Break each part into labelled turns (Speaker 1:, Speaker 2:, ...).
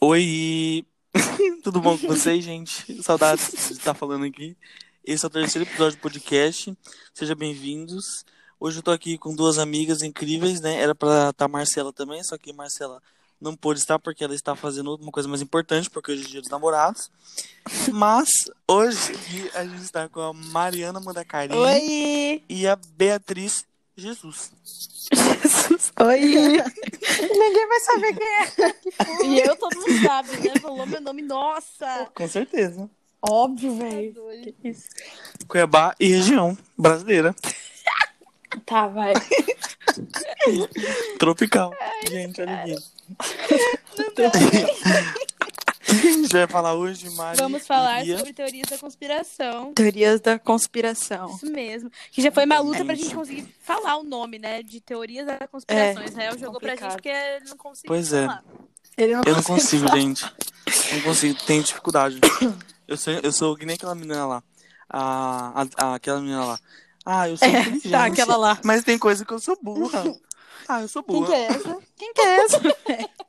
Speaker 1: Oi! Tudo bom com vocês, gente? Saudades de estar falando aqui. Esse é o terceiro episódio do podcast. Sejam bem-vindos. Hoje eu tô aqui com duas amigas incríveis, né? Era pra estar a Marcela também, só que a Marcela não pôde estar porque ela está fazendo uma coisa mais importante, porque hoje é dia dos namorados. Mas hoje aqui a gente está com a Mariana Mandacarini
Speaker 2: Oi!
Speaker 1: e a Beatriz Jesus.
Speaker 2: Oi!
Speaker 3: Ninguém vai saber quem é.
Speaker 2: E eu, todo mundo sabe, né? Falou meu nome, nossa!
Speaker 1: Com certeza.
Speaker 3: é. Óbvio,
Speaker 2: Tá
Speaker 3: velho.
Speaker 2: doido.
Speaker 1: Cuiabá e região brasileira.
Speaker 2: Tá, vai.
Speaker 1: Tropical. gente, olha aqui. A gente vai falar hoje, Mari.
Speaker 2: Vamos falar
Speaker 1: e Bia.
Speaker 2: sobre teorias da conspiração.
Speaker 3: Teorias da conspiração.
Speaker 2: Isso mesmo. Que já
Speaker 1: É
Speaker 2: foi uma luta pra
Speaker 1: Gente.
Speaker 2: gente conseguir falar o nome, né? De teorias da conspiração. O Israel jogou pra
Speaker 3: complicado.
Speaker 2: gente que ele não conseguiu
Speaker 1: Pois é.
Speaker 2: falar.
Speaker 3: Ele não
Speaker 1: Eu não consigo, gente. Não consigo, tenho dificuldade. Eu sou, eu sou que nem aquela menina lá. A, a- a- aquela menina lá. Ah,
Speaker 2: É,
Speaker 1: eu sou inteligente.
Speaker 3: Tá, aquela lá.
Speaker 1: Mas tem coisa que eu sou burra. Ah, eu sou burra.
Speaker 3: é essa? Quem que é essa?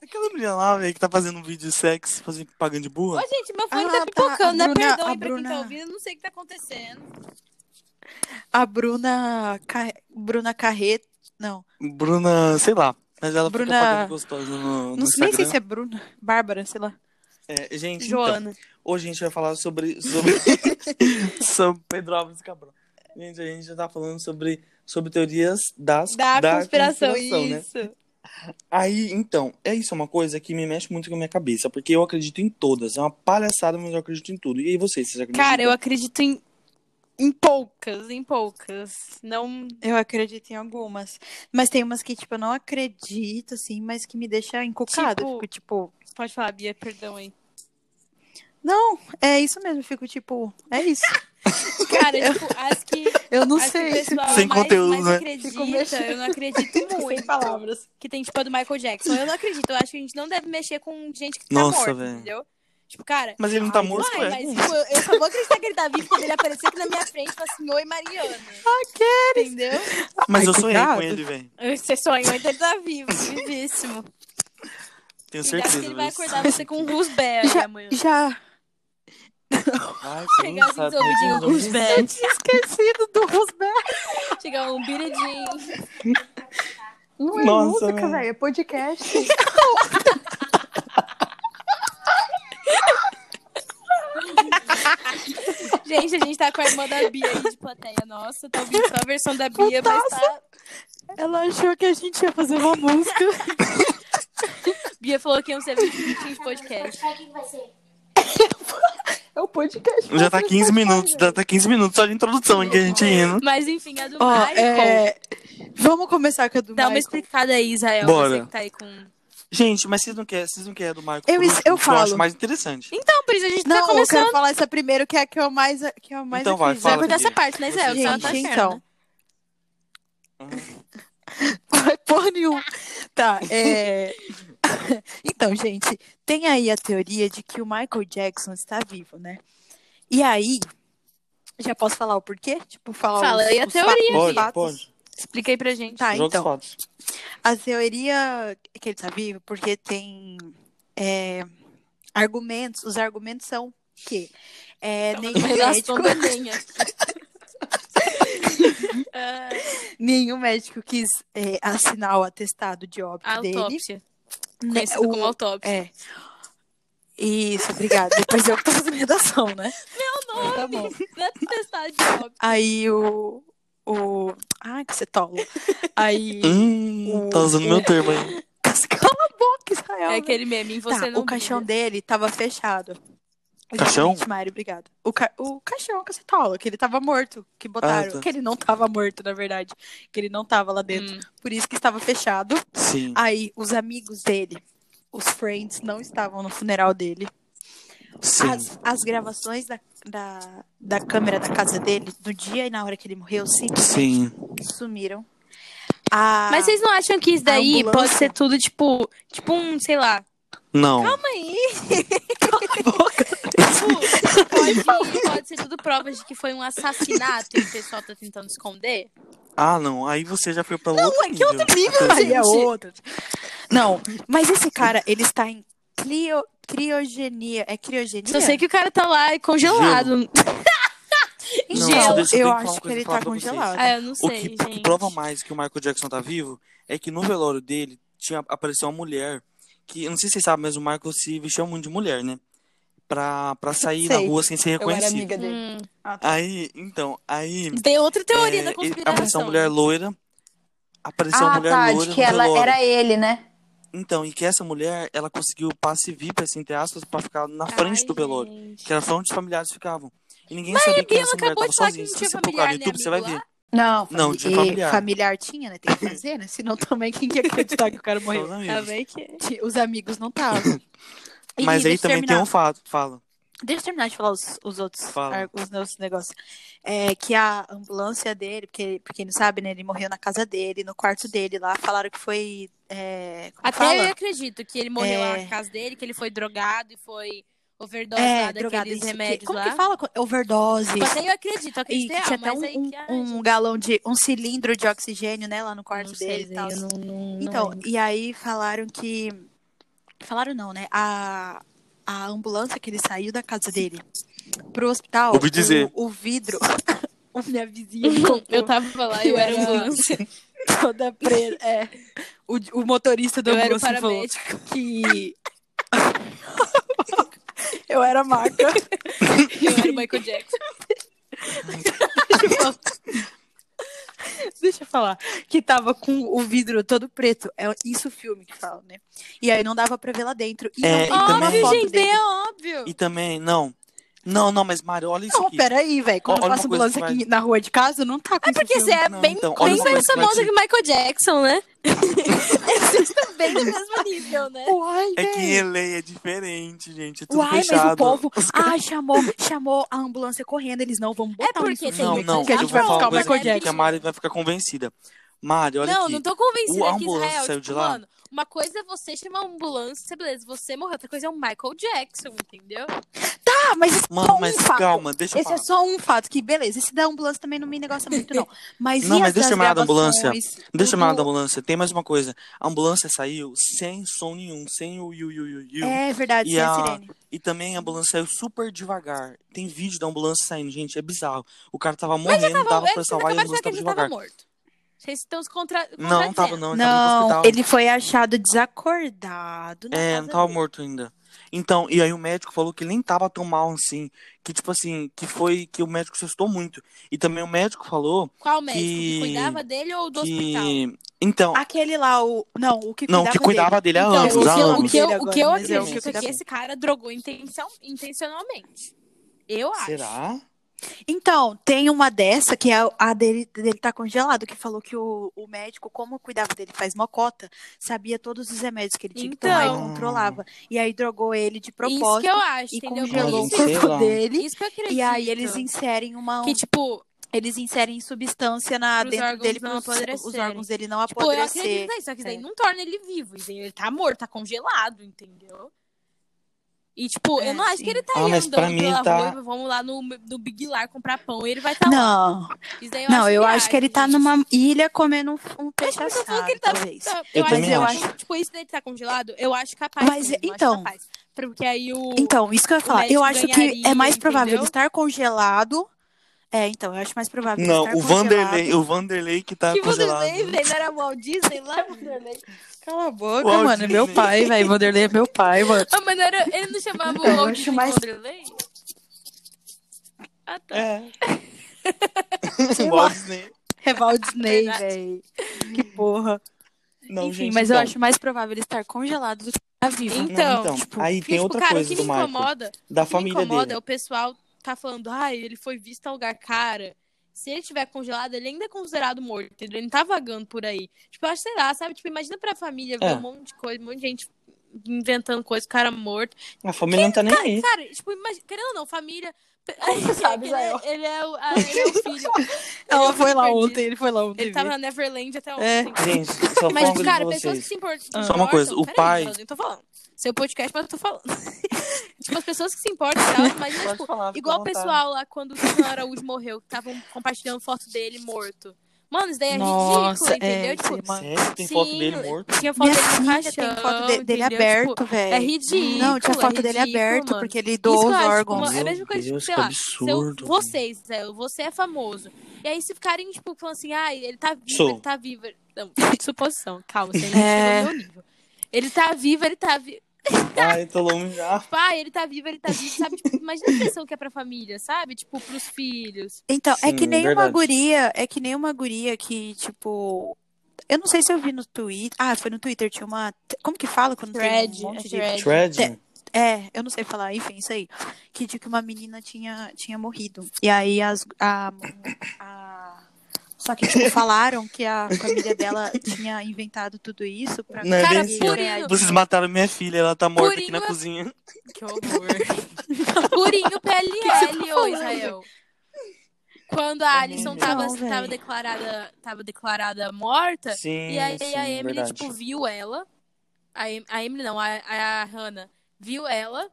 Speaker 1: Aquela menina lá, velho, que tá fazendo um vídeo de sexo, fazendo propaganda de burra.
Speaker 2: Ô, gente, meu fone
Speaker 3: Ah,
Speaker 2: tá
Speaker 3: tá.
Speaker 2: pipocando,
Speaker 3: A
Speaker 2: né?
Speaker 3: Bruna-
Speaker 2: Perdoe
Speaker 3: a
Speaker 2: pra quem tá
Speaker 3: Bruna-
Speaker 2: ouvindo, eu não sei o que tá acontecendo.
Speaker 3: A Bruna. Ca- Bruna Carreta. Não.
Speaker 1: Bruna, sei lá. Mas ela
Speaker 3: Bruna-
Speaker 1: fica pagando gostosa no, no
Speaker 3: não nem sei
Speaker 1: Instagram.
Speaker 3: se é Bruna. Bárbara, sei lá.
Speaker 1: É, gente, então,
Speaker 2: Joana.
Speaker 1: Hoje a gente vai falar sobre. Sobre, sobre Pedro Alves Cabral. Gente, a gente já tá falando sobre, sobre teorias das,
Speaker 2: Da, conspiração,
Speaker 1: conspiração, né?
Speaker 2: isso.
Speaker 1: Aí, então, é isso, é uma coisa que me mexe muito com a minha cabeça, porque eu acredito em todas. É uma palhaçada, mas eu acredito em tudo. E aí vocês, vocês acreditam?
Speaker 2: Cara,
Speaker 1: em
Speaker 2: eu
Speaker 1: tudo?
Speaker 2: acredito em, em poucas, em poucas. Não.
Speaker 3: Eu acredito em algumas. Mas tem umas que, tipo, eu não acredito, assim, mas que me deixa encucada. Eu
Speaker 2: Tipo-
Speaker 3: Fico, tipo.
Speaker 2: Pode falar, Bia, perdão aí.
Speaker 3: Não, é isso mesmo. Eu fico, tipo, é isso.
Speaker 2: Cara, tipo, as que,
Speaker 3: Eu não
Speaker 2: as que o
Speaker 3: sei.
Speaker 2: pessoal é
Speaker 1: Sem
Speaker 2: mais,
Speaker 1: conteúdo,
Speaker 2: mais
Speaker 1: né?
Speaker 3: Fico
Speaker 2: acredita,
Speaker 3: mexendo.
Speaker 2: eu não acredito muito.
Speaker 3: palavras.
Speaker 2: Que tem, tipo, a do Michael Jackson. Eu não acredito. Eu acho que a gente não deve mexer com gente que tá
Speaker 1: Nossa,
Speaker 2: morta,
Speaker 1: velho.
Speaker 2: entendeu? Tipo, cara.
Speaker 1: Mas ele não tá
Speaker 3: Ai,
Speaker 1: morto,
Speaker 2: Uai,
Speaker 1: é?
Speaker 2: mas tipo, eu só vou acreditar que ele tá vivo quando ele aparecer aqui na minha frente e falar assim, oi, Mariana.
Speaker 3: Ah,
Speaker 2: Entendeu?
Speaker 1: Mas eu
Speaker 3: Ai,
Speaker 1: sonhei com
Speaker 3: cuidado.
Speaker 1: ele, velho.
Speaker 2: Você sonhou, então ele tá vivo, vivíssimo.
Speaker 1: Tenho
Speaker 2: Cuidado
Speaker 1: certeza.
Speaker 2: que ele vai
Speaker 1: velho.
Speaker 2: acordar você com um rusbé aí amanhã.
Speaker 3: Já
Speaker 1: Ai, você
Speaker 2: Chegar
Speaker 1: não
Speaker 2: assim,
Speaker 1: sabe
Speaker 2: seu ouvidinho
Speaker 1: como eu sou.
Speaker 2: rusbé.
Speaker 3: tinha esquecido do Rosberg.
Speaker 2: Chegar um biridinho.
Speaker 3: Não
Speaker 1: é Nossa, música, velho. velho,
Speaker 3: é podcast.
Speaker 2: Gente, a gente tá com a irmã da Bia aí de plateia. Nossa, tá ouvindo só a versão da Bia, mas tá...
Speaker 3: Ela achou que a gente ia fazer uma música.
Speaker 2: Bia falou que iam ser 20 minutinhos de podcast.
Speaker 3: É o podcast.
Speaker 1: Já tá
Speaker 3: é
Speaker 1: 15 minutos, já tá 15 minutos só de introdução aqui, a gente indo.
Speaker 2: Mas enfim, a do
Speaker 3: Ó,
Speaker 2: Michael.
Speaker 3: é... Vamos começar com a do
Speaker 2: Dá uma
Speaker 3: Michael.
Speaker 2: explicada aí, Israel.
Speaker 1: Bora.
Speaker 2: Você que tá aí com... Não,
Speaker 1: Gente, mas vocês não querem, vocês não querem a do Marco?
Speaker 3: Eu-
Speaker 1: por último,
Speaker 3: eu
Speaker 1: que Eu acho
Speaker 3: falo.
Speaker 1: mais interessante.
Speaker 2: por isso a gente tá
Speaker 3: Não, eu
Speaker 2: começando.
Speaker 3: quero falar essa primeiro, que é a que eu mais, que eu mais
Speaker 1: Então vai,
Speaker 3: acredito.
Speaker 2: Você vai
Speaker 1: fala,
Speaker 2: cortar
Speaker 1: Bia.
Speaker 2: essa parte, né, Israel? Só tá
Speaker 3: Gente,
Speaker 2: certa.
Speaker 3: então. Vai porra nenhuma. Tá, é... Então, gente, tem aí a teoria de que o Michael Jackson está vivo, né? E aí, já posso falar o porquê? Tipo, falar
Speaker 2: Fala
Speaker 3: os,
Speaker 2: aí a
Speaker 3: os
Speaker 2: teoria,
Speaker 3: fa- os
Speaker 1: Pode,
Speaker 3: é fatos.
Speaker 1: pode.
Speaker 2: Explica aí pra gente.
Speaker 3: Tá,
Speaker 1: Joga os
Speaker 3: então.
Speaker 1: fatos.
Speaker 3: A teoria é que ele está vivo porque tem é, argumentos. Os argumentos são que é,
Speaker 2: Tava
Speaker 3: nenhum,
Speaker 2: numa redação
Speaker 3: médico,
Speaker 2: do Enem aqui. Ah,
Speaker 3: nenhum médico quis é, assinar o atestado de óbito dele.
Speaker 2: autópsia.
Speaker 3: né,
Speaker 2: Ah, Conhecido
Speaker 3: o-
Speaker 2: como autópsia.
Speaker 3: É. Isso, obrigada. Depois eu que tô fazendo redação, né?
Speaker 2: Meu nome!
Speaker 3: Tá bom.
Speaker 2: Não é testar de óbito.
Speaker 3: Aí o. o... Ai, que você tola. Aí.
Speaker 1: Hum, tá usando meu termo aí.
Speaker 3: Cala a boca, Israel.
Speaker 2: É
Speaker 3: né?
Speaker 2: aquele meme, em você
Speaker 3: Tá,
Speaker 2: não
Speaker 3: o caixão
Speaker 2: brilha.
Speaker 3: dele tava fechado.
Speaker 1: Caixão?
Speaker 3: Exatamente, Mari, obrigada. O, ca... o caixão que você tola, que ele tava morto, que botaram.
Speaker 1: Ah, tá.
Speaker 3: Que ele não tava morto, na verdade. Que ele não tava lá dentro.
Speaker 2: Hum.
Speaker 3: Por isso que estava fechado.
Speaker 1: Sim.
Speaker 3: Aí, os amigos dele, os friends, não estavam no funeral dele. Ah,
Speaker 1: Sim.
Speaker 3: As, as gravações da, da, da câmera da casa dele, do dia e na hora que ele morreu, simplesmente
Speaker 1: Sim.
Speaker 3: sumiram. Ah, A-
Speaker 2: Mas vocês não acham que isso
Speaker 3: A
Speaker 2: daí
Speaker 3: ambulância.
Speaker 2: pode ser tudo tipo, tipo um, sei lá,
Speaker 1: Não.
Speaker 2: calma aí. tipo, pode, pode ser tudo provas de que foi um assassinato e o pessoal tá tentando esconder.
Speaker 1: Ah, não. Aí você já foi pra não, outro nível. Então, assim,
Speaker 3: Aí é
Speaker 1: Gente.
Speaker 3: outra. Não, mas esse cara, ele está tá em clio, criogenia. É criogenia?
Speaker 2: Só sei que o cara tá lá congelado.
Speaker 1: Não,
Speaker 3: Gelo.
Speaker 1: só deixa eu tenho que falar
Speaker 3: Então, eu
Speaker 1: uma
Speaker 3: acho que
Speaker 1: coisa
Speaker 3: ele
Speaker 1: pra falar
Speaker 3: tá
Speaker 1: pra vocês.
Speaker 3: congelado.
Speaker 2: Ah, eu não
Speaker 1: O
Speaker 2: sei,
Speaker 1: que, o
Speaker 2: gente.
Speaker 1: que prova mais que o Michael Jackson tá vivo é que no velório dele tinha, apareceu uma mulher que, eu não sei se vocês sabem, mas o Michael se vestia muito de mulher, né? Pra, pra sair na
Speaker 3: Sei.
Speaker 1: rua sem ser
Speaker 4: Eu era
Speaker 1: reconhecido.
Speaker 3: é
Speaker 4: amiga dele.
Speaker 2: Hum.
Speaker 1: Aí, então, aí.
Speaker 2: Tem outra teoria
Speaker 1: é,
Speaker 2: da
Speaker 1: ele-
Speaker 2: conspiração.
Speaker 1: apareceu uma mulher loira. Apareceu uma é
Speaker 4: Ah,
Speaker 1: um mulher
Speaker 4: tá,
Speaker 1: loira
Speaker 4: de que
Speaker 1: no
Speaker 4: ela
Speaker 1: velório.
Speaker 4: era ele, né?
Speaker 1: Então, e que essa mulher, ela conseguiu passe VIP, assim, entre aspas, pra ficar na frente
Speaker 2: Ai,
Speaker 1: do velório.
Speaker 2: gente.
Speaker 1: Que era pra onde os familiares ficavam. E ninguém sabia que
Speaker 2: Bia,
Speaker 1: essa
Speaker 2: ela
Speaker 1: mulher
Speaker 2: acabou
Speaker 1: tava
Speaker 2: de falar que
Speaker 1: sozinha.
Speaker 2: não
Speaker 1: Se
Speaker 2: tinha
Speaker 1: você procurar no
Speaker 2: familiar, né,
Speaker 1: YouTube, você vai
Speaker 2: amigo,
Speaker 1: ver.
Speaker 4: Não.
Speaker 1: Não, tinha
Speaker 3: E
Speaker 1: familiar.
Speaker 3: familiar tinha, né? Tem que fazer, né? Senão também quem ia acreditar que o cara
Speaker 1: Só
Speaker 3: morreu?
Speaker 1: os amigos.
Speaker 2: Tá bem que
Speaker 3: Os amigos não estavam. Ih,
Speaker 1: Mas aí
Speaker 3: deixa eu
Speaker 1: também tem
Speaker 3: terminar.
Speaker 1: um fato, fala.
Speaker 3: Deixa eu terminar de falar os, os outros,
Speaker 1: Fala.
Speaker 3: ar- os nossos negócios. É, que a ambulância dele, porque, porque não sabe, né? Ele morreu na casa dele, no quarto dele lá. Falaram que foi. É, como
Speaker 2: Até
Speaker 3: fala?
Speaker 2: eu acredito que ele morreu lá
Speaker 3: É.
Speaker 2: na casa dele, que ele foi drogado e foi overdose lá
Speaker 3: é,
Speaker 2: daqueles
Speaker 3: drogada. isso que-
Speaker 2: remédios
Speaker 3: como
Speaker 2: lá.
Speaker 3: que fala? Overdose.
Speaker 2: Tipo, Até eu acredito,
Speaker 3: E
Speaker 2: eu acredito
Speaker 3: que
Speaker 2: real,
Speaker 3: tinha até
Speaker 2: mas
Speaker 3: um,
Speaker 2: aí que... é ai,
Speaker 3: um- um galão de. um cilindro de oxigênio, né, lá no quarto
Speaker 2: não sei,
Speaker 3: dele e tal.
Speaker 2: eu não- não- não
Speaker 3: Então,
Speaker 2: lembro.
Speaker 3: e aí falaram que. Falaram não, né? A, a ambulância que ele saiu da casa dele pro hospital.
Speaker 1: Ouvi dizer.
Speaker 3: O, o vidro. Minha vizinha me contou.
Speaker 2: eu tava lá, eu era ambulância.
Speaker 3: toda preta. É. O, o motorista da
Speaker 2: Eu era o
Speaker 3: ambulância falou
Speaker 2: paramédico.
Speaker 3: que. eu era maca.
Speaker 2: Eu era o Michael Jackson.
Speaker 3: Deixa eu falar. Que tava com o vidro todo preto. É isso o filme que fala, né? E aí não dava pra ver lá dentro. E
Speaker 1: É,
Speaker 3: não
Speaker 1: e
Speaker 3: tem uma
Speaker 1: também-
Speaker 2: óbvio,
Speaker 3: foto
Speaker 2: gente,
Speaker 3: dele.
Speaker 2: é óbvio.
Speaker 1: E também, não. Não, não, mas Mário, olha isso
Speaker 3: Não,
Speaker 1: aqui.
Speaker 3: peraí, velho. Quando
Speaker 1: Olha uma
Speaker 3: passa
Speaker 1: coisa Ah,
Speaker 3: ambulância
Speaker 1: que
Speaker 3: aqui na rua de casa, não tá com
Speaker 2: É porque você é
Speaker 1: Não,
Speaker 2: bem,
Speaker 1: então, olha
Speaker 2: bem
Speaker 1: uma
Speaker 2: mais
Speaker 1: coisa que vai
Speaker 2: famoso
Speaker 1: dizer.
Speaker 2: que o Michael Jackson, né? Vocês estão bem no mesmo nível, né?
Speaker 3: Uai,
Speaker 1: É que em
Speaker 3: velho.
Speaker 1: LA é diferente, gente. É tudo
Speaker 3: Uai, mas o
Speaker 1: fechado.
Speaker 3: povo. Ah, chamou, chamou a ambulância correndo. Eles não vão botar
Speaker 2: É porque
Speaker 3: um
Speaker 2: tem
Speaker 1: Não,
Speaker 2: muito
Speaker 1: não,
Speaker 3: que é a
Speaker 1: eu
Speaker 3: gente
Speaker 1: vou
Speaker 3: vai
Speaker 1: falar
Speaker 3: buscar
Speaker 1: uma
Speaker 3: o
Speaker 1: coisa
Speaker 3: Michael
Speaker 1: aqui
Speaker 3: Jackson.
Speaker 1: que a Mari vai ficar convencida. Mari, olha
Speaker 2: não,
Speaker 1: aqui.
Speaker 2: não tô convencida
Speaker 1: O
Speaker 2: que
Speaker 1: ambulância
Speaker 2: Israel,
Speaker 1: saiu de
Speaker 2: tipo,
Speaker 1: lá?
Speaker 2: mano, uma coisa é você chamar uma ambulância, beleza, você morreu, outra coisa é o Michael Jackson, entendeu?
Speaker 3: Ah, mas isso
Speaker 1: Mano,
Speaker 3: é
Speaker 1: mas
Speaker 3: um fato.
Speaker 1: calma, deixa eu
Speaker 3: Esse é
Speaker 1: falar.
Speaker 3: só um fato, que beleza, esse da ambulância também não me negocia muito, não. Mas
Speaker 1: Não,
Speaker 3: e
Speaker 1: mas
Speaker 3: as
Speaker 1: deixa eu
Speaker 3: das
Speaker 1: chamar da ambulância.
Speaker 3: gravações?
Speaker 1: Deixa eu
Speaker 3: O
Speaker 1: chamar
Speaker 3: do-
Speaker 1: da ambulância. Tem mais uma coisa. A ambulância saiu sem som nenhum, sem o iu, iu, iu, iu.
Speaker 3: É verdade,
Speaker 1: E
Speaker 3: sem
Speaker 1: a-
Speaker 3: a sirene.
Speaker 1: E também a ambulância saiu super devagar. Tem vídeo da ambulância saindo, gente, é bizarro. O cara tava morrendo,
Speaker 2: Tava-
Speaker 1: dava
Speaker 2: é,
Speaker 1: pra
Speaker 2: vocês
Speaker 1: salvar e a
Speaker 2: acabaram de falar
Speaker 1: ambulância
Speaker 2: que
Speaker 1: tava
Speaker 2: ele tava
Speaker 1: devagar.
Speaker 2: morto. é Vocês estão se contra...
Speaker 1: Não, não tava não, ele tava no
Speaker 2: contradizendo.
Speaker 3: é? Não,
Speaker 1: hospital.
Speaker 3: ele foi achado desacordado na
Speaker 1: É,
Speaker 3: casa
Speaker 1: não tava
Speaker 3: dele.
Speaker 1: morto ainda. Então, e aí o médico falou que ele nem tava tão mal assim. Que, tipo assim, que foi que o médico assustou muito. E também o médico falou
Speaker 2: Qual médico? Que
Speaker 1: Que-
Speaker 2: cuidava dele ou do hospital?
Speaker 1: que. Então,
Speaker 3: Aquele lá, o... Não, o que
Speaker 1: não,
Speaker 3: cuidava
Speaker 1: que cuidava dele, há
Speaker 3: Então,
Speaker 1: anos,
Speaker 2: o que
Speaker 1: há
Speaker 2: eu,
Speaker 1: anos.
Speaker 2: o que eu, o
Speaker 3: Agora,
Speaker 2: que eu
Speaker 3: mas é o que
Speaker 2: acredito é
Speaker 3: cuidava
Speaker 2: que
Speaker 3: dele.
Speaker 2: esse cara drogou intenção, intencionalmente. Eu acho.
Speaker 1: Será?
Speaker 3: Então, tem uma dessa, que é a dele, dele tá congelado, que falou que o, o médico, como cuidava dele faz mocota, sabia todos os remédios que ele tinha que tomar e
Speaker 2: Então.
Speaker 3: controlava. E aí drogou ele de
Speaker 2: Isso que
Speaker 3: propósito
Speaker 2: eu acho,
Speaker 3: e
Speaker 2: entendeu?
Speaker 3: congelou o
Speaker 1: Gente,
Speaker 2: isso, é
Speaker 1: sei lá.
Speaker 3: corpo dele.
Speaker 2: isso que eu acredito.
Speaker 3: E aí eles então, inserem uma.
Speaker 2: Que, tipo,
Speaker 3: Eles inserem substância na,
Speaker 2: Pros
Speaker 3: dentro
Speaker 2: órgãos
Speaker 3: dele
Speaker 2: não
Speaker 3: para os
Speaker 2: apodrecerem.
Speaker 3: órgãos dele não
Speaker 2: Pô, eu
Speaker 3: apodrecer.
Speaker 2: acredito nisso, só que isso daí
Speaker 3: É.
Speaker 2: não torna ele vivo, entendeu? Ele tá morto, tá congelado, entendeu? E, tipo,
Speaker 3: É,
Speaker 2: eu não acho
Speaker 3: sim.
Speaker 2: que ele tá
Speaker 1: Ah,
Speaker 2: aí
Speaker 1: mas pra
Speaker 2: andando
Speaker 1: mim
Speaker 2: pela
Speaker 1: tá-
Speaker 2: rua, vamos lá no, no Big Lar comprar pão e ele vai estar lá.
Speaker 3: Não,
Speaker 2: Isso daí
Speaker 3: não, eu acho
Speaker 2: viagem,
Speaker 3: que ele tá
Speaker 2: gente.
Speaker 3: numa ilha comendo um, um
Speaker 2: Mas
Speaker 3: peixe
Speaker 2: por que eu tô falando
Speaker 3: assado,
Speaker 2: que ele tá-
Speaker 3: talvez.
Speaker 2: Tá,
Speaker 1: Eu
Speaker 2: acho,
Speaker 1: também
Speaker 2: que-
Speaker 1: acho.
Speaker 2: Tipo, isso dele tá congelado, eu acho capaz.
Speaker 3: Mas,
Speaker 2: mesmo, eu acho
Speaker 3: então-
Speaker 2: capaz. Porque aí o...
Speaker 3: Então, isso que eu ia falar.
Speaker 2: médico
Speaker 3: Eu acho que é
Speaker 2: ganharia,
Speaker 3: mais provável
Speaker 2: entendeu?
Speaker 3: ele estar congelado. É, então, eu acho mais provável ele
Speaker 1: Não,
Speaker 3: estar
Speaker 1: o
Speaker 3: congelado.
Speaker 1: Vanderlei, o Vanderlei que tá
Speaker 2: tá que
Speaker 1: congelado.
Speaker 2: Vanderlei, velho, não era Walt Disney lá, Vanderlei.
Speaker 3: Cala a boca,
Speaker 1: Walt
Speaker 3: mano. É meu
Speaker 1: Disney.
Speaker 3: pai, velho. Vanderlei é meu pai, mano.
Speaker 2: Ah, mas não era... ele não chamava o
Speaker 4: Eu
Speaker 2: Walt
Speaker 4: acho
Speaker 2: Disney
Speaker 4: mais-
Speaker 2: mais... Vanderlei? Ah, tá.
Speaker 1: É.
Speaker 3: Sei lá.
Speaker 1: Walt Disney.
Speaker 3: É Walt Disney,
Speaker 2: Verdade.
Speaker 3: velho. Que porra.
Speaker 1: Não,
Speaker 3: Enfim,
Speaker 1: gente,
Speaker 3: mas eu
Speaker 1: então.
Speaker 3: acho mais provável ele estar congelado do que estar vivo.
Speaker 2: Então,
Speaker 1: Não, então,
Speaker 3: tipo,
Speaker 1: aí
Speaker 2: Porque,
Speaker 1: tem
Speaker 2: tipo,
Speaker 1: outra
Speaker 2: cara,
Speaker 1: coisa
Speaker 2: o que
Speaker 1: do
Speaker 2: me
Speaker 1: Michael,
Speaker 2: incomoda
Speaker 1: da
Speaker 2: O que me
Speaker 1: família
Speaker 2: incomoda é
Speaker 1: dele.
Speaker 2: o pessoal tá falando, ai, ele foi visto a lugar cara. Se ele tiver congelado, ele ainda é considerado morto, entendeu? Ele não tá vagando por aí. Tipo, eu acho, sei lá, sabe? Tipo, imagina pra família ver
Speaker 1: É.
Speaker 2: um monte de coisa, um monte de gente inventando coisa, cara morto.
Speaker 1: A família não tá nem aí.
Speaker 2: Cara, tipo, imagina, querendo ou não, família. Ele, ele,
Speaker 4: sabe, Israel.
Speaker 2: é, ele, é, o- ah, ele é o filho. é
Speaker 3: Ela foi lá
Speaker 2: perdido.
Speaker 3: ontem, ele foi lá ontem.
Speaker 2: Ele tava na Neverland até ontem.
Speaker 3: É.
Speaker 1: Gente, só fala uma
Speaker 2: Mas,
Speaker 1: coisa
Speaker 2: cara,
Speaker 1: pra
Speaker 2: pessoas que
Speaker 1: vocês.
Speaker 2: se impor- se importam.
Speaker 1: Só uma coisa, o
Speaker 2: Peraí,
Speaker 1: pai-
Speaker 2: Brasil, eu tô falando. Seu podcast, mas eu tô falando. tipo, as pessoas que se importam e tal, imagina, tipo,
Speaker 1: falar,
Speaker 2: Igual o pessoal lá quando o Silvio Araújo morreu, que estavam compartilhando foto dele morto. Mano, isso daí é
Speaker 3: Nossa,
Speaker 2: ridículo, entendeu?
Speaker 3: é,
Speaker 2: tipo,
Speaker 3: sim, mano.
Speaker 1: Sério? Tem
Speaker 2: Sim,
Speaker 1: foto dele morto?
Speaker 2: tinha foto
Speaker 3: Minha
Speaker 2: dele no
Speaker 3: filha
Speaker 2: caixão,
Speaker 3: tem foto de- dele
Speaker 2: entendeu? Tipo,
Speaker 3: aberto, velho.
Speaker 2: é ridículo.
Speaker 3: Não, tinha foto
Speaker 2: é
Speaker 3: dele
Speaker 2: ridículo,
Speaker 3: aberto,
Speaker 2: mano.
Speaker 3: porque ele
Speaker 2: Isso
Speaker 3: doou
Speaker 2: que eu
Speaker 3: os
Speaker 2: acho, tipo,
Speaker 3: órgãos.
Speaker 2: uma- é a mesma coisa, tipo,
Speaker 1: Deus,
Speaker 2: sei
Speaker 1: que
Speaker 2: lá, Se eu-
Speaker 1: absurdo.
Speaker 2: vocês, Zé, você é famoso. E aí, se ficarem, tipo, falando assim, ah, ele tá vivo,
Speaker 1: Sou.
Speaker 2: ele tá vivo. Não, suposição, calma, você ainda
Speaker 3: É.
Speaker 2: não chegou no meu nível. Ele tá vivo, ele tá vivo.
Speaker 1: Ai, tô longe já.
Speaker 2: Pai, ele tá vivo, ele tá vivo, sabe? Tipo, imagina a pressão que é pra família, sabe? Tipo, pros filhos.
Speaker 3: Então, é que
Speaker 1: Sim,
Speaker 3: nem uma
Speaker 1: verdade.
Speaker 3: guria, é que nem uma guria que, tipo. Eu não sei se eu vi no Twitter. Ah, foi no Twitter, tinha uma. Como que fala quando tem um
Speaker 2: Thread, é então.
Speaker 3: monte de.
Speaker 2: thread.
Speaker 1: Thread?
Speaker 3: É, eu não sei falar, enfim, isso aí. Que de que uma menina tinha, tinha morrido. E aí as, a, a- Só que, tipo, falaram que a família dela tinha inventado tudo isso pra
Speaker 1: Não é
Speaker 2: Cara,
Speaker 1: bem
Speaker 2: por
Speaker 1: assim.
Speaker 3: ganhar
Speaker 2: isso-
Speaker 1: Vocês mataram minha filha, ela tá morta aqui
Speaker 2: Purinho
Speaker 1: na
Speaker 2: é-
Speaker 1: cozinha.
Speaker 2: Que horror. Purinho PLL, ô Israel. Quando a Alison
Speaker 1: Não,
Speaker 2: tava,
Speaker 3: véi.
Speaker 2: tava, declarada, tava declarada morta,
Speaker 1: Sim,
Speaker 2: e aí
Speaker 1: É, sim,
Speaker 2: a Emily,
Speaker 1: verdade.
Speaker 2: tipo, viu ela. A, Em- a Emily não, a, a Hannah viu ela.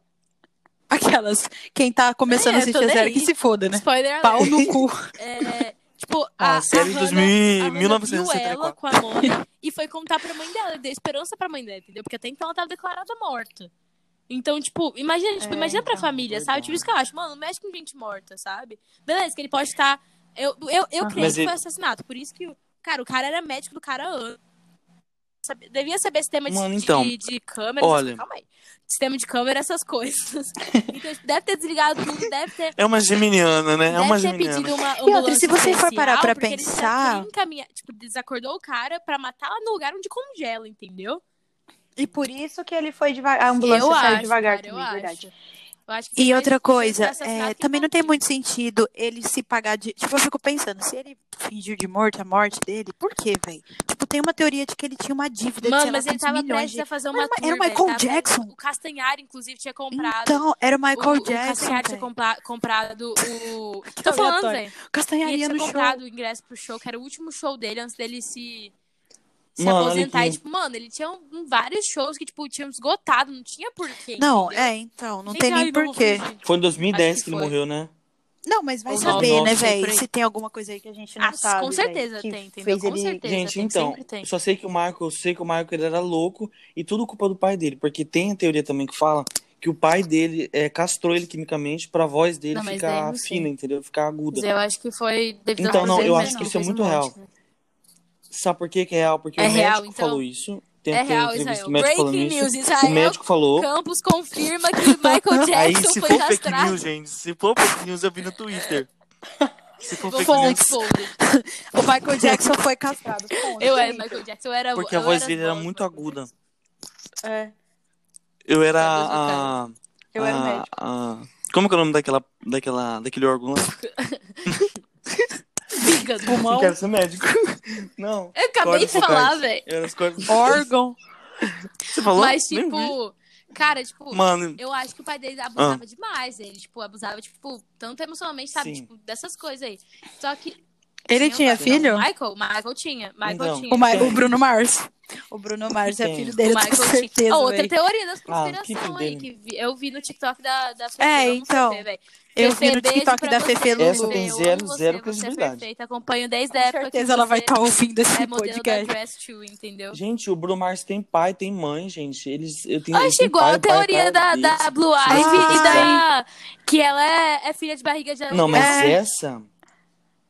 Speaker 3: Aquelas. Quem tá começando
Speaker 2: É,
Speaker 3: a
Speaker 2: tô
Speaker 3: assistir a
Speaker 2: nem
Speaker 3: série que
Speaker 2: aí.
Speaker 3: se foda, né?
Speaker 2: Spoiler alert.
Speaker 3: Pau no cu.
Speaker 2: É, tipo, a,
Speaker 1: Ah,
Speaker 2: a
Speaker 1: série de
Speaker 2: Hannah-
Speaker 1: 2000,
Speaker 2: a Hannah viu
Speaker 1: 1964.
Speaker 2: ela com a Mona e foi contar pra mãe dela, deu esperança pra mãe dela, entendeu? Porque até então ela tava declarada morta. Então, tipo, imagina, tipo,
Speaker 3: É,
Speaker 2: imagina pra
Speaker 3: então,
Speaker 2: família,
Speaker 1: verdade.
Speaker 2: sabe? Tipo, isso que eu acho, mano, não mexe com gente morta, sabe? Beleza, que ele pode estar. Eu, eu, eu
Speaker 3: Aham.
Speaker 2: creio
Speaker 1: Mas
Speaker 2: que
Speaker 1: ele-
Speaker 2: foi assassinato. Por isso que, o- cara, o cara era médico do cara há anos. Sabe- Devia saber sistema de,
Speaker 1: Mano, então,
Speaker 2: de, de câmera. essas-
Speaker 1: olha.
Speaker 2: Calma aí. Sistema de câmera, essas coisas. Então, tipo, deve ter desligado tudo, deve ter
Speaker 1: É uma geminiana, né? É
Speaker 2: Deve
Speaker 1: uma
Speaker 2: ter pedido
Speaker 1: geminiana.
Speaker 2: uma
Speaker 3: outra,
Speaker 2: ambulância
Speaker 3: se você for parar pra
Speaker 2: especial, porque ele já
Speaker 3: pensar-
Speaker 2: queria encaminhar- tipo, desacordou o cara pra matar lá no lugar onde congela, entendeu?
Speaker 3: E por isso que ele foi devagar. A ambulância
Speaker 2: eu
Speaker 3: saiu
Speaker 2: acho,
Speaker 3: devagar
Speaker 2: cara,
Speaker 3: também,
Speaker 2: eu
Speaker 3: verdade.
Speaker 2: acho. Eu acho que tem
Speaker 3: E
Speaker 2: mais
Speaker 3: outra
Speaker 2: chance de
Speaker 3: coisa,
Speaker 2: assassinato
Speaker 3: é,
Speaker 2: que
Speaker 3: também não tem
Speaker 2: matar.
Speaker 3: muito sentido ele se pagar de. Tipo, eu fico pensando, se ele fingiu de morto a morte dele, por quê, velho? Tipo, tem uma teoria de que ele tinha uma dívida de sei
Speaker 2: Mano,
Speaker 3: lá
Speaker 2: mas ele
Speaker 3: quantos
Speaker 2: tava
Speaker 3: milhões
Speaker 2: prestes
Speaker 3: de...
Speaker 2: a fazer
Speaker 3: Era
Speaker 2: uma
Speaker 3: uma-
Speaker 2: tour,
Speaker 3: era o
Speaker 2: velho,
Speaker 3: é Michael
Speaker 2: tava-
Speaker 3: Jackson.
Speaker 2: O Castanhar, inclusive, tinha comprado.
Speaker 3: Então, era o Michael
Speaker 2: o, O
Speaker 3: Jackson.
Speaker 2: Castanhar tinha
Speaker 3: véi.
Speaker 2: compra- comprado o...
Speaker 3: Que
Speaker 2: Tô falando,
Speaker 3: aleatório.
Speaker 2: velho. E ele
Speaker 3: Castanharia
Speaker 2: tinha
Speaker 3: no
Speaker 2: comprado
Speaker 3: show.
Speaker 2: o ingresso pro show, que era o último show dele, antes dele se... Se
Speaker 1: Mano, olha
Speaker 2: aposentar, e,
Speaker 1: aqui.
Speaker 2: tipo, mano, ele tinha um- vários shows que, tipo, tinham esgotado, não tinha porquê.
Speaker 3: Não,
Speaker 2: entendeu?
Speaker 3: é, então, não
Speaker 2: Gente,
Speaker 3: tem
Speaker 2: ai,
Speaker 3: nem
Speaker 2: não vou
Speaker 3: porquê.
Speaker 2: fingir.
Speaker 1: Foi em
Speaker 2: Acho
Speaker 1: 2010
Speaker 2: que
Speaker 1: que, ele
Speaker 2: foi.
Speaker 1: morreu, né?
Speaker 3: Não, mas vai
Speaker 2: Ou
Speaker 3: saber,
Speaker 1: não,
Speaker 3: né,
Speaker 1: não sei
Speaker 3: velho?
Speaker 2: por aí.
Speaker 3: Se tem alguma coisa aí que a gente não
Speaker 2: Ah,
Speaker 3: sabe.
Speaker 2: com
Speaker 3: véi,
Speaker 2: certeza
Speaker 3: que
Speaker 2: tem, entendeu?
Speaker 3: fez
Speaker 2: Com
Speaker 3: ele-
Speaker 2: certeza.
Speaker 1: Gente,
Speaker 2: tem,
Speaker 1: então,
Speaker 2: sempre tem.
Speaker 1: só sei que o Marco, eu sei que o Marco ele era louco e tudo culpa do pai dele, porque tem a teoria também que fala que o pai dele é, castrou ele quimicamente pra voz dele
Speaker 2: Não, mas daí eu
Speaker 1: ficar
Speaker 2: não sei.
Speaker 1: fina, entendeu? Ficar aguda.
Speaker 2: Mas eu acho que foi devido
Speaker 1: Então,
Speaker 2: ao
Speaker 1: não, eu
Speaker 2: Alzheimer,
Speaker 1: acho que
Speaker 2: né?
Speaker 1: isso é
Speaker 2: Fez
Speaker 1: muito
Speaker 2: um
Speaker 1: real.
Speaker 2: monte, né?
Speaker 1: Sabe por que que é real? Porque
Speaker 2: É
Speaker 1: o médico
Speaker 2: real, então?
Speaker 1: falou isso. Tem,
Speaker 2: É
Speaker 1: tem
Speaker 2: real,
Speaker 1: entrevista
Speaker 2: Israel.
Speaker 1: do médico falando
Speaker 2: Breaking
Speaker 1: isso.
Speaker 2: news,
Speaker 1: O
Speaker 2: Israel
Speaker 1: médico falou.
Speaker 2: Campos confirma que Michael Jackson
Speaker 1: Aí, se
Speaker 2: foi
Speaker 1: for fake
Speaker 2: castrado.
Speaker 1: news, gente, se for fake news, eu vi no Twitter. Se for fake
Speaker 2: Vou-
Speaker 1: news,
Speaker 2: folded.
Speaker 3: O Michael Jackson foi castrado. ponto.
Speaker 2: Eu era Michael Jackson, eu era
Speaker 1: porque
Speaker 2: eu
Speaker 1: a voz
Speaker 2: as
Speaker 1: dele era
Speaker 2: vozes,
Speaker 1: muito
Speaker 2: Michael
Speaker 1: aguda.
Speaker 2: Jackson.
Speaker 3: É,
Speaker 1: Eu era
Speaker 2: Sabe,
Speaker 1: a.
Speaker 3: eu
Speaker 2: Ah.
Speaker 3: era
Speaker 1: a-
Speaker 3: médico.
Speaker 1: a- Como que é o nome daquela, daquela, daquele órgão lá?
Speaker 2: Fígado.
Speaker 1: Não
Speaker 3: Pulmão,
Speaker 1: quero ser médico. Não.
Speaker 2: Eu acabei de
Speaker 1: Cordas
Speaker 2: falar,
Speaker 1: vocais.
Speaker 2: velho.
Speaker 1: Eu era as cordas.
Speaker 3: um órgão.
Speaker 1: Você falou?
Speaker 2: Mas,
Speaker 1: Nem vi.
Speaker 2: tipo, cara, tipo,
Speaker 1: Mano, Ah.
Speaker 2: Eu acho que o pai dele abusava demais. Ele, tipo, abusava, tipo, tanto emocionalmente, sabe?
Speaker 1: Sim.
Speaker 2: Tipo, dessas coisas aí. Só que.
Speaker 3: Ele tinha
Speaker 2: o-
Speaker 3: filho?
Speaker 2: Não, Michael, Michael tinha. Michael
Speaker 1: Então.
Speaker 2: tinha.
Speaker 3: O, Ma-
Speaker 1: Tem.
Speaker 3: o Bruno Mars. O Bruno Mars é
Speaker 1: Tem.
Speaker 3: filho
Speaker 2: O
Speaker 3: dele,
Speaker 2: Michael
Speaker 3: com
Speaker 2: tinha.
Speaker 3: certeza.
Speaker 2: Ó, outra
Speaker 3: véi.
Speaker 2: teoria das
Speaker 1: Ah, que
Speaker 2: conspiração aí,
Speaker 1: doideira.
Speaker 2: que vi- eu vi no TikTok da, da
Speaker 3: É,
Speaker 2: amo
Speaker 3: então.
Speaker 2: Fefe, véi.
Speaker 3: Eu
Speaker 2: Fefe,
Speaker 3: vi no
Speaker 2: beijo
Speaker 3: TikTok
Speaker 2: pra
Speaker 3: da
Speaker 2: você, né?
Speaker 3: Fefe
Speaker 1: Essa
Speaker 3: Lulu.
Speaker 1: tem
Speaker 2: eu
Speaker 1: zero,
Speaker 2: amo você,
Speaker 1: zero
Speaker 2: você é
Speaker 1: credibilidade.
Speaker 2: perfeita, acompanho desde a
Speaker 3: Com
Speaker 2: época que
Speaker 3: certeza ela vai
Speaker 2: você
Speaker 3: estar ouvindo esse
Speaker 2: é modelo da
Speaker 3: podcast.
Speaker 2: Dress To, entendeu?
Speaker 1: gente, o Bruno Mars tem pai, tem mãe, gente. Eles, eu tenho, eles
Speaker 2: Acho
Speaker 1: têm
Speaker 2: igual
Speaker 1: pai,
Speaker 2: a
Speaker 1: o pai é
Speaker 2: teoria da,
Speaker 1: cara
Speaker 2: da
Speaker 1: deles.
Speaker 2: Blue
Speaker 1: Sim,
Speaker 2: Ivy e
Speaker 3: Ah,
Speaker 1: sim,
Speaker 2: da... Que ela é, é filha de barriga de
Speaker 1: Não, mas
Speaker 3: É.
Speaker 1: essa.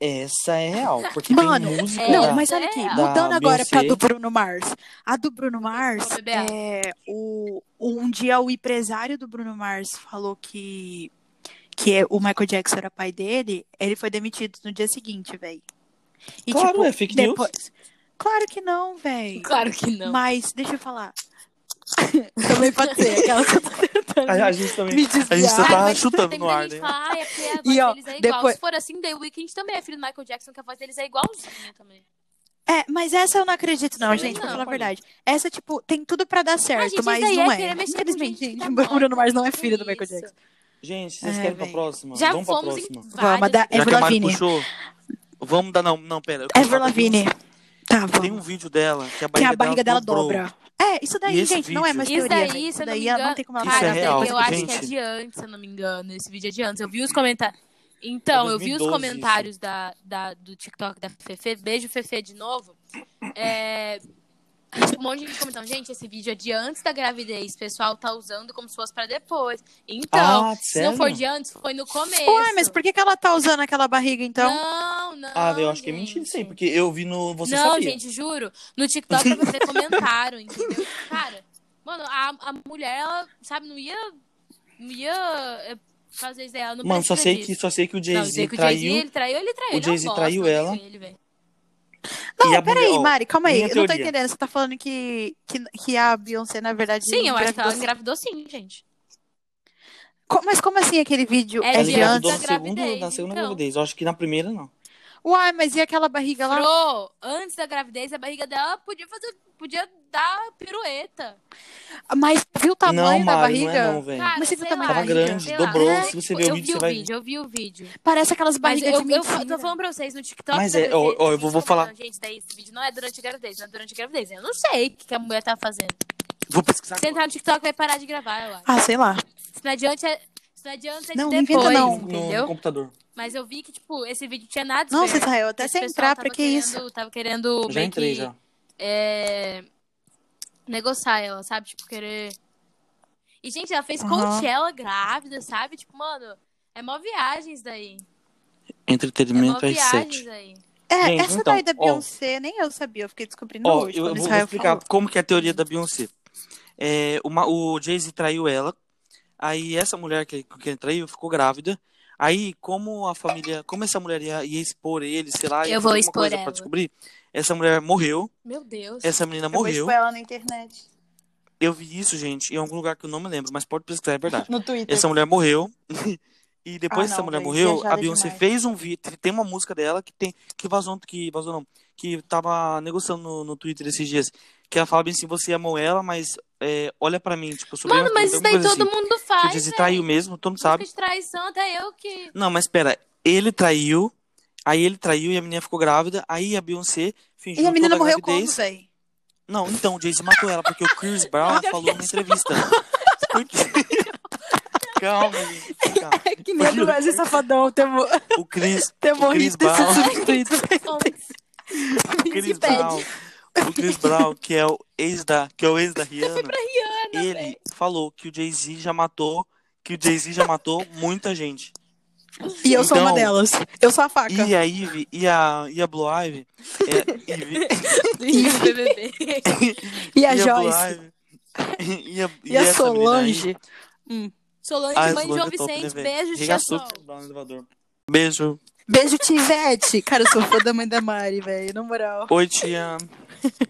Speaker 1: Essa é real. Porque
Speaker 3: Mano,
Speaker 1: tem música.
Speaker 2: é,
Speaker 3: Não,
Speaker 1: da-
Speaker 3: mas olha aqui,
Speaker 2: da
Speaker 3: mudando agora pra
Speaker 1: Beyoncé.
Speaker 3: do Bruno Mars. A do Bruno Mars,
Speaker 2: Ô, bebê.
Speaker 3: é, o, o- um dia o empresário do Bruno Mars falou que, que é- o Michael Jackson era pai dele, ele foi demitido no dia seguinte, velho. E
Speaker 1: Claro,
Speaker 3: tipo,
Speaker 1: é fake news.
Speaker 3: depois... Claro que não, velho.
Speaker 2: Claro que não.
Speaker 3: Mas, deixa eu falar. Também pode ser, aquela que eu tô tentando
Speaker 1: A, a gente também.
Speaker 3: me
Speaker 1: A gente só
Speaker 3: desviar.
Speaker 2: Ah,
Speaker 1: tá
Speaker 2: mas
Speaker 1: chutando
Speaker 2: Tem
Speaker 1: no
Speaker 2: muita
Speaker 1: ar,
Speaker 2: gente
Speaker 1: né?
Speaker 2: que fala, ah, é porque a voz
Speaker 3: E, ó,
Speaker 2: deles é igual.
Speaker 3: depois-
Speaker 2: Se for assim, The Weeknd também é filho do Michael Jackson, que a voz deles é igualzinha também.
Speaker 3: É, mas essa eu não acredito, não,
Speaker 1: Também
Speaker 3: gente, pra
Speaker 2: não,
Speaker 3: falar a
Speaker 1: olha.
Speaker 3: verdade. Essa, tipo, tem tudo pra dar certo,
Speaker 2: gente, isso
Speaker 3: mas
Speaker 2: daí
Speaker 3: não
Speaker 2: é
Speaker 3: é.
Speaker 2: querer mexer com
Speaker 3: Infelizmente,
Speaker 2: gente que
Speaker 3: gente,
Speaker 2: tá
Speaker 3: o Bruno Mars não é
Speaker 2: morta,
Speaker 3: filho do
Speaker 2: que
Speaker 3: Michael
Speaker 2: isso.
Speaker 3: Jackson.
Speaker 1: Gente, vocês
Speaker 3: É,
Speaker 1: querem pra
Speaker 3: velho.
Speaker 1: próxima?
Speaker 2: Já
Speaker 1: Vamos pra
Speaker 2: fomos em
Speaker 1: próxima.
Speaker 2: várias
Speaker 3: Vamos, da-
Speaker 1: Já
Speaker 2: vezes.
Speaker 1: que
Speaker 3: Avril
Speaker 1: a Mari
Speaker 3: Lavigne.
Speaker 1: puxou. Vamos dar. Não, não, pera. eu quero
Speaker 3: Ever
Speaker 1: falar do
Speaker 3: Lavigne. Tá,
Speaker 1: Tem um
Speaker 3: É vamos.
Speaker 1: vídeo dela que a
Speaker 3: Que
Speaker 1: barriga,
Speaker 3: a barriga dela
Speaker 1: dobrou.
Speaker 3: dobra. É, isso daí,
Speaker 1: E esse
Speaker 3: gente, não é
Speaker 1: vídeo?
Speaker 3: mais
Speaker 2: Isso
Speaker 3: teoria.
Speaker 2: daí,
Speaker 3: velho.
Speaker 2: se eu não me
Speaker 3: daí
Speaker 2: engano.
Speaker 3: não tem como ela
Speaker 1: Isso é
Speaker 2: cara,
Speaker 3: falar.
Speaker 2: isso
Speaker 1: real,
Speaker 2: daí eu acho que é
Speaker 1: gente.
Speaker 2: de antes, se eu não me engano. Esse vídeo é de antes. Eu vi os comentários. Então,
Speaker 1: É
Speaker 2: eu vi os
Speaker 1: 2012
Speaker 2: comentários da, da- do TikTok da Fefe. Beijo, Fefe, de novo. É, tipo, um monte de gente comentando, gente, esse vídeo é de antes da gravidez. O pessoal tá usando como se fosse pra depois. Então,
Speaker 1: ah,
Speaker 2: se não for de antes, foi no é começo.
Speaker 3: Uai, mas por que, que ela tá usando aquela barriga, então?
Speaker 2: Não, não.
Speaker 1: Ah, eu acho que é
Speaker 2: gente.
Speaker 1: mentira isso aí, porque eu vi no. Você
Speaker 2: não,
Speaker 1: sabia?
Speaker 2: gente, juro. No TikTok pra você comentaram, entendeu? Cara, mano, a, a mulher, ela, sabe, não ia. Não ia é, fazer isso. Ela não
Speaker 1: Mano, só
Speaker 2: precisa
Speaker 1: sei,
Speaker 2: disso.
Speaker 1: que, só sei que o
Speaker 2: Não, dizer
Speaker 1: Jay-Z
Speaker 2: que o
Speaker 1: traiu.
Speaker 2: Jay-Z, ele traiu, ele traiu.
Speaker 1: O
Speaker 2: Ele é um
Speaker 1: Jay-Z
Speaker 2: bosta,
Speaker 1: traiu
Speaker 2: eu odeio
Speaker 1: ela.
Speaker 2: ele, velho.
Speaker 1: e a
Speaker 3: Não,
Speaker 1: mulher-
Speaker 3: peraí,
Speaker 1: ó,
Speaker 3: Mari, calma aí.
Speaker 1: minha
Speaker 3: Eu não tô
Speaker 1: teoria.
Speaker 3: entendendo. Você tá falando que, que, que a Beyoncé, na verdade.
Speaker 2: Sim, eu acho que ela
Speaker 3: engravidou-
Speaker 2: engravidou sim, gente.
Speaker 3: Co- Mas como assim aquele vídeo
Speaker 2: É
Speaker 3: é
Speaker 1: Ela
Speaker 2: de
Speaker 1: engravidou
Speaker 3: de antes?
Speaker 1: na
Speaker 2: antes da
Speaker 1: segunda, na
Speaker 2: gravidez,
Speaker 1: segunda
Speaker 2: então.
Speaker 1: gravidez. Eu acho que na primeira não.
Speaker 3: Uai, mas e aquela barriga lá?
Speaker 2: Pro, antes da gravidez, a barriga dela podia fazer, podia dar pirueta.
Speaker 3: Mas viu o tamanho
Speaker 1: não,
Speaker 3: da
Speaker 1: Mari,
Speaker 3: barriga?
Speaker 1: não é não, velho.
Speaker 2: Cara,
Speaker 3: Mas você viu
Speaker 2: sei
Speaker 3: também
Speaker 2: lá,
Speaker 3: a
Speaker 1: Tava
Speaker 3: barriga?
Speaker 1: grande,
Speaker 2: sei lá.
Speaker 1: dobrou.
Speaker 2: É,
Speaker 1: Se você ver o
Speaker 2: eu
Speaker 1: vídeo,
Speaker 2: vi
Speaker 1: você
Speaker 2: o
Speaker 1: vai ver.
Speaker 2: vídeo, eu vi o vídeo.
Speaker 3: Parece aquelas
Speaker 2: Mas
Speaker 3: barrigas
Speaker 2: eu,
Speaker 3: de
Speaker 2: eu
Speaker 3: mentira.
Speaker 2: fa- tô falando pra vocês no TikTok.
Speaker 1: Mas
Speaker 2: da
Speaker 1: é, ó,
Speaker 2: Bebê,
Speaker 1: ó, eu
Speaker 2: tem
Speaker 1: vou-
Speaker 2: gente
Speaker 1: vou falar.
Speaker 2: comentando, Gente, daí esse vídeo não é durante a gravidez, não é durante a gravidez. Eu não sei o que, que a mulher tá fazendo.
Speaker 1: Vou pesquisar
Speaker 2: Se
Speaker 1: agora.
Speaker 2: entrar no TikTok, vai parar de gravar, eu acho.
Speaker 3: Ah, sei lá.
Speaker 2: Se não adianta, é, se não adianta, é de
Speaker 3: Não, não inventa
Speaker 2: depois,
Speaker 3: não.
Speaker 1: no,
Speaker 2: entendeu?
Speaker 1: no computador.
Speaker 2: Mas eu vi que, tipo, esse vídeo tinha nada a
Speaker 3: Nossa,
Speaker 2: ver.
Speaker 3: Israel, até
Speaker 2: Esse
Speaker 3: sem
Speaker 2: pessoal
Speaker 3: entrar,
Speaker 2: tava
Speaker 3: pra que isso?
Speaker 2: querendo- Tava querendo
Speaker 1: Já
Speaker 2: meio
Speaker 1: entrei,
Speaker 2: que,
Speaker 1: já.
Speaker 2: é, negociar ela, sabe? Tipo, querer... E, gente, ela fez
Speaker 3: Aham.
Speaker 2: Coachella grávida, sabe? Tipo, mano, é mó viagens daí. É mó
Speaker 1: Entretenimento às
Speaker 2: viagens
Speaker 1: tá sete.
Speaker 2: daí.
Speaker 3: É,
Speaker 1: Gente,
Speaker 3: essa
Speaker 1: então,
Speaker 3: daí da
Speaker 1: ó.
Speaker 3: Beyoncé, nem eu sabia, eu fiquei descobrindo
Speaker 1: Ó,
Speaker 3: hoje.
Speaker 1: eu, eu
Speaker 3: quando
Speaker 1: vou, vou
Speaker 3: Israel
Speaker 1: explicar
Speaker 3: falou.
Speaker 1: como que é a teoria da Beyoncé. É, uma, o Jay-Z traiu ela. Aí essa mulher que, que ele traiu ficou grávida. Aí, como a família. Como essa mulher ia, ia expor ele, sei lá, ia
Speaker 2: Eu vou
Speaker 1: fazer alguma
Speaker 2: expor
Speaker 1: coisa
Speaker 2: ela.
Speaker 1: pra descobrir, essa mulher morreu.
Speaker 2: Meu Deus.
Speaker 1: Essa menina
Speaker 3: Eu vou
Speaker 1: morreu.
Speaker 3: expor ela na internet.
Speaker 1: Eu vi isso, gente, em algum lugar que eu não me lembro, mas pode pesquisar, é verdade.
Speaker 3: No Twitter.
Speaker 1: Essa mulher morreu. E depois
Speaker 3: Ah,
Speaker 1: que essa
Speaker 3: não,
Speaker 1: mulher
Speaker 3: velho,
Speaker 1: morreu, a
Speaker 3: viajada
Speaker 1: Beyoncé
Speaker 3: demais.
Speaker 1: fez um vídeo. Tem uma música dela que tem. Que vazou, que vazou não. Que tava negociando no, no Twitter esses dias. Que ela fala bem assim, você amou ela, mas é, olha pra mim, tipo, sobre
Speaker 2: Mano, mas isso daí todo mundo
Speaker 1: Que o
Speaker 2: faz,
Speaker 1: Jay-Z
Speaker 2: velho.
Speaker 1: assim." Tipo, traiu mesmo, todo mundo sabe.
Speaker 2: Música de traição, até eu que...
Speaker 1: Não, mas pera, ele traiu, aí ele traiu e a menina ficou grávida, aí a Beyoncé fingiu
Speaker 3: E a menina
Speaker 1: toda a
Speaker 3: morreu
Speaker 1: gravidez.
Speaker 3: como, velho?
Speaker 1: Não, então, o Jay-Z matou ela, porque o Chris Brown falou numa entrevista. Porque... Calma, gente. calma.
Speaker 3: É que nem a do Wesley Safadão, tem, mo-
Speaker 1: O Chris,
Speaker 3: tem
Speaker 1: Chris
Speaker 3: morrido desse
Speaker 1: Brown.
Speaker 3: substituto.
Speaker 1: o Chris
Speaker 3: Se pede.
Speaker 1: Brown, o Chris Brown, que é o ex da, que é o ex da Rihanna, ele falou que o Jay-Z já matou, que o Jay-Z já matou muita gente.
Speaker 3: E eu sou uma
Speaker 1: Então-
Speaker 3: delas. Eu sou a faca.
Speaker 1: E a Ivy, e a, e a Blue Ivy, é, Ivy-
Speaker 2: Isso, BBB.
Speaker 3: E a
Speaker 1: Blue
Speaker 3: Joyce.
Speaker 1: Ivy, e a,
Speaker 3: E a
Speaker 1: essa menina aí,
Speaker 3: Solange.
Speaker 2: Solange,
Speaker 1: Ah,
Speaker 2: mãe de
Speaker 1: Solange
Speaker 2: João
Speaker 1: é top, né,
Speaker 2: Vicente,
Speaker 1: velho?
Speaker 2: beijo, te
Speaker 1: Regaçou
Speaker 2: amo.
Speaker 1: lá no elevador. Beijo.
Speaker 3: Beijo, Tivete. Cara, eu sou fã da mãe da Mari, velho. Na moral.
Speaker 1: Oi, tia.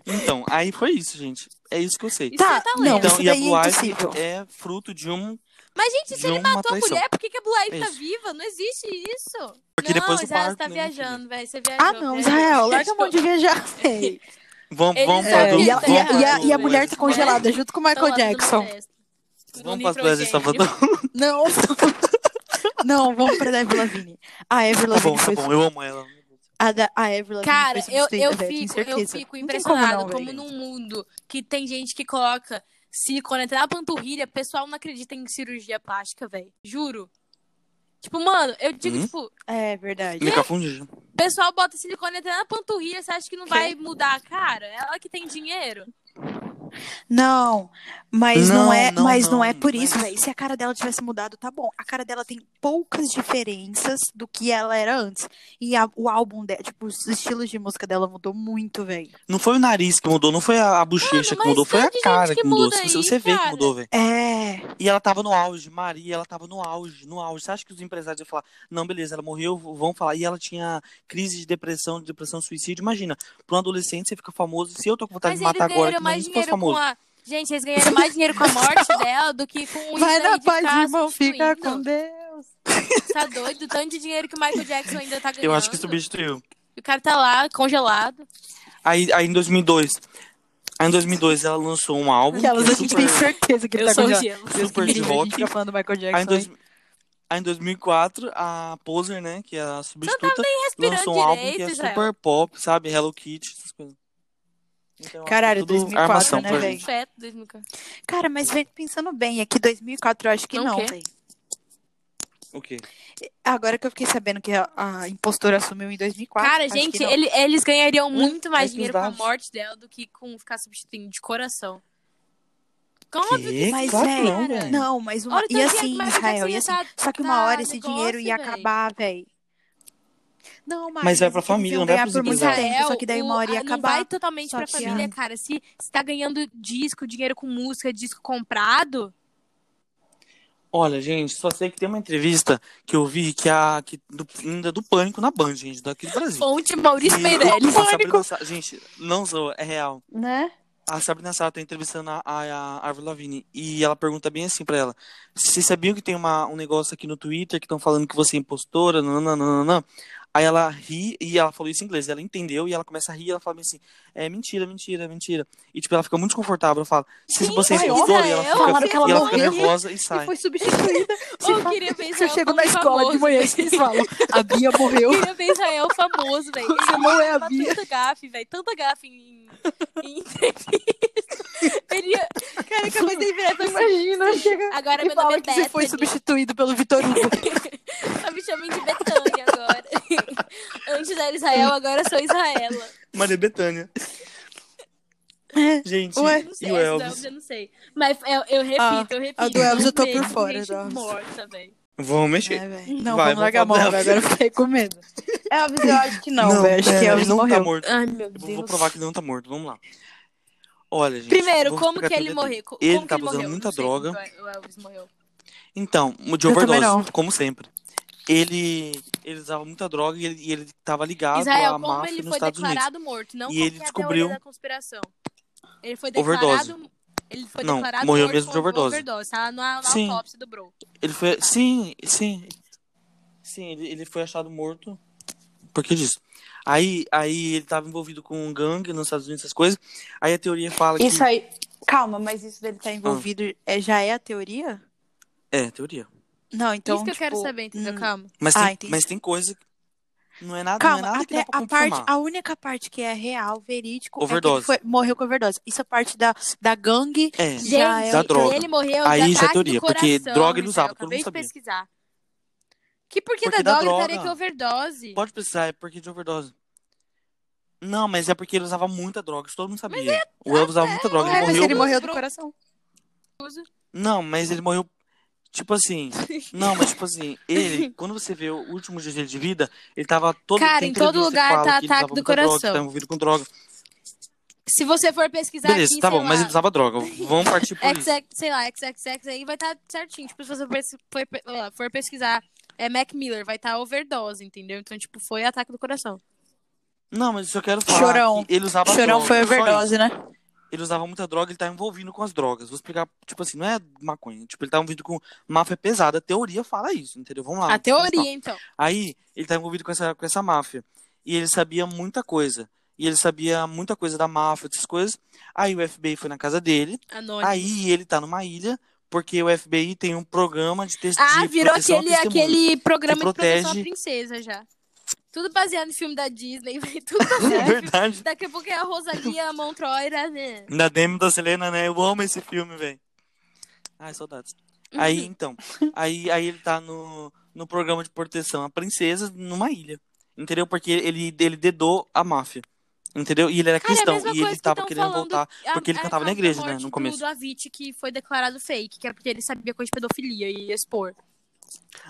Speaker 1: Então, aí foi isso, gente. É isso que eu sei.
Speaker 2: Isso é
Speaker 3: Tá, não,
Speaker 2: talento.
Speaker 1: Então,
Speaker 3: isso
Speaker 1: e a
Speaker 3: daí
Speaker 1: Blue
Speaker 3: é
Speaker 1: Ivy
Speaker 3: impossível.
Speaker 1: é fruto de um.
Speaker 2: Mas, gente, se
Speaker 1: de
Speaker 2: ele
Speaker 1: uma
Speaker 2: matou a
Speaker 1: traição. É
Speaker 2: mulher, por que, que a Blue Ivy tá
Speaker 1: Isso.
Speaker 2: viva? Não existe isso.
Speaker 1: Porque
Speaker 2: não,
Speaker 1: depois do
Speaker 2: Israel,
Speaker 1: parto,
Speaker 2: você tá
Speaker 1: né,
Speaker 2: viajando, velho. Você viajou.
Speaker 3: Ah, não,
Speaker 1: é.
Speaker 2: velho.
Speaker 3: Israel, larga a
Speaker 2: Viajou.
Speaker 3: mão de viajar, velho.
Speaker 1: Vamos,
Speaker 2: Ele
Speaker 1: vamos
Speaker 2: sabe
Speaker 1: pra
Speaker 3: É,
Speaker 1: do-
Speaker 3: e, a,
Speaker 1: vamos
Speaker 3: e a-
Speaker 1: pra
Speaker 3: e a-
Speaker 1: do
Speaker 3: e a mulher tá
Speaker 1: Wesley
Speaker 3: congelada junto com o
Speaker 2: Então,
Speaker 3: Michael
Speaker 2: lá,
Speaker 3: Jackson.
Speaker 2: todo mundo desce.
Speaker 1: Vamos
Speaker 2: No
Speaker 1: para
Speaker 2: nível
Speaker 1: as Wesley
Speaker 2: gênio.
Speaker 1: Safadão.
Speaker 3: Não. Não, vamos pra da Avril Lavigne. A Avril
Speaker 1: Tá bom,
Speaker 3: Lavigne
Speaker 1: tá
Speaker 3: foi...
Speaker 1: bom, eu amo ela.
Speaker 3: A, da, a Avril Lavigne
Speaker 2: Cara,
Speaker 3: foi
Speaker 2: eu, eu,
Speaker 3: substituída, velho, tenho
Speaker 2: fico, eu
Speaker 3: certeza.
Speaker 2: fico
Speaker 3: Não tem como
Speaker 2: impressionada
Speaker 3: não,
Speaker 2: como,
Speaker 3: velho.
Speaker 2: num mundo que tem gente que coloca silicone até na panturrilha, o pessoal não acredita em cirurgia plástica, velho. Juro. Tipo, mano, eu digo,
Speaker 1: Hum?
Speaker 2: tipo,
Speaker 3: É verdade.
Speaker 1: Me confunde.
Speaker 2: o pessoal bota silicone até na panturrilha, você acha que não vai mudar, cara? É Ela que tem dinheiro.
Speaker 3: Não, mas não,
Speaker 1: Não,
Speaker 3: é,
Speaker 1: não,
Speaker 3: mas
Speaker 1: não,
Speaker 3: não é por isso,
Speaker 1: mas-
Speaker 3: velho. Se a cara dela tivesse mudado, tá bom. A cara dela tem poucas diferenças do que ela era antes. E a- o álbum dela, tipo, os estilos de música dela mudou muito, velho.
Speaker 1: Não foi o nariz que mudou, não foi a, a bochecha
Speaker 2: Mano,
Speaker 1: que mudou,
Speaker 2: mas
Speaker 1: foi a
Speaker 2: tanto de gente
Speaker 1: cara que
Speaker 2: que
Speaker 1: mudou.
Speaker 2: muda
Speaker 1: Se
Speaker 2: aí,
Speaker 1: você, você vê que
Speaker 2: cara.
Speaker 1: mudou, velho.
Speaker 3: É.
Speaker 1: E ela tava no auge, Maria, ela tava no auge, no auge. Você acha que os empresários iam falar, não, beleza, ela morreu, vão falar. E ela tinha crise de depressão, de depressão, suicídio. Imagina, pra um adolescente você fica famoso. Se eu tô com
Speaker 3: Tá
Speaker 1: vontade
Speaker 2: Mas
Speaker 1: de
Speaker 2: eles
Speaker 1: matar agora,
Speaker 2: ganharam
Speaker 1: que
Speaker 2: mais
Speaker 1: mais fosse
Speaker 2: dinheiro com
Speaker 1: famoso.
Speaker 2: a. Gente, eles ganharam mais dinheiro com a morte dela do que com o
Speaker 3: Vai
Speaker 2: isso aí
Speaker 3: na
Speaker 2: de
Speaker 3: paz,
Speaker 2: ficar
Speaker 3: irmão, fica com
Speaker 2: substituindo.
Speaker 3: Deus.
Speaker 2: Tá doido? O tanto de dinheiro que o Michael Jackson ainda tá ganhando.
Speaker 1: Eu acho que substituiu.
Speaker 2: E O cara tá lá, congelado.
Speaker 1: Aí, aí em 2002, aí em 2002 ela lançou um álbum.
Speaker 3: Que elas
Speaker 1: que é
Speaker 3: a gente
Speaker 1: super-
Speaker 3: tem certeza que ele tá congelado.
Speaker 2: gelo.
Speaker 3: Deus que
Speaker 1: super
Speaker 3: me
Speaker 1: de
Speaker 3: livre, A
Speaker 1: rock.
Speaker 3: gente fica falando do Michael Jackson.
Speaker 1: Aí em, dois- aí em 2004, a Poser, né, que é a substituta,
Speaker 2: tá respirando
Speaker 1: lançou um álbum que é
Speaker 2: direito, Israel.
Speaker 1: super pop, sabe? Hello Kitty, essas coisas. Então,
Speaker 3: Caralho,
Speaker 1: tudo
Speaker 3: 2004,
Speaker 1: armação
Speaker 3: né,
Speaker 1: pra
Speaker 3: velho?
Speaker 1: gente.
Speaker 2: Feto, dois mil e quatro.
Speaker 3: Cara, mas vem pensando bem, é que 2004 eu acho que
Speaker 2: Não
Speaker 3: não,
Speaker 2: quê?
Speaker 3: velho.
Speaker 1: O quê?
Speaker 3: Agora que eu fiquei sabendo que a, a impostora assumiu em 2004.
Speaker 2: Cara,
Speaker 3: acho
Speaker 2: gente,
Speaker 3: que não.
Speaker 2: ele- eles ganhariam muito
Speaker 1: é
Speaker 2: mais
Speaker 1: que
Speaker 2: dinheiro
Speaker 1: os
Speaker 2: com a
Speaker 1: dados-
Speaker 2: morte dela do que com ficar substituindo de coração. Como
Speaker 1: Quê?
Speaker 2: que
Speaker 3: Mas,
Speaker 1: Claro que
Speaker 3: velho,
Speaker 1: não, velho.
Speaker 3: Não, mas uma.
Speaker 2: Olha o
Speaker 3: E
Speaker 2: tanto que
Speaker 3: assim,
Speaker 2: Michael
Speaker 3: Israel,
Speaker 2: Jackson
Speaker 3: e
Speaker 2: ia
Speaker 3: assim.
Speaker 2: tá-
Speaker 3: Só que
Speaker 2: tá
Speaker 3: uma hora esse
Speaker 2: negócio,
Speaker 3: dinheiro ia
Speaker 2: véi.
Speaker 3: acabar, velho. Não, Marcos,
Speaker 1: Mas vai pra
Speaker 3: eles iam
Speaker 1: família, não vai
Speaker 3: ganhar
Speaker 1: pros
Speaker 3: por muito
Speaker 1: empresários.
Speaker 3: tempo, só que daí uma hora
Speaker 2: o-
Speaker 3: ia
Speaker 2: a- Não vai
Speaker 3: acabar.
Speaker 2: totalmente
Speaker 3: Só
Speaker 2: pra
Speaker 3: que-
Speaker 2: família, cara. Se, se tá ganhando disco, dinheiro com música, disco comprado,
Speaker 1: Olha, gente, só sei que tem uma entrevista que eu vi que a que do, ainda é do pânico na Band, gente, daqui do Brasil.
Speaker 2: fonte Maurício
Speaker 1: E
Speaker 2: Meirelles.
Speaker 1: a Sabrina Sa- gente, não zoa, é real.
Speaker 3: Né?
Speaker 1: A Sabrina Sato tá entrevistando a, a, a Avril Lavigne e ela pergunta bem assim pra ela: Vocês sabiam que tem uma, um negócio aqui no Twitter que estão falando que você é impostora? Nananana. Aí ela ri e ela falou isso em inglês. Ela entendeu e ela começa a rir e ela fala bem assim: É mentira, mentira, mentira. E tipo, ela fica muito desconfortável. Ela fala: Se
Speaker 2: Sim,
Speaker 1: você é
Speaker 3: vai,
Speaker 1: impostora, e ela
Speaker 2: Israel,
Speaker 1: fica,
Speaker 3: falaram que ela
Speaker 1: e ela fica
Speaker 3: morreu.
Speaker 1: nervosa e sai.
Speaker 3: E foi substituída.
Speaker 2: Ô, eu queria ver
Speaker 3: Se eu
Speaker 2: Israel
Speaker 3: chego na
Speaker 2: como
Speaker 3: escola de
Speaker 2: famoso,
Speaker 3: manhã,
Speaker 2: velho.
Speaker 3: vocês falam, a Bia morreu.
Speaker 2: Eu queria ver Israel famoso, velho.
Speaker 3: Você não é a
Speaker 2: Tava
Speaker 3: Bia.
Speaker 2: Tanta gafe, velho. Tanta gafe em, em entrevista. Ele é ia...
Speaker 3: é
Speaker 2: Cara, eu acabei de virar pra
Speaker 3: Imagina, chega
Speaker 2: Agora
Speaker 3: e
Speaker 2: meu nome é
Speaker 3: fala que você foi
Speaker 2: Bethany.
Speaker 3: substituído pelo Vitor Hugo.
Speaker 2: Só me chamem de Betânia agora. Antes era Israel, agora eu sou Israela.
Speaker 1: Maria Bethânia. Gente,
Speaker 3: É. Ué.
Speaker 2: Não sei,
Speaker 1: e o
Speaker 2: essa do Elvis
Speaker 1: Elvis?
Speaker 2: eu não sei. Mas eu, eu repito,
Speaker 3: Ah,
Speaker 2: eu repito.
Speaker 3: a do Elvis
Speaker 2: não
Speaker 3: eu tô
Speaker 2: vejo
Speaker 3: por fora,
Speaker 2: gente
Speaker 3: do Elvis.
Speaker 2: morta, velho.
Speaker 1: Vamos mexer.
Speaker 3: É, véi. não,
Speaker 1: Vai,
Speaker 3: vamos largar a mão,
Speaker 1: vamos falar do
Speaker 3: velho, agora eu fiquei com medo. Elvis, É, eu acho que não, velho. Acho que
Speaker 1: é, ele
Speaker 3: Elvis
Speaker 1: não tá
Speaker 3: morreu.
Speaker 1: morto.
Speaker 2: Ai, meu
Speaker 1: Eu
Speaker 2: Deus.
Speaker 1: vou, vou provar que ele não tá morto. Vamos lá. Olha, gente.
Speaker 2: Primeiro,
Speaker 1: vou
Speaker 2: como
Speaker 1: explicar
Speaker 2: que
Speaker 1: a
Speaker 2: ele
Speaker 1: teoria
Speaker 2: morreu?
Speaker 1: dele.
Speaker 2: Co-
Speaker 1: Ele
Speaker 2: como que
Speaker 1: tava usando
Speaker 2: morreu?
Speaker 1: muita
Speaker 2: Não sei
Speaker 1: droga.
Speaker 2: como que O Elvis morreu.
Speaker 1: Então, de
Speaker 3: Eu também não.
Speaker 1: overdose, como sempre. Ele, ele usava muita droga e ele, e ele tava ligado
Speaker 2: Israel,
Speaker 1: à
Speaker 2: como
Speaker 1: máfia
Speaker 2: ele
Speaker 1: nos
Speaker 2: foi
Speaker 1: Estados Unidos.
Speaker 2: declarado morto, não
Speaker 1: E
Speaker 2: qual
Speaker 1: ele
Speaker 2: que é a
Speaker 1: descobriu-
Speaker 2: teoria da conspiração. Ele foi
Speaker 1: Overdose.
Speaker 2: declarado ele foi
Speaker 1: Não,
Speaker 2: declarado
Speaker 1: morreu
Speaker 2: morto
Speaker 1: mesmo de
Speaker 2: por
Speaker 1: overdose.
Speaker 2: overdose, tá? Na, na
Speaker 1: Sim.
Speaker 2: autópsia do Bro.
Speaker 1: Ele foi. Sim, sim. Sim, ele, ele foi achado morto. Por que disso? Aí, aí ele tava envolvido com um gangue nos Estados Unidos, essas coisas. Aí a teoria fala que.
Speaker 3: Isso aí. Calma, mas isso dele
Speaker 1: Ah.
Speaker 3: tá envolvido é, já é a teoria?
Speaker 1: É, teoria.
Speaker 3: Não, então.
Speaker 2: Isso que eu quero
Speaker 3: tipo,
Speaker 2: saber, entendeu?
Speaker 3: hum,
Speaker 2: Calma.
Speaker 1: Mas,
Speaker 3: Ah,
Speaker 1: tem,
Speaker 3: entendi.
Speaker 1: mas tem coisa que. Não é nada, não
Speaker 3: Calma,
Speaker 1: é nada que dá
Speaker 3: até
Speaker 1: pra
Speaker 3: a parte,
Speaker 1: confirmar.
Speaker 3: a única parte que é real, verídico, é que ele
Speaker 1: Overdose.
Speaker 3: foi- morreu com overdose. Isso é parte da, da gangue.
Speaker 1: É.
Speaker 3: Gente, Já é
Speaker 1: da droga.
Speaker 2: ele morreu
Speaker 1: Aí
Speaker 2: de
Speaker 1: isso é
Speaker 2: ataque
Speaker 1: teoria,
Speaker 2: do
Speaker 1: porque
Speaker 2: coração,
Speaker 1: droga ele
Speaker 2: Israel,
Speaker 1: usava, todo
Speaker 2: Acabei
Speaker 1: mundo
Speaker 2: de
Speaker 1: um sabia.
Speaker 2: pesquisar. Que por que
Speaker 1: Porque
Speaker 2: da
Speaker 1: da
Speaker 2: droga
Speaker 1: droga.
Speaker 2: estaria que overdose?
Speaker 1: Pode precisar, é porque de overdose. Não, mas é porque ele usava muita droga, isso todo mundo sabia.
Speaker 2: é
Speaker 1: o Elvis usava muita droga,
Speaker 2: Ah,
Speaker 3: É,
Speaker 1: Então ele
Speaker 3: mas
Speaker 1: morreu.
Speaker 3: ele morreu do
Speaker 2: Bro-
Speaker 3: coração.
Speaker 1: Não, mas ele morreu. Tipo assim. Não, mas tipo assim, ele, quando você vê o último dia dele de vida, ele tava todo
Speaker 2: Cara,
Speaker 1: tem
Speaker 2: em todo
Speaker 1: entrevista que
Speaker 2: lugar
Speaker 1: fala
Speaker 2: tá
Speaker 1: que ele usava
Speaker 2: ataque do
Speaker 1: muita droga, que
Speaker 2: coração.
Speaker 1: tá envolvido com droga.
Speaker 2: Se você for pesquisar
Speaker 1: Beleza,
Speaker 2: aqui,
Speaker 1: tá
Speaker 2: sei
Speaker 1: bom, mas
Speaker 2: lá, É
Speaker 1: ele usava droga. Vamos partir por isso.
Speaker 2: XX, sei lá, XXX aí vai estar certinho. Tipo, se você for, pes- foi pe- ó, for pesquisar é Mac Miller, vai estar overdose, entendeu? Então, tipo, foi ataque do coração.
Speaker 1: Não, mas isso eu quero falar.
Speaker 3: Chorão.
Speaker 1: que Ele usava
Speaker 3: Chorão
Speaker 1: droga,
Speaker 3: foi
Speaker 1: só isso.
Speaker 3: overdose, né?
Speaker 1: ele usava muita droga, ele tá envolvido com as drogas. Vou explicar, tipo assim, não é maconha, tipo, ele tá envolvido com máfia pesada. A teoria fala isso, entendeu? Vamos lá.
Speaker 2: a teoria, então.
Speaker 1: Aí, ele tá envolvido com essa, com essa máfia. E ele sabia muita coisa. E ele sabia muita coisa da máfia, dessas coisas. Aí o FBI foi na casa dele.
Speaker 2: Anônimo.
Speaker 1: Aí ele tá numa ilha, porque o FBI tem um programa de teste
Speaker 2: ah,
Speaker 1: de
Speaker 2: virou
Speaker 1: proteção
Speaker 2: aquele,
Speaker 1: a testemunha.
Speaker 2: aquele programa
Speaker 1: Que
Speaker 2: de proteção à
Speaker 1: protege-
Speaker 2: princesa já. Tudo baseado no filme da Disney, velho. Tudo baseado.
Speaker 1: É verdade.
Speaker 2: Daqui a pouco é a Rosalia Montroira, né?
Speaker 1: Da Demi da Selena, né? Eu amo esse filme, velho. Ai, saudades.
Speaker 2: Uhum.
Speaker 1: Aí, então, aí, aí ele tá no, no programa de proteção a princesa numa ilha. Entendeu? Porque ele, ele dedou a máfia. Entendeu? E ele era
Speaker 2: Cara, é a
Speaker 1: cristão.
Speaker 2: mesma
Speaker 1: e
Speaker 2: coisa
Speaker 1: ele
Speaker 2: que
Speaker 1: tava
Speaker 2: tão
Speaker 1: querendo
Speaker 2: falando,
Speaker 1: voltar.
Speaker 2: A-
Speaker 1: Porque ele
Speaker 2: a
Speaker 1: cantava na
Speaker 2: causa da
Speaker 1: igreja, né,
Speaker 2: morte
Speaker 1: no começo.
Speaker 2: Do, do Avicii, que foi declarado fake, que é porque ele sabia coisa de pedofilia e ia expor.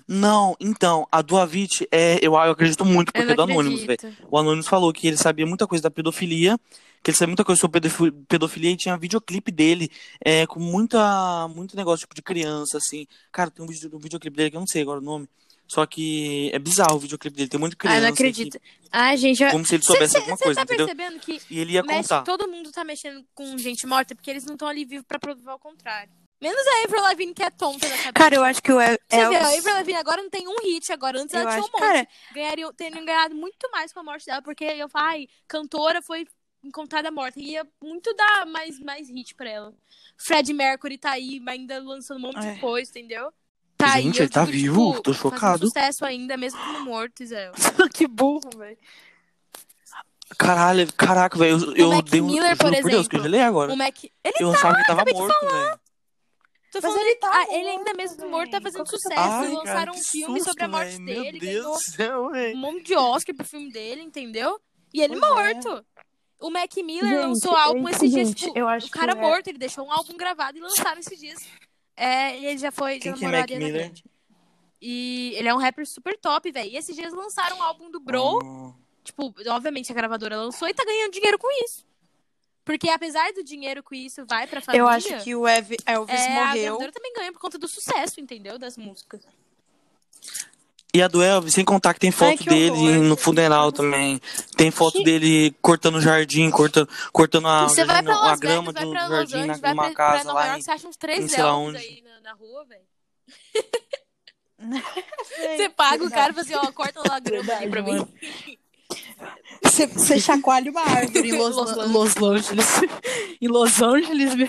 Speaker 1: Não, então, a do Avicii, é, eu, eu acredito muito, porque é do Anônimos, velho. O Anônimos falou que ele sabia muita coisa da pedofilia, que ele sabia muita coisa sobre pedofi- pedofilia e tinha videoclipe dele é, com muita, muito negócio tipo de criança, assim. Cara, tem um, vídeo, um videoclipe dele que eu não sei agora o nome, só que é bizarro o videoclipe dele, tem muito criança.
Speaker 2: Ah, não
Speaker 1: que-
Speaker 2: acredito. Ah, gente, eu-
Speaker 1: como se ele
Speaker 2: Cê-
Speaker 1: soubesse
Speaker 2: cê-
Speaker 1: alguma
Speaker 2: cê
Speaker 1: coisa,
Speaker 2: tá
Speaker 1: entendeu?
Speaker 2: percebendo que
Speaker 1: E ele ia
Speaker 2: mexe-
Speaker 1: contar.
Speaker 2: todo mundo tá mexendo com gente morta porque eles não estão ali vivos pra provar o contrário. Menos a Avril Lavigne que é tonta da cabeça.
Speaker 3: Cara, eu acho que o El-
Speaker 2: Você vê, a
Speaker 3: Elvis.
Speaker 2: Avril Lavigne agora não tem um hit, agora antes
Speaker 3: É, Eu
Speaker 2: ela tinha um
Speaker 3: acho,
Speaker 2: monte.
Speaker 3: cara,
Speaker 2: Ganharia, teriam ganhado muito mais com a morte dela, porque eu falo, ai, cantora foi encontrada morta. Ia muito dar mais, mais hit pra ela. Fred Mercury tá aí, mas ainda lançando um monte
Speaker 3: É.
Speaker 2: de coisa, entendeu? Tá aí,
Speaker 1: Gente,
Speaker 2: eu
Speaker 1: ele tá
Speaker 2: fico, tipo,
Speaker 1: vivo, tô
Speaker 2: fazendo
Speaker 1: chocado.
Speaker 2: sucesso ainda, mesmo como morto, Israel.
Speaker 3: que burro, velho.
Speaker 1: Caralho, caraca, velho, eu, eu
Speaker 2: Mac
Speaker 1: dei um. juro
Speaker 2: Miller, por
Speaker 1: Deus, que eu
Speaker 2: exemplo.
Speaker 1: gelei agora.
Speaker 2: O Mac... Ele né?
Speaker 1: eu achava que ele tava morto, velho.
Speaker 2: Tô
Speaker 3: Mas
Speaker 2: falando,
Speaker 3: ele tá
Speaker 2: ah, ele ainda
Speaker 3: morto,
Speaker 2: mesmo morto tá
Speaker 3: velho. Qual
Speaker 2: fazendo
Speaker 3: que é o
Speaker 2: sucesso.
Speaker 1: tá-
Speaker 3: problema?
Speaker 1: Ai, cara,
Speaker 2: lançaram
Speaker 1: que
Speaker 2: um filme
Speaker 1: susto,
Speaker 2: sobre a morte
Speaker 1: velho.
Speaker 2: dele,
Speaker 1: Meu Deus
Speaker 2: ganhou
Speaker 1: do céu, velho.
Speaker 2: um monte de Oscar pro filme dele, entendeu? E ele
Speaker 3: Pois é.
Speaker 2: morto. O Mac Miller
Speaker 3: Gente,
Speaker 2: lançou um álbum
Speaker 3: é
Speaker 2: esses dias.
Speaker 3: seguinte,
Speaker 2: tipo,
Speaker 3: eu acho
Speaker 2: o cara
Speaker 3: que é-
Speaker 2: morto, ele deixou um álbum gravado e lançaram esses dias. É, ele já foi,
Speaker 1: Quem
Speaker 2: já
Speaker 1: que é
Speaker 2: namorou a
Speaker 1: Mac
Speaker 2: Ariana
Speaker 1: Miller?
Speaker 2: Grande. E ele é um rapper super top, velho. E esses dias lançaram um álbum do Bro.
Speaker 1: Oh,
Speaker 2: Tipo, obviamente a gravadora lançou e tá ganhando dinheiro com isso. Porque apesar do dinheiro que isso vai pra família,
Speaker 3: Eu acho que o Ev- Elvis
Speaker 2: é, a
Speaker 3: morreu.
Speaker 2: gravadora também ganha por conta do sucesso, entendeu? Das músicas.
Speaker 1: E a do Elvis, sem contar que tem foto
Speaker 3: que
Speaker 1: dele
Speaker 3: horror.
Speaker 1: no funeral também. Tem foto
Speaker 3: Que-
Speaker 1: dele cortando o jardim, cortando, cortando a,
Speaker 2: Você vai
Speaker 1: jardim,
Speaker 2: pra
Speaker 1: Ah, não, a
Speaker 2: Las Vegas,
Speaker 1: grama
Speaker 2: vai
Speaker 1: do
Speaker 2: pra Los
Speaker 1: jardim
Speaker 2: Angeles,
Speaker 1: na,
Speaker 2: vai
Speaker 1: numa
Speaker 2: pra,
Speaker 1: casa
Speaker 2: pra Nova
Speaker 1: lá.
Speaker 2: York,
Speaker 1: em-
Speaker 2: você acha uns
Speaker 1: em
Speaker 2: três
Speaker 1: sei lá
Speaker 2: elfos
Speaker 1: onde.
Speaker 2: aí na, na rua, velho.
Speaker 3: Sei,
Speaker 2: Você paga o
Speaker 3: verdade.
Speaker 2: cara e fala assim, ó, corta lá a grama ali pra mim.
Speaker 3: Você, você chacoalha uma árvore em Los,
Speaker 2: Los
Speaker 3: Los Angeles. em Los Angeles, meu.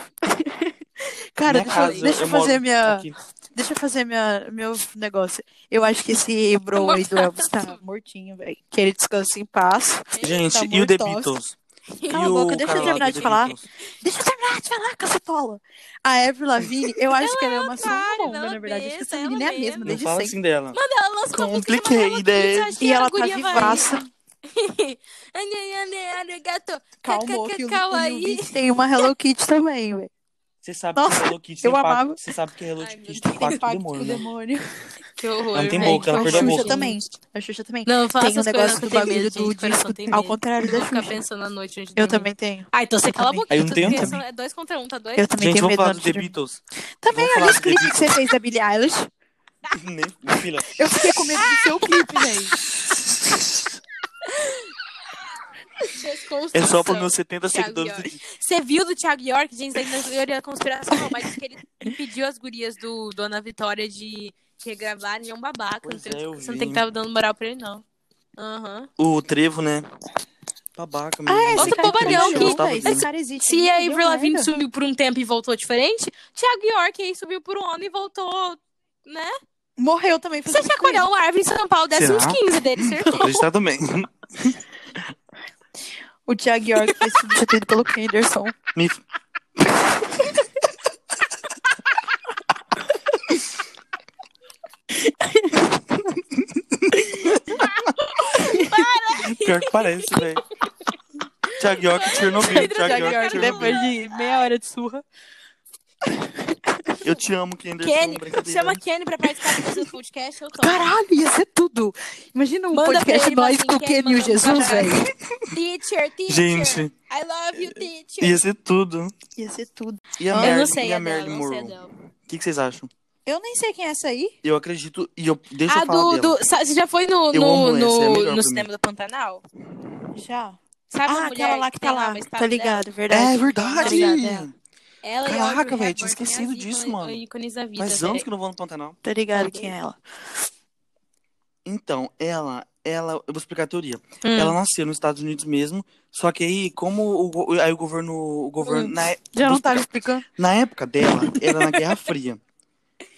Speaker 3: Cara,
Speaker 1: Minha
Speaker 3: deixa, eu-
Speaker 1: casa,
Speaker 3: deixa eu
Speaker 1: eu moro um
Speaker 3: fazer minha.
Speaker 1: aqui.
Speaker 3: Deixa eu fazer minha, meu negócio. Eu acho que esse bro aí do Elvis tá mortinho, velho. Que ele descanse em paz.
Speaker 1: Gente,
Speaker 3: Tá
Speaker 1: e o The
Speaker 3: mortosa.
Speaker 1: Beatles?
Speaker 3: Cala
Speaker 1: e
Speaker 3: a
Speaker 1: o
Speaker 3: boca, deixa eu
Speaker 1: cara lá do
Speaker 3: terminar de
Speaker 1: The
Speaker 3: falar.
Speaker 1: Beatles?
Speaker 3: Deixa eu terminar de falar, cacetola. A Avril Lavigne, eu acho que ela é uma
Speaker 2: otária,
Speaker 3: sombra,
Speaker 2: ela é
Speaker 3: na verdade. Acho que essa
Speaker 2: besta,
Speaker 3: menina é
Speaker 2: ela
Speaker 3: a mesma
Speaker 2: mesma.
Speaker 1: Não
Speaker 3: desde
Speaker 1: fala
Speaker 3: sempre.
Speaker 1: assim dela.
Speaker 2: Ela lançou uma música
Speaker 1: Compliquei,
Speaker 2: chamada Kids,
Speaker 1: né?
Speaker 2: eu acho que
Speaker 3: E
Speaker 2: a
Speaker 3: ela tá
Speaker 2: guria vai-
Speaker 3: vivaça.
Speaker 2: Ane, ane, ane, gato.
Speaker 3: Calma, que o
Speaker 2: Kawaii.
Speaker 3: Lil Beach tem uma Hello Kitty também, velho.
Speaker 1: Você sabe
Speaker 3: Nossa,
Speaker 1: que Hello Kitty
Speaker 3: eu
Speaker 1: tem pacto-
Speaker 3: amava.
Speaker 1: Você sabe que Hello
Speaker 2: Ai, meu
Speaker 1: Kitty
Speaker 2: Deus.
Speaker 1: tem pacto com o
Speaker 3: Pacto
Speaker 1: demônio,
Speaker 3: com
Speaker 1: né?
Speaker 3: demônio.
Speaker 2: Que horror,
Speaker 1: Ela tem
Speaker 2: velho,
Speaker 1: boca, ela
Speaker 2: que
Speaker 1: perdeu a
Speaker 2: horror.
Speaker 1: boca.
Speaker 3: também. A Xuxa também.
Speaker 2: Não, fala
Speaker 3: Tem um
Speaker 2: essas
Speaker 3: negócio
Speaker 2: coisas que
Speaker 3: do
Speaker 2: eu tenho
Speaker 3: bagulho
Speaker 2: medo,
Speaker 3: do
Speaker 2: gente, coração
Speaker 3: disco,
Speaker 2: tem
Speaker 3: ao
Speaker 2: medo.
Speaker 3: contrário
Speaker 2: Eu
Speaker 3: da
Speaker 2: vou ficar
Speaker 3: Xuxa.
Speaker 2: pensando à noite antes de
Speaker 3: Eu
Speaker 2: dormir.
Speaker 3: também tenho.
Speaker 2: Ah, então você cala a
Speaker 3: também.
Speaker 2: boquinha.
Speaker 1: Aí não
Speaker 2: tô
Speaker 1: tem
Speaker 2: criança,
Speaker 1: também.
Speaker 2: É dois contra um, tá dois?
Speaker 3: Eu também
Speaker 1: Gente,
Speaker 3: tenho
Speaker 1: vamos
Speaker 3: medo
Speaker 1: falar
Speaker 3: na
Speaker 1: do
Speaker 3: noite
Speaker 1: The
Speaker 3: de dormir.
Speaker 1: Beatles? Vamos
Speaker 3: Também, olha
Speaker 1: falar
Speaker 3: os
Speaker 1: do The
Speaker 3: clipes que você fez da Billie Eilish.
Speaker 1: Né, minha filha?
Speaker 3: Eu fiquei com medo do seu clipe, gente.
Speaker 1: É só
Speaker 2: um.
Speaker 1: para meus 70 seguidores.
Speaker 2: Thiago Você viu do Thiago York, gente, ainda não teoria da conspiração, não, mas que ele impediu as gurias do Dona Vitória de de regravarem, é um babaca.
Speaker 1: Pois
Speaker 2: não tem-
Speaker 1: é, eu
Speaker 2: você não
Speaker 1: vi.
Speaker 2: tem que estar dando moral pra ele, não. Aham.
Speaker 1: O Trevo, né? Babaca,
Speaker 3: Ah,
Speaker 1: mesmo.
Speaker 2: esse Nossa, cara bobalhão,
Speaker 1: Eu
Speaker 2: que-
Speaker 1: gostava
Speaker 3: velho.
Speaker 1: dele.
Speaker 3: é Esse cara existe.
Speaker 2: Se a Avril Lavigne
Speaker 3: subiu.
Speaker 2: sumiu por um tempo e voltou diferente, Thiago York aí subiu por um ano e voltou, né?
Speaker 3: Morreu também.
Speaker 2: Você
Speaker 3: fazendo
Speaker 2: chacoalhou o árvore em São Paulo, desce
Speaker 1: Será?
Speaker 2: uns 15 dele, certeza.
Speaker 1: Acreditar também.
Speaker 3: clipe. O Thiago York foi substituído pelo um Kenderson.
Speaker 1: Me- Pior que parece, velho. Thiago York e Chernobyl.
Speaker 2: Pedro
Speaker 1: Thiago
Speaker 2: Thiago
Speaker 1: York e
Speaker 2: York,
Speaker 1: Chernobyl.
Speaker 3: depois de meia hora de surra.
Speaker 1: Eu te amo, Kenderson.
Speaker 2: Kenny,
Speaker 1: é brincadeira. né?
Speaker 2: chama Kenny pra participar do seu podcast, eu topo.
Speaker 3: Caralho, ia ser tudo. Imagina um
Speaker 2: Manda pra
Speaker 3: podcast
Speaker 2: ele, fala
Speaker 3: nós
Speaker 2: assim,
Speaker 3: com o
Speaker 2: quer
Speaker 3: Kenny e o
Speaker 2: mandar um
Speaker 3: Jesus,
Speaker 2: abraço?
Speaker 3: velho.
Speaker 2: Teacher, teacher.
Speaker 1: Gente,
Speaker 2: I love you, teacher.
Speaker 1: ia ser tudo.
Speaker 3: Ia ser tudo.
Speaker 1: E a
Speaker 3: Eu não
Speaker 2: Eu
Speaker 1: Marilyn,
Speaker 2: não sei,
Speaker 1: e a
Speaker 2: Adele,
Speaker 1: Marilyn
Speaker 2: não sei,
Speaker 1: Monroe.
Speaker 2: Adele.
Speaker 1: O que, que vocês acham?
Speaker 3: Eu nem sei quem é essa aí.
Speaker 1: Eu acredito. E eu, deixa
Speaker 2: Ah,
Speaker 1: eu falar
Speaker 2: do,
Speaker 1: dela.
Speaker 2: do. sa- Você já foi no,
Speaker 1: Eu amo
Speaker 2: no,
Speaker 1: essa, é a melhor
Speaker 2: no,
Speaker 1: pra
Speaker 2: no
Speaker 1: mim.
Speaker 2: cinema do Pantanal?
Speaker 3: Já.
Speaker 2: Sabe a
Speaker 3: Ah,
Speaker 2: mulher
Speaker 3: aquela lá que tá
Speaker 2: tem
Speaker 3: lá. é.
Speaker 2: uma estátua
Speaker 3: Tá ligado,
Speaker 1: É
Speaker 3: verdade.
Speaker 1: verdade!
Speaker 2: Tá ligado, Ela e a
Speaker 1: Caraca,
Speaker 2: Audrey
Speaker 1: velho, tinha
Speaker 2: Hepburn,
Speaker 1: esquecido
Speaker 2: minhas
Speaker 1: disso,
Speaker 2: ícones-
Speaker 1: mano.
Speaker 2: ícones da vida,
Speaker 1: Faz
Speaker 2: velho.
Speaker 1: anos que eu não vou no Pantanal.
Speaker 3: Tá ligado quem é ela.
Speaker 1: Então, ela, ela, eu vou explicar a teoria.
Speaker 2: Hum.
Speaker 1: Ela nasceu nos Estados Unidos mesmo, só que aí, como o, go- aí o governo, o governo na, é-
Speaker 3: Já não tá me explicando?
Speaker 1: na época dela, era na Guerra Fria.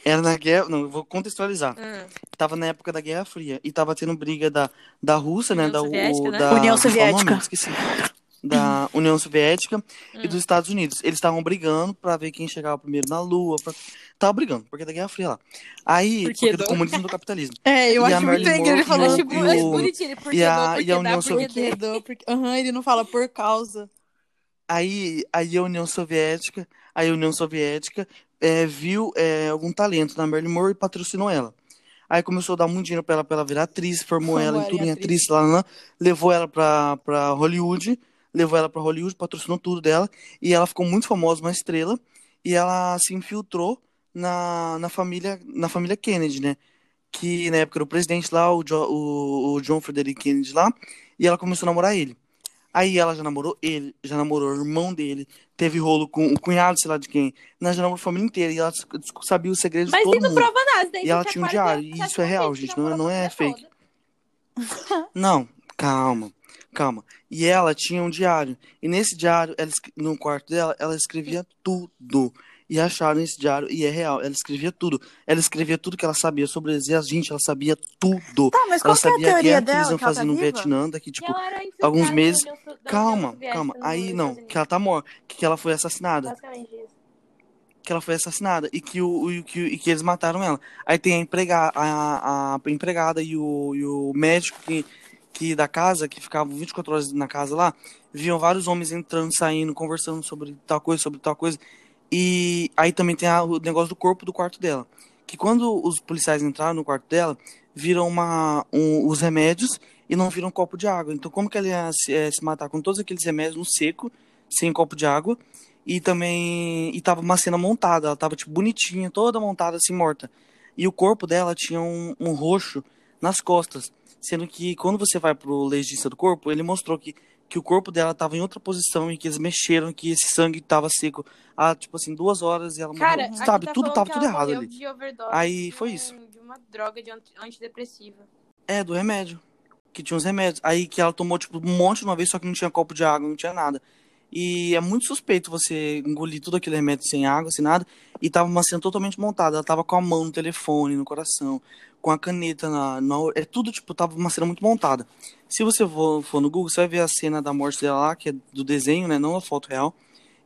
Speaker 1: Era na guerra, não, eu vou contextualizar.
Speaker 2: Hum.
Speaker 1: Tava na época da Guerra Fria e tava tendo briga da, da Rússia, né,
Speaker 2: União
Speaker 1: da, o-
Speaker 2: Soviética, né?
Speaker 1: da
Speaker 3: União
Speaker 1: qual é o nome?
Speaker 3: Soviética.
Speaker 1: Esqueci. Da União Soviética e
Speaker 2: Hum.
Speaker 1: dos Estados Unidos. Eles estavam brigando pra ver quem chegava primeiro na Lua, pra... tava brigando, porque é da Guerra Fria lá. Aí,
Speaker 2: Por quê,
Speaker 1: porque do
Speaker 2: Dom?
Speaker 1: comunismo e do capitalismo.
Speaker 3: É, eu
Speaker 1: E a
Speaker 3: acho muito
Speaker 1: Marilyn
Speaker 3: legal ele
Speaker 1: Monroe
Speaker 3: tipo, falando
Speaker 1: e
Speaker 2: Acho
Speaker 1: o-
Speaker 2: bu- acho bonitinho, porque
Speaker 1: e a-
Speaker 2: dou,
Speaker 1: e a
Speaker 2: porque dá,
Speaker 1: União
Speaker 2: porque
Speaker 1: Soviética.
Speaker 2: dê.
Speaker 3: Porque, porque... Aham, ele não fala por causa.
Speaker 1: Aí, aí a União Soviética, aí a União Soviética é, viu é, algum talento na Marilyn Monroe e patrocinou ela. Aí começou a dar muito dinheiro pra ela, pra ela virar atriz, formou
Speaker 3: Formou
Speaker 1: ela
Speaker 3: ela
Speaker 1: em
Speaker 3: em
Speaker 1: tudo, em
Speaker 3: atriz.
Speaker 1: atriz, lá, lá, lá, levou ela pra, pra Hollywood, levou ela pra Hollywood, patrocinou tudo dela, e ela ficou muito famosa, uma estrela, e ela se infiltrou na, na família na família Kennedy, né? Que na época era o presidente lá, o, Jo- o, o John Frederick Kennedy lá, e ela começou a namorar ele. Aí ela já namorou ele, já namorou o irmão dele, teve rolo com o cunhado, sei lá de quem, né, já namorou a família inteira, e ela s- s- sabia os segredos de
Speaker 2: Mas
Speaker 1: todo
Speaker 2: isso é
Speaker 1: mundo.
Speaker 2: não prova nada. daí
Speaker 1: E ela
Speaker 2: você
Speaker 1: tinha um
Speaker 2: acorda,
Speaker 1: diário, e
Speaker 2: você
Speaker 1: isso é
Speaker 2: acorda,
Speaker 1: real,
Speaker 2: você
Speaker 1: gente,
Speaker 2: namora
Speaker 1: não- não é
Speaker 2: a pessoa
Speaker 1: fake.
Speaker 2: toda.
Speaker 1: Não, calma, calma. E ela tinha um diário. E nesse diário, ela escre- no quarto dela, ela escrevia tudo. E acharam esse diário, e é real, ela escrevia tudo. Ela escrevia tudo que ela sabia sobre eles, e a gente, ela sabia tudo.
Speaker 3: Tá, mas
Speaker 1: Ela
Speaker 3: qual que é a
Speaker 1: sabia a guerra
Speaker 3: teoria
Speaker 1: que eles
Speaker 3: dela?
Speaker 1: iam
Speaker 3: que ela tá
Speaker 1: fazer no
Speaker 3: viva?
Speaker 1: Vietnã, daqui,
Speaker 2: Que
Speaker 1: tipo,
Speaker 2: ela era
Speaker 1: alguns
Speaker 2: infiltrada na
Speaker 1: meses.
Speaker 2: União So- da União
Speaker 1: Calma,
Speaker 2: Soviética,
Speaker 1: calma.
Speaker 2: nos
Speaker 1: Aí
Speaker 2: Estados
Speaker 1: não,
Speaker 2: Unidos.
Speaker 1: que ela tá morta, que ela foi assassinada.
Speaker 2: Basicamente isso.
Speaker 1: que ela foi assassinada e que, o, e que, e que eles mataram ela. Aí tem a, emprega, a, a empregada e o, e o médico que, que da casa, que ficavam 24 horas na casa lá, viam vários homens entrando, saindo, conversando sobre tal coisa, sobre tal coisa. E aí também tem a- o negócio do corpo do quarto dela. Que quando os policiais entraram no quarto dela, viram uma, um- os remédios e não viram um copo de água. Então, como que ela ia se, eh, se matar com todos aqueles remédios no seco, sem copo de água? E também. E tava uma cena montada, ela tava tipo bonitinha, toda montada, assim, morta. E o corpo dela tinha um, um roxo nas costas. Sendo que quando você vai pro legista do corpo, ele mostrou que, que o corpo dela tava em outra posição e que eles mexeram, que esse sangue tava seco há, tipo assim, duas horas e ela
Speaker 2: Cara,
Speaker 1: morreu. Sabe,
Speaker 2: aqui tá
Speaker 1: tudo
Speaker 2: falando
Speaker 1: tava
Speaker 2: que
Speaker 1: tudo
Speaker 2: ela
Speaker 1: errado
Speaker 2: morreu
Speaker 1: ali.
Speaker 2: De overdose
Speaker 1: Aí
Speaker 2: de
Speaker 1: foi
Speaker 2: um-
Speaker 1: isso.
Speaker 2: De uma droga de anti- antidepressiva.
Speaker 1: É, do remédio. Que tinha uns remédios. Aí que ela tomou, tipo, um monte de uma vez, só que não tinha copo de água, não tinha nada. E é muito suspeito você engolir tudo aquele remédio sem água, sem nada. E tava uma cena totalmente montada. Ela tava com a mão no telefone, no coração, com a caneta na. na or- é tudo, tipo, tava uma cena muito montada. Se você for, for no Google, você vai ver a cena da morte dela lá, que é do desenho, né? Não a foto real.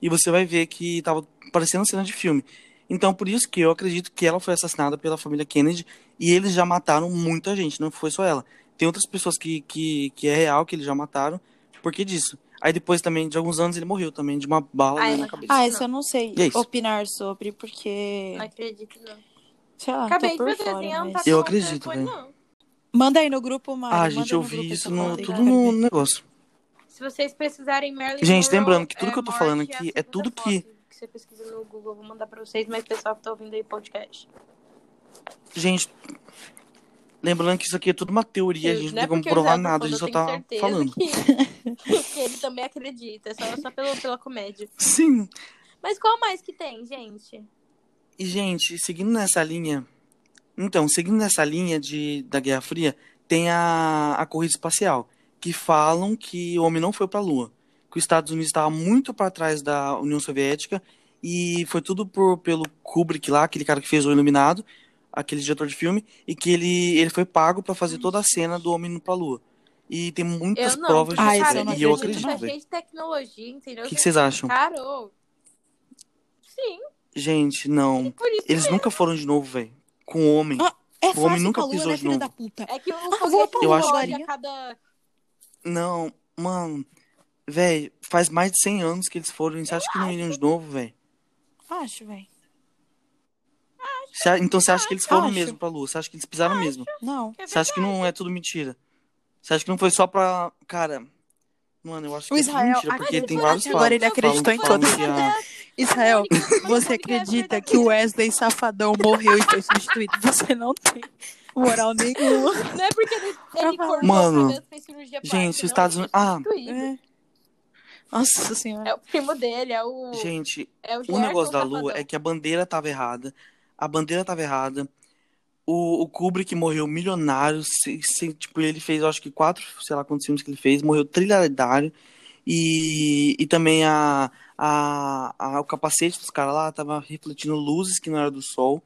Speaker 1: E você vai ver que tava parecendo cena de filme. Então, por isso que eu acredito que ela foi assassinada pela família Kennedy e eles já mataram muita gente, não foi só ela. Tem outras pessoas que, que, que é real que eles já mataram por que disso. Aí depois também, de alguns anos, ele morreu também de uma bala
Speaker 2: Ai,
Speaker 1: né,
Speaker 2: não
Speaker 1: na cabeça.
Speaker 3: Ah, isso eu não sei
Speaker 1: E é isso.
Speaker 3: opinar sobre, porque.
Speaker 2: Não acredito, não.
Speaker 3: Sei lá,
Speaker 2: Acabei
Speaker 3: tô
Speaker 2: de
Speaker 3: por
Speaker 2: ver o
Speaker 3: fora.
Speaker 2: desenho, não tá
Speaker 3: mas-
Speaker 1: Eu
Speaker 2: falando
Speaker 1: acredito,
Speaker 2: coisa,
Speaker 1: velho.
Speaker 2: não.
Speaker 3: Manda aí no grupo, Mari.
Speaker 1: Ah,
Speaker 3: manda
Speaker 1: gente,
Speaker 3: no
Speaker 1: eu
Speaker 3: grupo
Speaker 1: vi
Speaker 3: essa
Speaker 1: isso
Speaker 2: então,
Speaker 1: no,
Speaker 3: foto aí,
Speaker 1: tudo
Speaker 3: quero
Speaker 1: no
Speaker 3: ver.
Speaker 1: negócio.
Speaker 2: Se vocês precisarem Marilyn
Speaker 1: Gente,
Speaker 2: Monroe,
Speaker 1: lembrando que tudo
Speaker 2: é,
Speaker 1: que eu tô
Speaker 2: morte,
Speaker 1: falando
Speaker 2: é
Speaker 1: aqui
Speaker 2: a
Speaker 1: é
Speaker 2: segunda
Speaker 1: tudo
Speaker 2: foto
Speaker 1: que-
Speaker 2: que você pesquisa no Google, eu vou mandar pra vocês, mas pessoal que tá ouvindo aí podcast.
Speaker 1: Gente, lembrando que isso aqui é tudo uma teoria, a gente não
Speaker 2: é
Speaker 1: tem como
Speaker 2: porque o
Speaker 1: provar
Speaker 2: Zé tá
Speaker 1: nada, a
Speaker 2: falando,
Speaker 1: gente só
Speaker 2: eu tenho
Speaker 1: tá
Speaker 2: certeza
Speaker 1: falando.
Speaker 2: Que, que ele também acredita, é só, só pelo, pela comédia.
Speaker 1: Sim.
Speaker 2: Mas qual mais que tem, gente?
Speaker 1: E, gente, seguindo nessa linha. Então, seguindo nessa linha de, da Guerra Fria, tem a, a corrida espacial, que falam que o homem não foi para a Lua, que os Estados Unidos estava muito para trás da União Soviética, e foi tudo por, pelo Kubrick lá, aquele cara que fez O Iluminado, aquele diretor de filme, e que ele, ele foi pago para fazer toda a cena do homem indo para a Lua. E tem muitas
Speaker 2: Eu não.
Speaker 1: provas
Speaker 2: porque,
Speaker 3: Ah,
Speaker 1: disso,
Speaker 3: isso
Speaker 2: cara,
Speaker 1: velho,
Speaker 3: eu não
Speaker 1: e eu
Speaker 2: a gente
Speaker 1: acredito,
Speaker 2: tá
Speaker 1: velho.
Speaker 2: cheio de tecnologia, entendeu?
Speaker 1: O que, que vocês acham?
Speaker 2: Carol. Sim,
Speaker 1: Gente, não.
Speaker 2: por isso.
Speaker 1: Eles nunca foram de novo, velho, com o homem.
Speaker 3: Ah, É
Speaker 1: O homem
Speaker 3: fácil
Speaker 1: nunca
Speaker 3: com a lua,
Speaker 1: pisou
Speaker 3: né,
Speaker 1: de
Speaker 3: filha
Speaker 1: novo.
Speaker 3: da puta?
Speaker 2: É que o
Speaker 3: vou
Speaker 2: foguete
Speaker 3: pra
Speaker 1: Eu acho
Speaker 2: explode
Speaker 3: que-
Speaker 2: a cada.
Speaker 1: Não, mano. Véi, faz mais de 100 anos que eles foram. Você acha que não iriam de novo, véi?
Speaker 3: Acho, velho.
Speaker 1: Você a- Então você acha que eles foram
Speaker 3: Acho.
Speaker 1: mesmo pra lua? Você acha que eles pisaram mesmo?
Speaker 3: Não.
Speaker 2: É
Speaker 1: Você acha que não é tudo mentira? Você acha que não foi só pra. Cara. Mano, eu acho que
Speaker 3: O
Speaker 1: é tudo
Speaker 3: Israel
Speaker 1: mentira, porque
Speaker 3: acredita-
Speaker 1: tem vários
Speaker 3: Até agora
Speaker 1: fatos.
Speaker 3: ele acreditou em
Speaker 1: falam,
Speaker 3: todas.
Speaker 1: falam que
Speaker 2: né?
Speaker 1: a-
Speaker 3: Israel,
Speaker 2: Mas
Speaker 3: você
Speaker 2: como que é
Speaker 3: acredita
Speaker 2: verdadeiro?
Speaker 3: que o Wesley Safadão morreu e foi substituído? Você não tem moral nenhuma.
Speaker 2: Não é porque ele, ele
Speaker 3: Pra
Speaker 2: cortou
Speaker 1: Mano,
Speaker 2: o cabelo, fez cirurgia plástica,
Speaker 1: Gente, os
Speaker 2: não,
Speaker 1: Estados
Speaker 2: ele
Speaker 1: Unidos. Ah,
Speaker 2: foi substituído.
Speaker 3: É. Nossa senhora.
Speaker 2: É o primo dele, é o.
Speaker 1: gente,
Speaker 2: é o,
Speaker 1: O
Speaker 2: Gerson
Speaker 1: negócio da Lua
Speaker 2: Safadão.
Speaker 1: é que a bandeira tava errada. A bandeira tava errada. O, o Kubrick morreu milionário. se- se- tipo, ele fez, eu acho que quatro, sei lá quantos filmes que ele fez. Morreu trilhardário. E, e também a, a, a- o capacete dos caras lá tava refletindo luzes que não era do sol.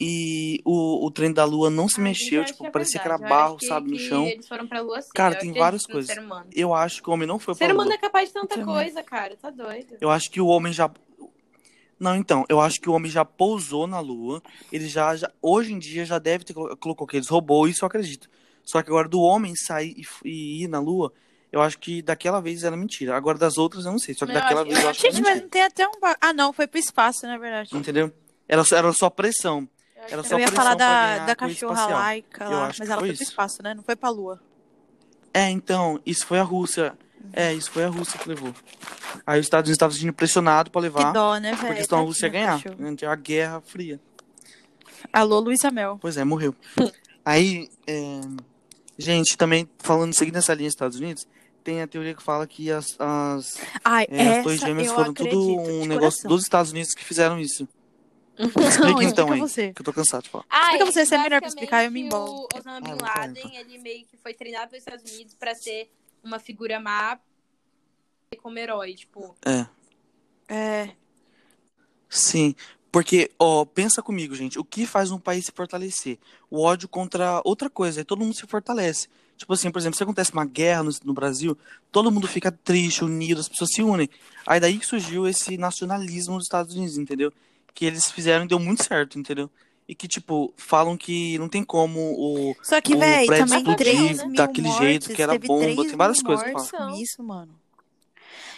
Speaker 1: E o, o trem da Lua não se
Speaker 2: Ah, gente, eu
Speaker 1: mexeu.
Speaker 2: acho
Speaker 1: Tipo,
Speaker 2: que é
Speaker 1: parecia que era
Speaker 2: verdade. Eu acho
Speaker 1: barro,
Speaker 2: que-
Speaker 1: sabe, no
Speaker 2: que
Speaker 1: chão.
Speaker 2: Eles foram pra lua sim.
Speaker 1: Cara,
Speaker 2: eu
Speaker 1: tem
Speaker 2: acredito
Speaker 1: várias
Speaker 2: no
Speaker 1: coisas.
Speaker 2: Ser humano.
Speaker 1: Eu acho que o homem não foi
Speaker 2: O ser
Speaker 1: pra Lua.
Speaker 2: humano é capaz de tanta
Speaker 3: Também.
Speaker 2: coisa, cara. Tá doido.
Speaker 1: Eu acho que o homem já. Não, então, eu acho que o homem já pousou na Lua. Ele já, já- hoje em dia já deve ter colo- colocou aqueles robôs, isso eu acredito. Só que agora do homem sair e, f- e ir na Lua, eu acho que daquela vez era mentira. Agora das outras eu não sei, só que
Speaker 2: Não, eu
Speaker 1: daquela
Speaker 2: acho-
Speaker 1: vez
Speaker 2: eu
Speaker 1: eu
Speaker 2: acho
Speaker 1: acho que era
Speaker 3: Gente, mas
Speaker 1: mentira.
Speaker 3: não tem até um. ba- Ah, não, foi pro espaço, na verdade.
Speaker 1: Entendeu? Era só, era só pressão.
Speaker 2: Eu acho
Speaker 1: Era
Speaker 2: que
Speaker 1: Hum,
Speaker 2: é
Speaker 1: só
Speaker 3: Eu ia
Speaker 1: pressão
Speaker 3: falar
Speaker 1: pra
Speaker 3: da,
Speaker 1: ganhar
Speaker 3: da
Speaker 1: a corrida
Speaker 3: cachorra
Speaker 1: espacial.
Speaker 3: laica
Speaker 1: Eu
Speaker 3: lá,
Speaker 1: acho
Speaker 3: mas
Speaker 1: que
Speaker 3: ela
Speaker 1: foi
Speaker 3: foi pro
Speaker 1: isso.
Speaker 3: espaço, né? Não foi pra lua.
Speaker 1: É, então, isso foi a Rússia. É, isso foi a Rússia que levou. Aí os Estados Unidos estavam sendo pressionados pra
Speaker 3: Que
Speaker 1: levar,
Speaker 3: dó, né, velho?
Speaker 1: porque senão a Rússia ia
Speaker 3: Tadinha,
Speaker 1: ganhar.
Speaker 3: cachorro.
Speaker 1: Né? Tinha a Guerra Fria.
Speaker 3: Alô, Luísa Mel.
Speaker 1: Pois é, morreu. Aí, é, gente, também falando, seguindo essa linha dos Estados Unidos, tem a teoria que fala que as, as,
Speaker 3: Ai,
Speaker 1: é, as
Speaker 3: essa
Speaker 1: torres gêmeas
Speaker 3: eu
Speaker 1: foram
Speaker 3: acredito,
Speaker 1: tudo um
Speaker 3: de
Speaker 1: negócio
Speaker 3: coração.
Speaker 1: dos Estados Unidos que fizeram isso.
Speaker 3: Não,
Speaker 1: Explica então
Speaker 3: explica
Speaker 1: aí,
Speaker 3: você.
Speaker 1: que eu tô cansado de falar.
Speaker 2: Ah,
Speaker 3: Explica você,
Speaker 2: é que
Speaker 3: você é melhor pra explicar, eu me
Speaker 2: basicamente
Speaker 3: embolo.
Speaker 2: O Osama
Speaker 1: Ah,
Speaker 2: Bin
Speaker 1: não, tá,
Speaker 2: Laden, ele meio que foi treinado pelos Estados Unidos pra ser uma figura má e como herói, tipo.
Speaker 1: É,
Speaker 3: É,
Speaker 1: sim. Porque, ó, pensa comigo, gente, o que faz um país se fortalecer? O ódio contra outra coisa, aí todo mundo se fortalece. Tipo assim, por exemplo, se acontece uma guerra no, no Brasil, todo mundo fica triste, unido, as pessoas se unem. Aí daí que surgiu esse nacionalismo dos Estados Unidos, entendeu? que eles fizeram e deu muito certo, entendeu? E que, tipo, falam que não tem como o,
Speaker 3: Só que,
Speaker 1: o
Speaker 3: véi,
Speaker 1: prédio
Speaker 3: também
Speaker 2: explodiu
Speaker 3: 3 mil
Speaker 1: daquele
Speaker 3: mortes,
Speaker 1: jeito, que era
Speaker 3: teve
Speaker 1: bomba,
Speaker 3: 3
Speaker 1: tem várias
Speaker 3: mil
Speaker 1: coisas pra
Speaker 3: mortes
Speaker 2: falar.
Speaker 3: com isso, mano.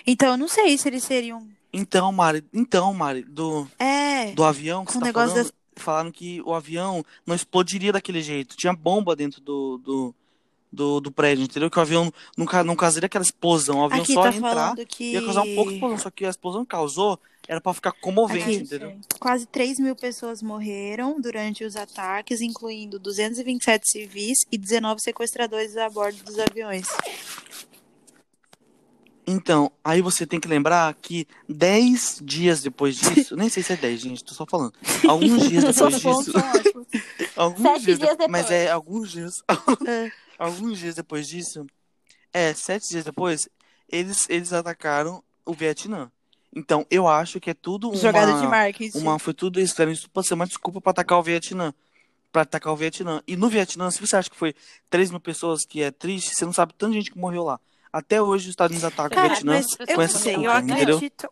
Speaker 3: Então, eu não sei se eles seriam...
Speaker 1: Então, Mari, então, Mari, do,
Speaker 3: É,
Speaker 1: do avião que você
Speaker 3: com o
Speaker 1: tá
Speaker 3: negócio
Speaker 1: falando,
Speaker 3: das...
Speaker 1: falaram que o avião não explodiria daquele jeito. Tinha bomba dentro do, do, do, do prédio, entendeu? Que o avião não, ca- não causaria aquela explosão. O avião
Speaker 3: Aqui
Speaker 1: só
Speaker 3: tá
Speaker 1: ia entrar,
Speaker 3: falando que...
Speaker 1: ia causar um pouco de explosão. Só que a explosão que causou era pra ficar comovente,
Speaker 3: Aqui.
Speaker 1: entendeu?
Speaker 3: Quase 3 mil pessoas morreram durante os ataques, incluindo 227 civis e 19 sequestradores a bordo dos aviões.
Speaker 1: Então, aí você tem que lembrar que 10 dias depois disso, nem sei se é 10, gente, tô só falando. Alguns dias depois disso, alguns
Speaker 2: Sete
Speaker 1: dias,
Speaker 2: dias
Speaker 1: de- mas
Speaker 2: depois.
Speaker 1: é alguns dias, alguns dias depois disso, é, sete dias depois, eles eles atacaram o Vietnã. Então, eu acho que é tudo uma
Speaker 3: Jogada de marketing.
Speaker 1: uma foi tudo isso, fizeram isso pra ser uma desculpa pra atacar o Vietnã. Pra atacar o Vietnã. E no Vietnã, se você acha que foi 3 mil pessoas que é triste, você não sabe tanta gente que morreu lá. Até hoje os Estados Unidos atacam
Speaker 3: Cara,
Speaker 1: o Vietnã.
Speaker 3: mas eu
Speaker 1: com
Speaker 3: não
Speaker 1: essa
Speaker 3: sei, eu
Speaker 1: culpa, entendeu?
Speaker 3: acredito.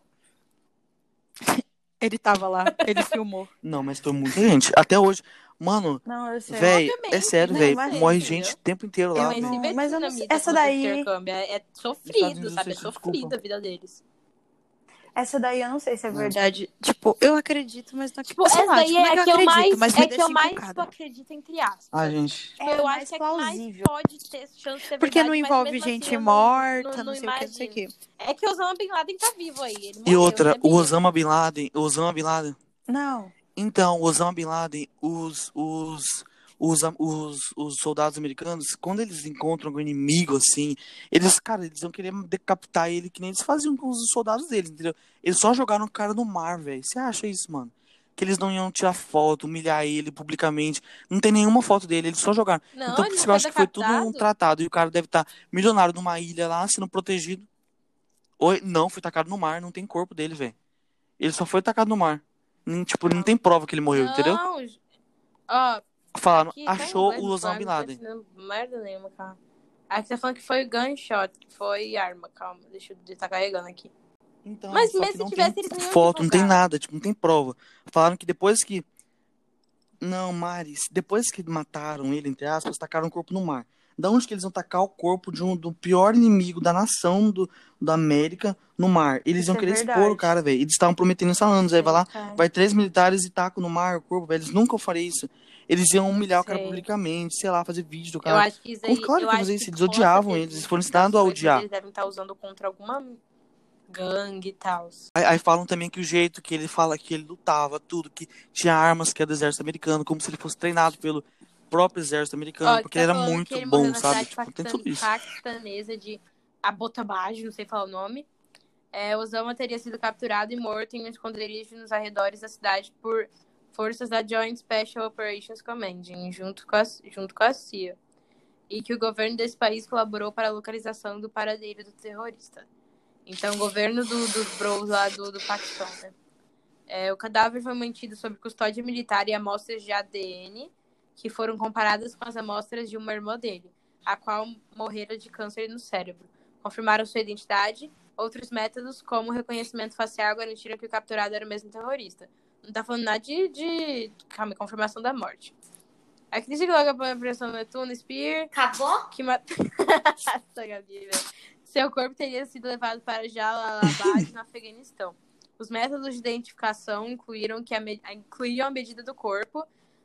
Speaker 3: Ele tava lá, ele filmou.
Speaker 1: Não, mas foi muita gente. Até hoje. Mano,
Speaker 3: Não, eu sei.
Speaker 1: véi,
Speaker 2: obviamente,
Speaker 1: é sério,
Speaker 3: né?
Speaker 1: véi.
Speaker 3: Imagina,
Speaker 1: Morre
Speaker 2: entendeu?
Speaker 1: gente o tempo inteiro lá,
Speaker 2: É, Mas,
Speaker 1: véi.
Speaker 3: não-
Speaker 2: não,
Speaker 3: mas eu não-
Speaker 2: vida
Speaker 3: essa
Speaker 2: do
Speaker 3: daí-
Speaker 2: Peter Câmbio, É, é
Speaker 1: Estados
Speaker 2: sofrido,
Speaker 1: Unidos,
Speaker 2: sabe? É
Speaker 1: eu sei, desculpa.
Speaker 2: sofrida a vida deles.
Speaker 3: Essa daí eu não sei se é
Speaker 1: Não.
Speaker 3: verdade. Tipo, eu acredito, mas não
Speaker 2: Tipo,
Speaker 3: sei
Speaker 2: essa
Speaker 3: lá,
Speaker 2: daí
Speaker 3: tipo,
Speaker 2: é, a que eu mais,
Speaker 3: mas
Speaker 2: é
Speaker 3: me
Speaker 2: que eu
Speaker 3: deixa
Speaker 2: mais
Speaker 3: encucada.
Speaker 2: acredito, entre aspas.
Speaker 1: Ah, gente.
Speaker 3: É,
Speaker 2: eu
Speaker 3: mais
Speaker 2: acho que é a que mais
Speaker 3: plausível.
Speaker 2: pode ter chance de ser
Speaker 3: Porque não
Speaker 2: verdade, mas
Speaker 3: envolve
Speaker 2: mesmo assim
Speaker 3: gente
Speaker 2: eu não-
Speaker 3: morta,
Speaker 2: não-
Speaker 3: não,
Speaker 2: não
Speaker 3: sei o que, não sei o que.
Speaker 2: É que o Osama Bin Laden tá vivo aí. Ele
Speaker 1: E
Speaker 2: morreu,
Speaker 1: outra,
Speaker 2: né,
Speaker 1: o
Speaker 2: menino?
Speaker 1: Osama Bin Laden. O Osama Bin Laden.
Speaker 3: Não.
Speaker 1: Então, o Osama Bin Laden, os, os, os, am- os, os soldados americanos, quando eles encontram algum inimigo assim, eles, cara, eles vão querer decapitar ele que nem eles faziam com os soldados deles, entendeu? Eles só jogaram o cara no mar, velho. Você acha isso, mano? Que eles não iam tirar foto, humilhar ele publicamente. Não tem nenhuma foto dele, eles só jogaram.
Speaker 2: Não,
Speaker 1: então, por
Speaker 2: ele
Speaker 1: isso que eu
Speaker 2: foi
Speaker 1: acho que foi tudo um
Speaker 2: decapitado.
Speaker 1: tratado. E o cara deve estar milionário numa ilha lá, sendo protegido. Oi, não, foi tacado no mar, não tem corpo dele, velho. Ele só foi tacado no mar. Hum, Tipo, não tem prova que ele morreu, entendeu?
Speaker 2: Não, ju- ó,
Speaker 1: Falaram,
Speaker 2: aqui tá
Speaker 1: achou
Speaker 2: em
Speaker 1: o Osama Bin
Speaker 2: Blackboard,
Speaker 1: Laden.
Speaker 2: Não tá ensinando merda nenhuma, cara. Aqui tá falando que foi gunshot, que foi arma. Calma, deixa eu de tá carregando aqui.
Speaker 1: Então,
Speaker 2: Mas
Speaker 1: só
Speaker 2: mesmo
Speaker 1: que
Speaker 2: se
Speaker 1: não
Speaker 2: tivesse,
Speaker 1: tem
Speaker 2: eles não iam
Speaker 1: foto, não tem
Speaker 2: divulgar.
Speaker 1: nada, tipo, não tem prova. Falaram que depois que. Não, Mari, se- depois que mataram ele, entre aspas, tacaram o corpo no mar. Da onde que eles vão tacar o corpo de um, do pior inimigo da nação do, da América no mar? Eles
Speaker 3: Isso
Speaker 1: iam
Speaker 3: é
Speaker 1: querer expor
Speaker 3: verdade.
Speaker 1: o cara, velho. Eles estavam prometendo isso há anos. Aí vai lá,
Speaker 3: Cara.
Speaker 1: vai três militares e tacam no mar o corpo, velho. Eles nunca fariam isso. Eles iam humilhar o cara
Speaker 2: Sei.
Speaker 1: publicamente, sei lá, fazer vídeo do
Speaker 2: Eu
Speaker 1: cara.
Speaker 2: acho que isso
Speaker 1: Com-
Speaker 2: aí.
Speaker 1: claro
Speaker 2: eu
Speaker 1: que
Speaker 2: acho
Speaker 1: vocês- eles
Speaker 2: com
Speaker 1: odiavam
Speaker 2: certeza
Speaker 1: eles, eles foram ensinados a
Speaker 2: coisas
Speaker 1: odiar.
Speaker 2: Eles devem estar usando contra alguma gangue e tal.
Speaker 1: Aí, aí falam também que o jeito que ele fala que ele lutava, tudo, que tinha armas que era do exército americano, como se ele fosse treinado pelo próprio exército americano,
Speaker 2: Ó,
Speaker 1: porque
Speaker 2: tá
Speaker 1: ele era
Speaker 2: falando
Speaker 1: muito
Speaker 2: que ele morreu
Speaker 1: bom,
Speaker 2: na
Speaker 1: sabe?
Speaker 2: cidade
Speaker 1: Tipo, tem tudo
Speaker 2: paquistan-
Speaker 1: isso.
Speaker 2: paquistanesa de Abotabaj, não sei falar o nome. É, Osama teria sido capturado e morto em um esconderijo nos arredores da cidade por forças da Joint Special Operations Command, em- junto com a, junto com a CIA. E que o governo desse país colaborou para a localização do paradeiro do terrorista. Então, o governo do- dos bros lá do, do Paquistão, né? É, o cadáver foi mantido sob custódia militar e amostras de ADN, que foram comparadas com as amostras de uma irmã dele, a qual morrera de câncer no cérebro. Confirmaram sua identidade. Outros métodos, como o reconhecimento facial, garantiram que o capturado era o mesmo terrorista. Não tá falando nada de, de- calma, confirmação da morte. A crise que logo após a pressão do Netuno, Spear,
Speaker 4: Acabou?
Speaker 2: que matou. Seu corpo teria sido levado para Jalalabad, no Afeganistão. Os métodos de identificação incluíram que a me- incluíam a medida do corpo.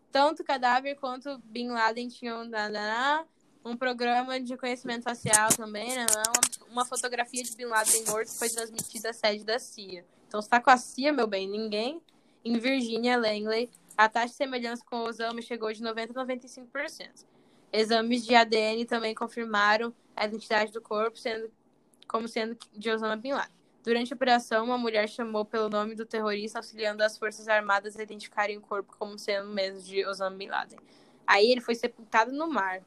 Speaker 2: Tanto o cadáver quanto Bin Laden tinham na- na- na, um programa de conhecimento facial também. né, não. Uma fotografia de Bin Laden morto foi transmitida à sede da CIA. Então, se tá com a CIA, meu bem, ninguém. Em Virgínia, Langley, a taxa de semelhança com o Osama chegou de 90% a 95%. Exames de ADN também confirmaram a identidade do corpo sendo, como sendo de Osama Bin Laden. Durante a operação, uma mulher chamou pelo nome do terrorista, auxiliando as Forças Armadas a identificarem o corpo como sendo o mesmo de Osama Bin Laden. Aí ele foi sepultado no mar.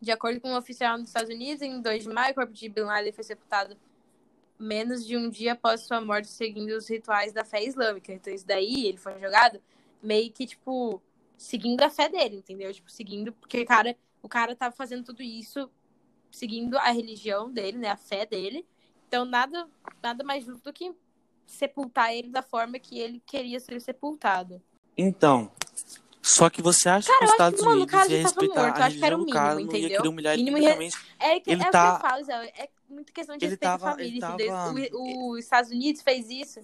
Speaker 2: De acordo com um oficial dos Estados Unidos, em 2 de maio, o corpo de Bin Laden foi sepultado menos de um dia após sua morte, seguindo os rituais da fé islâmica. Então, isso daí, ele foi jogado meio que, tipo, seguindo a fé dele, entendeu? Tipo, seguindo, porque, cara, o cara tava fazendo tudo isso seguindo a religião dele, né? A fé dele. Então, nada, nada mais justo do que sepultar ele da forma que ele queria ser sepultado.
Speaker 1: Então, só que você acha que os
Speaker 2: eu acho que,
Speaker 1: Estados
Speaker 2: mano, o
Speaker 1: Unidos
Speaker 2: cara já
Speaker 1: ia
Speaker 2: tava
Speaker 1: respeitar
Speaker 2: morto, eu
Speaker 1: a
Speaker 2: acho que era o
Speaker 1: religião do
Speaker 2: mínimo,
Speaker 1: cara, não ia
Speaker 2: entendeu?
Speaker 1: querer humilhar ele
Speaker 2: Mínimo e re-
Speaker 1: publicamente.
Speaker 2: É, que-
Speaker 1: Ele
Speaker 2: é o
Speaker 1: tá-
Speaker 2: que eu falo, Zé, é muito questão de
Speaker 1: Ele
Speaker 2: respeito à
Speaker 1: tava-
Speaker 2: família,
Speaker 1: ele
Speaker 2: entendeu?
Speaker 1: tava-
Speaker 2: O- o- os Estados Unidos fez isso.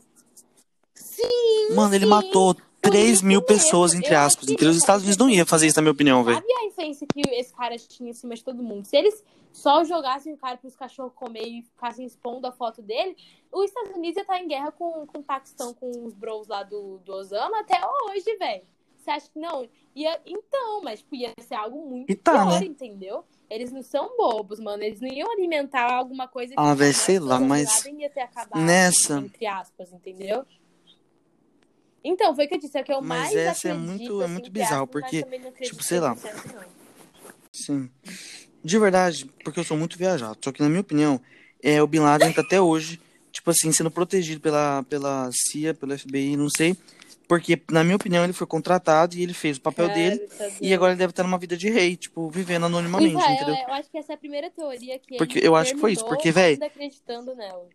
Speaker 1: Mano, ele
Speaker 2: Sim,
Speaker 1: matou 3
Speaker 2: isso
Speaker 1: mil
Speaker 2: mesmo,
Speaker 1: pessoas, entre
Speaker 2: eu
Speaker 1: aspas.
Speaker 2: achei
Speaker 1: Entre os
Speaker 2: isso,
Speaker 1: Estados Unidos não ia fazer isso, na minha opinião, velho.
Speaker 2: Sabe a influência que esse cara tinha em cima de todo mundo? Se eles só jogassem o cara pros cachorros comer e ficassem expondo a foto dele, os Estados Unidos ia estar em guerra com, com o Paquistão, com os bros lá do, do Osama até hoje, velho. Você acha que não? Ia, então, mas tipo, ia ser algo muito
Speaker 1: E tá,
Speaker 2: pior,
Speaker 1: né?
Speaker 2: entendeu? Eles não são bobos, mano. Eles não iam alimentar alguma coisa que
Speaker 1: Ah, velho, sei
Speaker 2: se
Speaker 1: lá,
Speaker 2: fosse
Speaker 1: mas
Speaker 2: jogada, ia ter acabado,
Speaker 1: nessa-
Speaker 2: Entre aspas, entendeu? Então, foi o que eu disse, é o que eu
Speaker 1: Mas
Speaker 2: mais
Speaker 1: essa é
Speaker 2: acredito,
Speaker 1: muito- é
Speaker 2: assim,
Speaker 1: muito
Speaker 2: entre
Speaker 1: bizarro,
Speaker 2: aspas, mas
Speaker 1: porque,
Speaker 2: também não acredito
Speaker 1: tipo, sei lá,
Speaker 2: 100% não.
Speaker 1: Sim. De verdade, porque eu sou muito viajado. Só que, na minha opinião, é, o Bin Laden tá até hoje, tipo assim, sendo protegido pela, pela CIA, pelo FBI, não sei. Porque, na minha opinião, ele foi contratado e ele fez é o
Speaker 2: É,
Speaker 1: papel dele.
Speaker 2: Cara,
Speaker 1: E agora ele deve estar numa vida de rei, tipo, vivendo anonimamente,
Speaker 2: tá Israel,
Speaker 1: entendeu?
Speaker 2: eu acho que essa é a primeira teoria que
Speaker 1: Porque
Speaker 2: ele
Speaker 1: eu acho que foi isso,
Speaker 2: terminou
Speaker 1: porque, véi-
Speaker 2: ainda acreditando nela.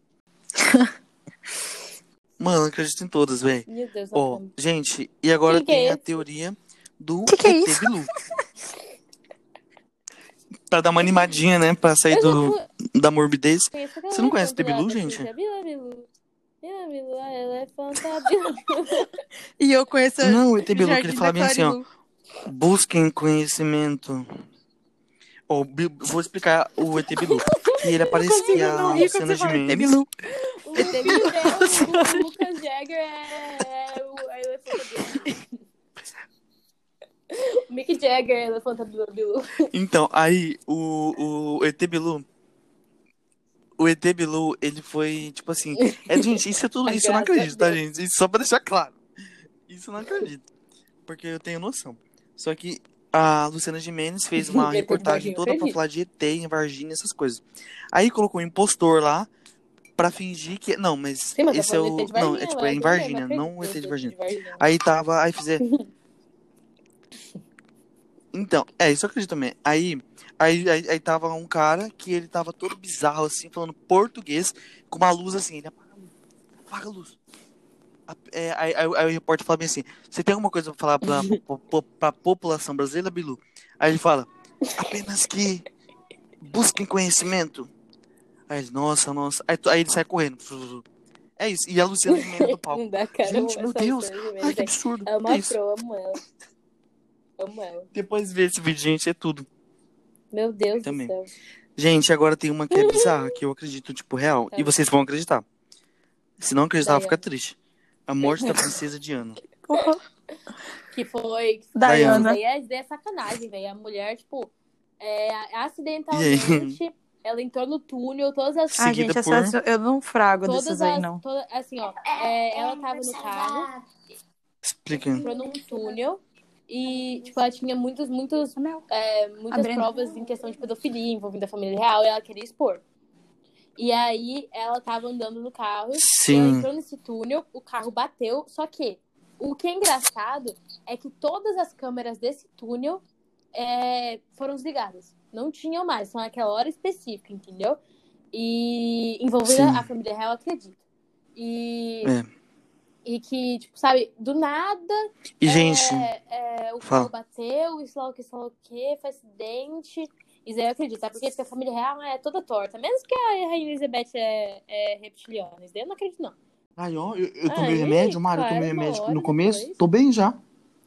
Speaker 1: Mano, eu acredito em todas, velho.
Speaker 2: Meu Deus,
Speaker 1: Ó,
Speaker 2: Nathan.
Speaker 1: gente, e agora
Speaker 2: Quem que é
Speaker 1: tem a
Speaker 2: esse?
Speaker 1: teoria do
Speaker 3: Que que é
Speaker 1: ET
Speaker 3: isso?
Speaker 1: Bilu. pra dar uma animadinha, né? Pra sair
Speaker 2: Eu já
Speaker 1: do, da morbidez.
Speaker 2: conheço
Speaker 1: Você não conhece o
Speaker 2: aquela
Speaker 1: Bilu,
Speaker 2: cantora
Speaker 1: gente?
Speaker 2: da Bila assim, Bilu. Bila Bilu, é a elefanta Bila Bilu.
Speaker 3: E eu conheço a
Speaker 1: Não, o ET Bilu, que ele
Speaker 3: Jardim
Speaker 1: fala
Speaker 3: da
Speaker 1: bem assim, ó.
Speaker 3: Clarilu.
Speaker 1: Busquem conhecimento. Ó, o Bi- vou explicar o ET Bilu. Que ele
Speaker 3: Consigo
Speaker 1: aparecia
Speaker 3: não
Speaker 1: na
Speaker 3: rir quando
Speaker 1: cena
Speaker 3: você
Speaker 1: de
Speaker 3: fala ET
Speaker 1: memes.
Speaker 3: Bilu.
Speaker 2: O Bilu é o- o Lucas Jagger, é, é o a elefanta Bila. O Mick Jagger, é a elefanta Bila Bilu.
Speaker 1: Então, aí, o, o ET Bilu. O ET Bilu, ele foi, tipo assim. É, gente, isso é tudo. Isso eu não
Speaker 2: Graças a
Speaker 1: acredito, tá, gente? Isso só pra deixar claro. Isso eu não acredito. Porque eu tenho noção. Só que a Luciana Gimenez fez uma
Speaker 2: Depois do
Speaker 1: reportagem
Speaker 2: Varginha,
Speaker 1: toda pra
Speaker 2: perdi.
Speaker 1: falar de ET em Varginha, essas coisas. Aí colocou um impostor lá pra fingir que. Não, mas
Speaker 2: Sim, mas tá
Speaker 1: esse é
Speaker 2: falando
Speaker 1: o.
Speaker 2: do ET de
Speaker 1: Não, é tipo, é em
Speaker 2: Varginha, mas tudo bem,
Speaker 1: Varginha,
Speaker 2: mas tipo
Speaker 1: não o ET
Speaker 2: acredito,
Speaker 1: de Ah, Varginha. Aí tava a FZ. Então, é, isso eu acredito também. Aí, aí, aí, aí tava um cara que ele tava todo bizarro, assim, falando português, com uma luz assim, ele apaga a luz, apaga a luz. A- é, aí, aí o- aí o repórter fala bem assim, você tem alguma coisa pra falar pra, pra, pra- pra população brasileira, Bilu? Aí ele fala, apenas que busquem conhecimento. Aí ele, nossa, nossa. Aí, tu- aí ele sai correndo. É isso, e a Luciana Gimenez do palco.
Speaker 2: Não dá, cara.
Speaker 1: Gente,
Speaker 2: essa
Speaker 1: meu Deus.
Speaker 2: Luciana Gimenez
Speaker 1: Ai, que
Speaker 2: é
Speaker 1: absurdo.
Speaker 2: É
Speaker 1: É
Speaker 2: uma
Speaker 1: isso.
Speaker 2: pro, amo ela. Amo ela.
Speaker 1: Depois ver esse vídeo, gente, é tudo.
Speaker 2: Meu Deus
Speaker 1: Também.
Speaker 2: do céu.
Speaker 1: Gente, agora tem uma que é bizarra, que eu acredito, tipo, real.
Speaker 2: Tá.
Speaker 1: E vocês vão acreditar. Se não acreditar,
Speaker 2: Diana.
Speaker 1: fica triste. A
Speaker 2: É.
Speaker 1: morte da princesa Diana.
Speaker 2: Que foi.
Speaker 1: Diana.
Speaker 2: Isso
Speaker 3: Diana.
Speaker 2: aí é, isso daí é sacanagem, velho. A mulher, tipo, é, acidentalmente, ela entrou no túnel, todas as.
Speaker 1: Ah,
Speaker 3: Ai,
Speaker 1: Seguida
Speaker 3: gente,
Speaker 1: por-
Speaker 3: essa, eu não frago
Speaker 2: todas
Speaker 3: dessas aí,
Speaker 2: as.
Speaker 3: não.
Speaker 2: toda- assim, ó. é, ela tava no carro,
Speaker 1: Explica.
Speaker 2: entrou num túnel. E, tipo, ela tinha muitos, muitos, é, muitas
Speaker 3: Adriana.
Speaker 2: provas em questão de pedofilia envolvendo a família real e ela queria expor. E aí, ela tava andando no carro Ela
Speaker 1: Sim.
Speaker 2: entrou nesse túnel, o carro bateu, só que o que é engraçado é que todas as câmeras desse túnel é, foram desligadas. Não tinham mais, são naquela hora específica, entendeu? E envolvendo
Speaker 1: Sim.
Speaker 2: a família real, acredito. E,
Speaker 1: É.
Speaker 2: e que, tipo, sabe, do nada
Speaker 1: E,
Speaker 2: é,
Speaker 1: gente,
Speaker 2: é, o
Speaker 1: fala.
Speaker 2: carro bateu, isso lá o que, isso lá o que, foi acidente. Isso aí eu acredito, sabe? Porque, porque a família real é toda torta. Mesmo que a Rainha Elizabeth é, é reptiliana. Isso daí eu não acredito, não.
Speaker 1: Ai, ó, eu, eu tomei
Speaker 2: Ai,
Speaker 1: remédio, Mário, eu
Speaker 2: Ah, é? claro,
Speaker 1: tomei
Speaker 2: uma
Speaker 1: remédio
Speaker 2: hora
Speaker 1: no começo.
Speaker 2: depois.
Speaker 1: Tô bem já.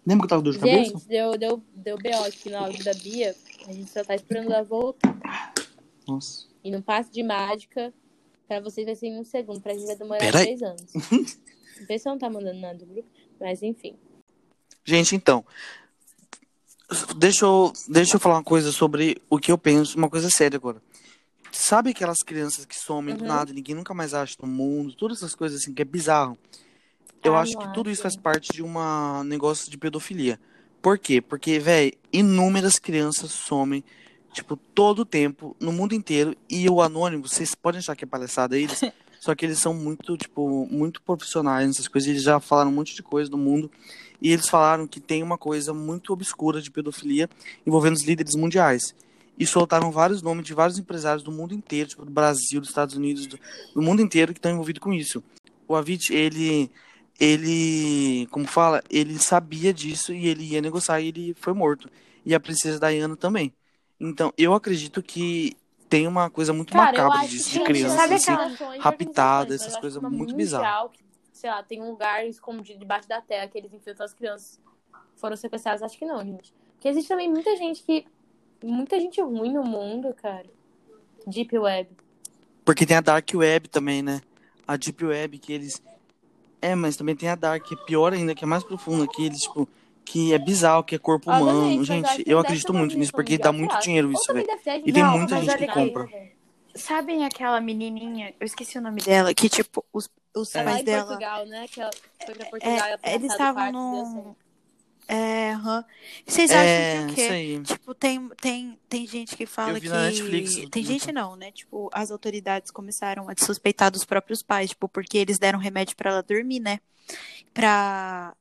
Speaker 1: Lembra que eu tava com dor de cabeça?
Speaker 2: Gente, deu, deu, deu BO aqui na áudio da Bia. A gente só tá esperando ela voltar.
Speaker 1: Nossa.
Speaker 2: E no passe de mágica, pra vocês vai ser em um segundo. Pra gente vai demorar
Speaker 1: Peraí.
Speaker 2: três anos. Não sei se ela não tá mandando nada do grupo, mas enfim.
Speaker 1: Gente, então. Deixa eu, deixa eu falar uma coisa sobre o que eu penso, uma coisa séria agora. Sabe aquelas crianças que somem do
Speaker 2: Uhum.
Speaker 1: nada, ninguém nunca mais acha no mundo, todas essas coisas assim que é bizarro. Eu
Speaker 2: Ah,
Speaker 1: acho
Speaker 2: não
Speaker 1: que tudo isso
Speaker 2: acho.
Speaker 1: faz parte de um negócio de pedofilia. Por quê? Porque, velho, inúmeras crianças somem, tipo, todo o tempo, no mundo inteiro. E o anônimo, vocês podem achar que é palhaçada eles, só que eles são muito, tipo, muito profissionais nessas coisas. Eles já falaram um monte de coisa do mundo. E eles falaram que tem uma coisa muito obscura de pedofilia envolvendo os líderes mundiais. E soltaram vários nomes de vários empresários do mundo inteiro, tipo, do Brasil, dos Estados Unidos, do, do mundo inteiro, que estão envolvidos com isso. o Avicii, ele, ele, como fala, ele sabia disso e ele ia negociar e ele foi morto. E a princesa Diana também. Então, eu acredito que tem uma coisa muito
Speaker 4: Cara, eu
Speaker 1: macabra
Speaker 4: acho
Speaker 1: disso,
Speaker 4: que-
Speaker 1: de
Speaker 4: gente,
Speaker 1: criança.
Speaker 4: sabe
Speaker 1: assim.
Speaker 4: aquela-
Speaker 1: raptada, essas
Speaker 2: Eu acho
Speaker 1: coisas
Speaker 2: que é
Speaker 1: muito bizarras.
Speaker 2: mundial que, Sei lá, tem um lugar escondido debaixo da terra que eles infiltram as crianças. Foram sequestradas, acho que não, gente. Porque existe também muita gente que. Muita gente ruim no mundo, cara. Deep Web.
Speaker 1: Porque tem a Dark Web também, né? A Deep Web, que eles. É, mas também tem a Dark, que é pior ainda, que é mais profunda, que eles, tipo, que é bizarro, que é corpo
Speaker 2: Obviamente,
Speaker 1: humano.
Speaker 2: Ah, mas acho
Speaker 1: Gente,
Speaker 2: que
Speaker 1: eu
Speaker 2: deve ser
Speaker 1: acredito
Speaker 2: uma
Speaker 1: muito nisso,
Speaker 2: doença
Speaker 1: porque dá
Speaker 2: mundial, sei
Speaker 1: muito
Speaker 2: lá.
Speaker 1: dinheiro
Speaker 2: Ou
Speaker 1: isso,
Speaker 2: também
Speaker 1: velho.
Speaker 2: deve ser
Speaker 1: E tem
Speaker 2: não,
Speaker 1: muita
Speaker 2: mas
Speaker 1: gente
Speaker 2: olha
Speaker 1: que
Speaker 2: aí,
Speaker 1: compra.
Speaker 2: velho.
Speaker 3: Sabem aquela menininha, eu esqueci o nome dela, que tipo, os, os
Speaker 2: Tá lá
Speaker 3: pais
Speaker 2: em
Speaker 3: dela.
Speaker 2: Portugal, né? Que ela foi pra Portugal. ela foi
Speaker 3: É, eles
Speaker 2: caçada
Speaker 3: estavam
Speaker 2: do parto, deu
Speaker 3: num.
Speaker 2: certo.
Speaker 3: É, aham. Vocês
Speaker 1: É,
Speaker 3: acham que o
Speaker 1: isso
Speaker 3: quê?
Speaker 1: aí.
Speaker 3: Tipo, tem, tem, tem gente que fala
Speaker 1: Eu
Speaker 3: que.
Speaker 1: vi na Netflix,
Speaker 3: Tem
Speaker 1: muito.
Speaker 3: gente não, né? Tipo, as autoridades começaram a suspeitar dos próprios pais, tipo, porque eles deram remédio pra ela dormir, né? Pra.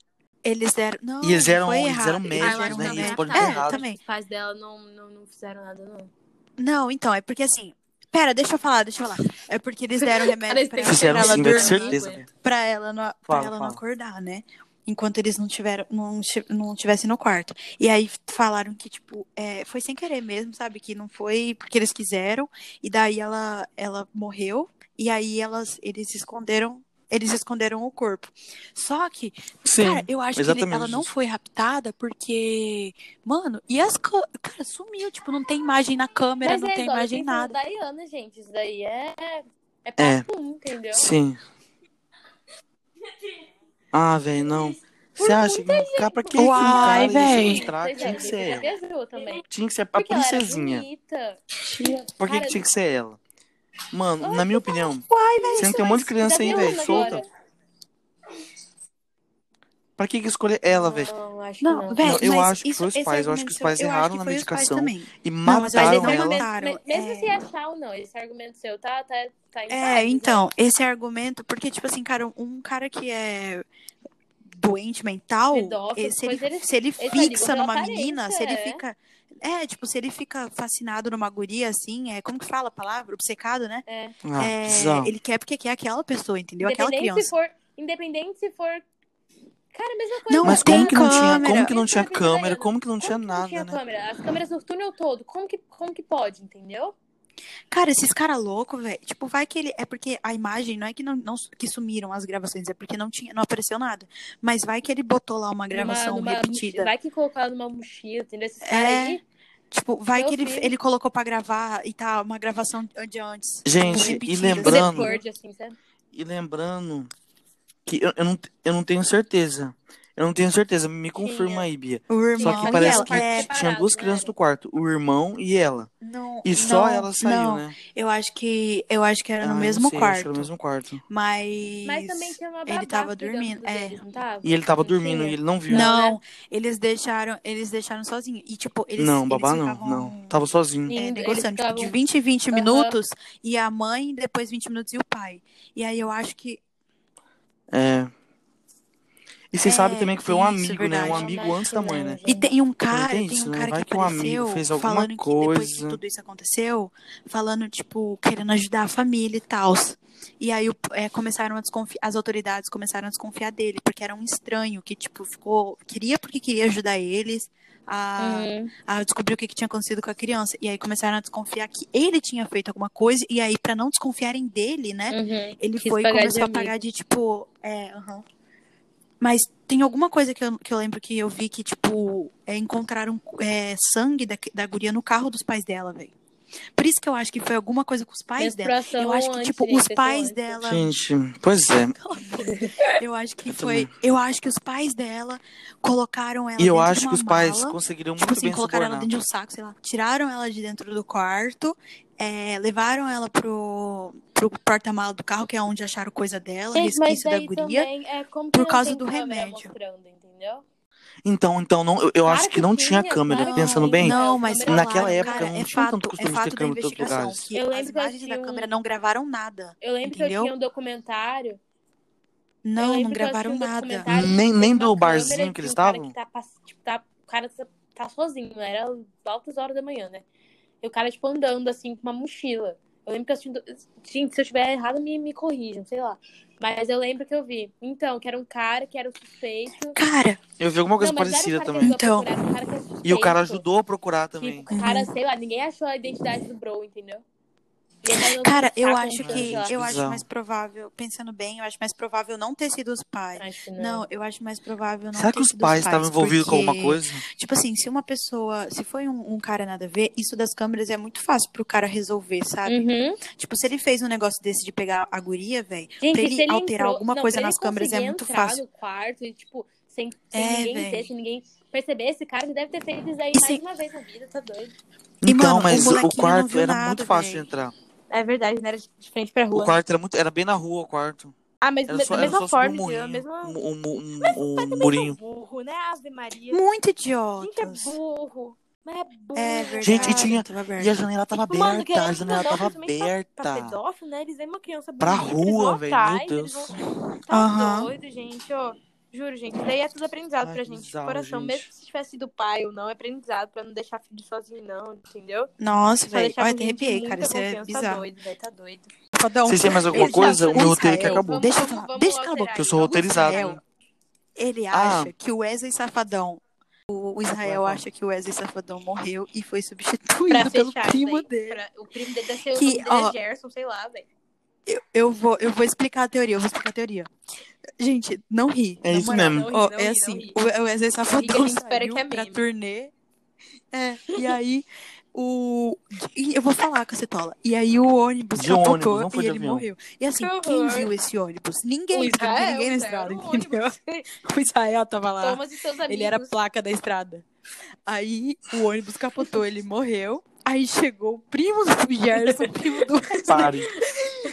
Speaker 3: Eles deram. Não,
Speaker 1: E eles
Speaker 3: não
Speaker 1: eram-
Speaker 3: foi
Speaker 1: eles
Speaker 3: errado.
Speaker 1: eram
Speaker 2: Ah,
Speaker 1: médicos,
Speaker 3: eles deram
Speaker 4: né? E eles
Speaker 3: remédio.
Speaker 4: podem
Speaker 1: ter
Speaker 3: é,
Speaker 1: errado.
Speaker 3: também.
Speaker 2: Os pais dela não, não, não fizeram nada, não.
Speaker 3: Não, então, é porque assim. Pera, deixa eu falar, deixa eu falar. É porque eles deram remédio pra,
Speaker 1: Fizeram
Speaker 3: pra ela
Speaker 1: sim, velho, com
Speaker 3: dormir.
Speaker 1: certeza, velho.
Speaker 3: Pra ela não, pra
Speaker 1: Fala,
Speaker 3: ela não
Speaker 1: fala.
Speaker 3: acordar, né? Enquanto eles não tiveram, não, ti- não tivessem no quarto. E aí falaram que, tipo, é, foi sem querer mesmo, sabe? Que não foi porque eles quiseram. E daí ela, ela morreu. E aí elas, eles esconderam, eles esconderam o corpo. Só que,
Speaker 1: Sim.
Speaker 3: cara, eu acho que ele-
Speaker 1: exatamente
Speaker 3: ela não
Speaker 1: isso.
Speaker 3: foi raptada porque, mano, e as, ca- cara, sumiu, tipo, não tem imagem na câmera, não
Speaker 2: é
Speaker 3: tem
Speaker 2: igual a
Speaker 3: imagem em
Speaker 2: defesa
Speaker 3: nada.
Speaker 2: da Diana, gente. Isso daí é. É
Speaker 1: É.
Speaker 2: papo, entendeu?
Speaker 1: Sim. Ah, velho, não. Você acha que cara, pra que
Speaker 3: Uai,
Speaker 1: que o cara
Speaker 3: véi.
Speaker 1: ia sequestrar? Tinha que ser ela.
Speaker 2: Viu, É também.
Speaker 1: Tinha que ser a
Speaker 2: Porque ela era
Speaker 1: princesinha.
Speaker 2: bonita.
Speaker 1: Por que,
Speaker 2: Cara,
Speaker 1: que tinha que ser ela? Mano,
Speaker 2: Ai,
Speaker 1: na minha opinião, você não tem um monte
Speaker 2: mas
Speaker 1: de criança
Speaker 2: da
Speaker 1: aí,
Speaker 2: Diana
Speaker 1: velho, solta.
Speaker 2: agora.
Speaker 1: Pra que, que escolher ela, velho?
Speaker 2: Não, acho que
Speaker 3: Não,
Speaker 2: não.
Speaker 3: velho,
Speaker 1: Não, eu
Speaker 3: mas
Speaker 1: acho que
Speaker 3: isso-
Speaker 1: foi os
Speaker 3: esse
Speaker 1: pais, eu acho que
Speaker 3: argumento
Speaker 1: os pais
Speaker 3: seu- eu acho
Speaker 1: erraram
Speaker 3: que
Speaker 1: na
Speaker 3: foi os pais
Speaker 1: medicação.
Speaker 3: também.
Speaker 1: E
Speaker 3: Não, mas eles
Speaker 2: Mas
Speaker 1: mataram
Speaker 2: esse
Speaker 3: não
Speaker 1: ela.
Speaker 2: argumento,
Speaker 3: mataram,
Speaker 2: me- mesmo
Speaker 3: é.
Speaker 2: se achar ou não, esse argumento seu tá, tá, tá em
Speaker 3: É,
Speaker 2: paz,
Speaker 3: então, esse argumento, porque, tipo assim, cara, um cara que é doente mental,
Speaker 2: Pedófilo,
Speaker 3: eh, se ele,
Speaker 2: pois ele-
Speaker 3: se ele
Speaker 2: tá
Speaker 3: fixa
Speaker 2: ligado à
Speaker 3: numa menina, se ele
Speaker 2: aparência, é.
Speaker 3: fica. É, tipo, se ele fica fascinado numa guria, assim, é, como que fala a palavra? Obcecado, né?
Speaker 2: né? É.
Speaker 1: Ah,
Speaker 3: É,
Speaker 1: bizarro.
Speaker 3: ele quer porque quer aquela pessoa, entendeu? Aquela
Speaker 2: Independente se
Speaker 3: criança.
Speaker 2: for. Independente se for. Cara, a mesma coisa.
Speaker 3: Não,
Speaker 1: Mas
Speaker 2: cara.
Speaker 3: tem
Speaker 1: como que não tinha,
Speaker 3: câmera. é
Speaker 1: como que não
Speaker 2: Esse
Speaker 1: tinha
Speaker 2: argumento da
Speaker 1: câmera, como
Speaker 2: Diana.
Speaker 1: que não
Speaker 2: Como
Speaker 1: tinha
Speaker 2: que
Speaker 1: nada,
Speaker 2: tinha
Speaker 1: né?
Speaker 2: câmera? As câmeras no túnel todo. Como que, como que pode, entendeu?
Speaker 3: Cara, esses caras loucos, velho. Tipo, vai que ele. É porque a imagem não é que não, não- que sumiram as gravações, é porque não tinha, não apareceu nada. Mas vai que ele botou lá uma gravação
Speaker 2: Numa- numa
Speaker 3: repetida.
Speaker 2: mochi- Vai que colocar numa mochila, entendeu? Esses
Speaker 3: É.
Speaker 2: caras aí.
Speaker 3: Tipo, vai
Speaker 2: Meu
Speaker 3: que ele,
Speaker 2: filho.
Speaker 3: ele colocou pra gravar e tá uma gravação de antes.
Speaker 1: Gente,
Speaker 3: tipo,
Speaker 1: e
Speaker 3: repetida.
Speaker 1: lembrando- Brano.
Speaker 2: Decord, assim, sabe?
Speaker 1: E lembrando que eu, eu não, eu não tenho certeza. Eu não tenho certeza, me confirma aí, Bia.
Speaker 3: O é? irmão
Speaker 1: Só
Speaker 2: Tinha.
Speaker 1: que parece
Speaker 3: dela
Speaker 1: que
Speaker 3: é-
Speaker 1: tinha duas
Speaker 2: Separado,
Speaker 1: crianças
Speaker 2: né?
Speaker 1: no quarto, o irmão e ela.
Speaker 3: Não,
Speaker 1: E só
Speaker 3: não,
Speaker 1: ela saiu,
Speaker 3: não.
Speaker 1: né?
Speaker 3: Eu acho que eu acho que era
Speaker 1: Ah,
Speaker 3: no
Speaker 1: eu não sei, eu
Speaker 3: mesmo
Speaker 1: acho que
Speaker 3: quarto,
Speaker 1: era no mesmo quarto.
Speaker 3: mas
Speaker 2: Mas também tinha uma babá
Speaker 3: ele tava
Speaker 2: cuidando
Speaker 3: dormindo, é.
Speaker 2: deles, não tava?
Speaker 1: E ele tava
Speaker 2: Não tinha?
Speaker 1: dormindo e ele não viu.
Speaker 2: né?
Speaker 3: não, eles deixaram, eles deixaram sozinho. E tipo, eles
Speaker 1: não,
Speaker 3: eles
Speaker 1: babá não,
Speaker 3: ficavam,
Speaker 1: não. Tava sozinho.
Speaker 3: é,
Speaker 2: Eles
Speaker 3: negociando tipo, de
Speaker 2: ficavam-
Speaker 3: 20 em 20
Speaker 2: Aham.
Speaker 3: minutos e a mãe, depois 20 minutos e o pai. E aí eu acho que
Speaker 1: É. E vocês
Speaker 3: É,
Speaker 1: sabem também que foi um
Speaker 3: isso,
Speaker 1: amigo, né?
Speaker 3: verdade.
Speaker 1: Um amigo antes da mãe, né?
Speaker 3: E tem um cara,
Speaker 1: tem
Speaker 3: tem,
Speaker 1: isso,
Speaker 3: um
Speaker 1: né?
Speaker 3: cara
Speaker 1: Vai
Speaker 3: que
Speaker 1: que um amigo
Speaker 3: apareceu
Speaker 1: fez alguma
Speaker 3: falando que depois que
Speaker 1: coisa.
Speaker 3: tudo isso aconteceu, falando, tipo, querendo ajudar a família e tal. E aí o- é, começaram a desconfiar, as autoridades começaram a desconfiar dele, porque era um estranho que, tipo, ficou. Queria porque queria ajudar eles a,
Speaker 2: Uhum.
Speaker 3: a descobrir o que, que tinha acontecido com a criança. E aí começaram a desconfiar que ele tinha feito alguma coisa, e aí, pra não desconfiarem dele, né?
Speaker 2: Uhum.
Speaker 3: Ele
Speaker 2: Quis
Speaker 3: foi e
Speaker 2: pagar de
Speaker 3: começou a
Speaker 2: amigo.
Speaker 3: pagar de tipo. É, aham. Mas tem alguma coisa que eu, que eu lembro que eu vi que, tipo, é, encontraram é, sangue da, da guria no carro dos pais dela, velho. Por isso que eu acho que foi alguma coisa com os pais dela.
Speaker 2: Menstruação
Speaker 3: Eu acho que,
Speaker 2: antes,
Speaker 3: tipo,
Speaker 2: né?
Speaker 3: os
Speaker 2: Pessoa
Speaker 3: pais
Speaker 2: antes.
Speaker 3: dela.
Speaker 1: Gente, pois é.
Speaker 3: Eu acho que
Speaker 1: Eu
Speaker 3: foi. Eu acho que os pais dela colocaram ela
Speaker 1: E eu
Speaker 3: dentro de
Speaker 1: acho
Speaker 3: uma
Speaker 1: que os pais
Speaker 3: mala.
Speaker 1: conseguiram
Speaker 3: Tipo
Speaker 1: muito
Speaker 3: assim,
Speaker 1: bem
Speaker 3: colocaram ela
Speaker 1: subornar.
Speaker 3: dentro de um saco, sei lá. Tiraram ela de dentro do quarto, é, levaram ela pro, pro porta-mala do carro, que é onde acharam coisa dela,
Speaker 2: Gente, É, mas
Speaker 3: resquício da
Speaker 2: daí
Speaker 3: guria.
Speaker 2: também é como que
Speaker 3: por
Speaker 2: não
Speaker 3: causa
Speaker 2: tem
Speaker 3: do
Speaker 2: câmera
Speaker 3: remédio.
Speaker 2: mostrando, entendeu?
Speaker 3: um
Speaker 1: Então, então, não, eu, eu
Speaker 2: Claro
Speaker 1: acho que não tinha câmera,
Speaker 2: claro que
Speaker 1: pensando bem.
Speaker 2: tinha.
Speaker 3: Não, mas
Speaker 2: Câmera-
Speaker 1: naquela
Speaker 3: falaram,
Speaker 1: época
Speaker 3: cara,
Speaker 1: não
Speaker 3: é
Speaker 1: tinha
Speaker 3: fato,
Speaker 1: tanto costume
Speaker 3: é
Speaker 1: de
Speaker 3: fato
Speaker 1: ter câmera
Speaker 3: da
Speaker 1: em todos os
Speaker 3: investigação,
Speaker 1: lugares.
Speaker 3: que
Speaker 2: Eu
Speaker 3: as
Speaker 2: lembro que eu
Speaker 3: imagens da
Speaker 2: assisti um-
Speaker 3: câmera não gravaram nada.
Speaker 2: Eu lembro que eu
Speaker 3: Entendeu?
Speaker 2: tinha um documentário. eu
Speaker 3: Não,
Speaker 2: lembro
Speaker 3: não
Speaker 2: que eu assisti
Speaker 3: gravaram
Speaker 2: um
Speaker 3: nada.
Speaker 2: documentário que
Speaker 1: Nem-
Speaker 2: tem
Speaker 1: nem
Speaker 2: uma
Speaker 1: do
Speaker 2: câmera
Speaker 1: barzinho que eles
Speaker 2: um cara
Speaker 1: estavam?
Speaker 2: que tá pass- tipo, tá- o cara tá- né? tá sozinho, era altas horas da manhã, né? E o cara, tipo, andando assim com uma mochila. Eu lembro que eu assistindo. Gente, se eu estiver errado, me, me corrijam, sei lá. Mas eu lembro que eu vi. Então, que era um cara que era o suspeito.
Speaker 3: Cara,
Speaker 1: Eu vi alguma coisa
Speaker 2: Não, mas era
Speaker 1: parecida
Speaker 2: o cara que
Speaker 1: também.
Speaker 2: ajudou a
Speaker 3: também.
Speaker 2: procurar, era o cara que era
Speaker 1: E o cara
Speaker 2: suspeito.
Speaker 1: ajudou a procurar também.
Speaker 2: Tipo, o cara,
Speaker 3: Uhum.
Speaker 2: sei lá, ninguém achou a identidade do Bro, entendeu? E ele tá um mandou
Speaker 3: cara,
Speaker 2: buscar
Speaker 3: eu
Speaker 2: com
Speaker 3: acho
Speaker 2: o
Speaker 3: que
Speaker 2: cara, sei
Speaker 3: eu
Speaker 2: lá.
Speaker 3: acho mais provável, pensando bem, eu acho mais provável não ter sido os pais.
Speaker 2: Acho que
Speaker 3: Não, eu acho mais provável não
Speaker 1: Será
Speaker 3: ter
Speaker 1: que os
Speaker 3: sido
Speaker 1: pais estavam envolvidos com alguma
Speaker 3: porque,
Speaker 1: coisa?
Speaker 3: Tipo assim, se uma pessoa, se foi um, um cara nada a ver, isso das câmeras é muito fácil pro cara resolver, sabe?
Speaker 2: Uhum.
Speaker 3: Tipo, se ele fez um negócio desse de pegar a guria, velho,
Speaker 2: Gente,
Speaker 3: Pra ele
Speaker 2: se
Speaker 3: alterar
Speaker 2: entrou-
Speaker 3: alguma
Speaker 2: não,
Speaker 3: coisa
Speaker 2: pra ele
Speaker 3: nas câmeras é
Speaker 2: conseguir
Speaker 3: muito
Speaker 2: entrar
Speaker 3: fácil.
Speaker 2: no quarto e, tipo, sem, sem
Speaker 3: É,
Speaker 2: ninguém
Speaker 3: véi.
Speaker 2: ver, sem ninguém perceber, esse cara já deve ter feito isso aí
Speaker 3: E
Speaker 2: mais
Speaker 3: sem-
Speaker 2: uma vez na vida, tá doido.
Speaker 3: E,
Speaker 1: então,
Speaker 3: mano, o
Speaker 1: mas o,
Speaker 3: molequinho não
Speaker 1: quarto
Speaker 3: viu
Speaker 1: era
Speaker 3: nada,
Speaker 1: muito fácil
Speaker 3: véi.
Speaker 1: de entrar.
Speaker 2: É verdade, né? Era de frente pra
Speaker 1: O quarto era muito. Era bem na rua o quarto.
Speaker 2: Ah, mas
Speaker 1: Era só,
Speaker 2: da
Speaker 1: era só
Speaker 2: mesma
Speaker 1: subir um
Speaker 2: forma,
Speaker 1: murinho.
Speaker 2: a mesma...
Speaker 1: Um, um- um- um murinho.
Speaker 2: burro, né? Ave Maria.
Speaker 3: Muito
Speaker 2: Gente, é
Speaker 3: idiotas.
Speaker 2: burro. Mas é burro.
Speaker 3: É verdade.
Speaker 1: Gente, e tinha-
Speaker 3: tava aberto.
Speaker 1: E a janela tava
Speaker 2: Tipo, Mano,
Speaker 1: aberta.
Speaker 2: querendo
Speaker 1: A janela
Speaker 2: mandar
Speaker 1: tava
Speaker 2: principalmente Pra, pra
Speaker 1: aberta.
Speaker 2: pedófilo, né? Eles veem uma criança
Speaker 1: Pra
Speaker 2: bonita, eles vão
Speaker 1: rua, velho. Meu
Speaker 2: atrás, eles
Speaker 1: Deus.
Speaker 2: vão- Tá
Speaker 3: Aham.
Speaker 2: doido, gente, ó. Juro, gente, isso daí é tudo aprendizado
Speaker 1: Ai,
Speaker 2: pra
Speaker 1: que
Speaker 2: gente. de
Speaker 1: bizarro,
Speaker 2: coração,
Speaker 1: gente.
Speaker 2: mesmo se tivesse sido pai ou não, é aprendizado pra não deixar filho sozinho, não, entendeu?
Speaker 3: Nossa,
Speaker 2: Só
Speaker 3: velho.
Speaker 2: deixar
Speaker 3: Ai,
Speaker 2: com
Speaker 3: até
Speaker 2: gente de
Speaker 3: arrepiei, cara.
Speaker 2: muita
Speaker 3: Isso é
Speaker 2: confiança, Tá
Speaker 3: bizarro.
Speaker 2: doido, velho, tá doido.
Speaker 3: Cada um.
Speaker 1: Vocês têm mais alguma
Speaker 3: Ele
Speaker 1: coisa?
Speaker 3: já
Speaker 1: O
Speaker 3: foi
Speaker 1: meu
Speaker 3: em
Speaker 1: roteiro É que
Speaker 3: Israel.
Speaker 1: acabou.
Speaker 3: Deixa eu falar.
Speaker 2: Vamos
Speaker 3: Deixa eu calar a
Speaker 2: alterar
Speaker 3: boca.
Speaker 1: Que eu sou roteirizado.
Speaker 3: Israel.
Speaker 1: né?
Speaker 3: Ele
Speaker 1: Ah.
Speaker 3: acha que o Wesley Safadão. O o Israel
Speaker 1: Vai, vai.
Speaker 3: acha que o Wesley Safadão morreu e foi
Speaker 2: Pra
Speaker 3: substituído pelo
Speaker 2: fechar isso
Speaker 3: primo
Speaker 2: aí,
Speaker 3: dele.
Speaker 2: pra- o primo dele deve ser o
Speaker 3: Que,
Speaker 2: nome dele
Speaker 3: ó,
Speaker 2: é Gerson, sei lá, velho.
Speaker 3: Eu, eu vou, eu vou explicar a teoria, eu vou explicar a teoria. Gente, não ri.
Speaker 1: É
Speaker 3: na
Speaker 1: isso
Speaker 3: moral.
Speaker 1: mesmo.
Speaker 2: Não ri,
Speaker 3: Ó,
Speaker 2: não ri,
Speaker 3: é
Speaker 2: não
Speaker 3: assim,
Speaker 2: ri.
Speaker 3: o o Wesley Safadão
Speaker 2: gente espera
Speaker 3: saiu
Speaker 2: que é
Speaker 3: pra
Speaker 2: meme.
Speaker 3: turnê. É, e aí o e eu vou falar cacetola. E aí o ônibus
Speaker 1: De
Speaker 3: capocou
Speaker 1: ônibus, não foi
Speaker 3: e
Speaker 1: de
Speaker 3: ele
Speaker 1: avião.
Speaker 3: morreu. E assim,
Speaker 2: Que
Speaker 3: quem
Speaker 2: horror.
Speaker 3: viu esse ônibus? Ninguém,
Speaker 2: O
Speaker 3: porque não
Speaker 2: Israel, né?
Speaker 3: tinha ninguém na
Speaker 2: o Israel
Speaker 3: estrada,
Speaker 2: no ônibus.
Speaker 3: entendeu? O Israel tava lá.
Speaker 2: Thomas e seus amigos.
Speaker 3: Ele era a placa da estrada. Aí o ônibus capotou, ele morreu. Aí chegou o primo do Gerson, o primo do Wesley,
Speaker 1: Pare.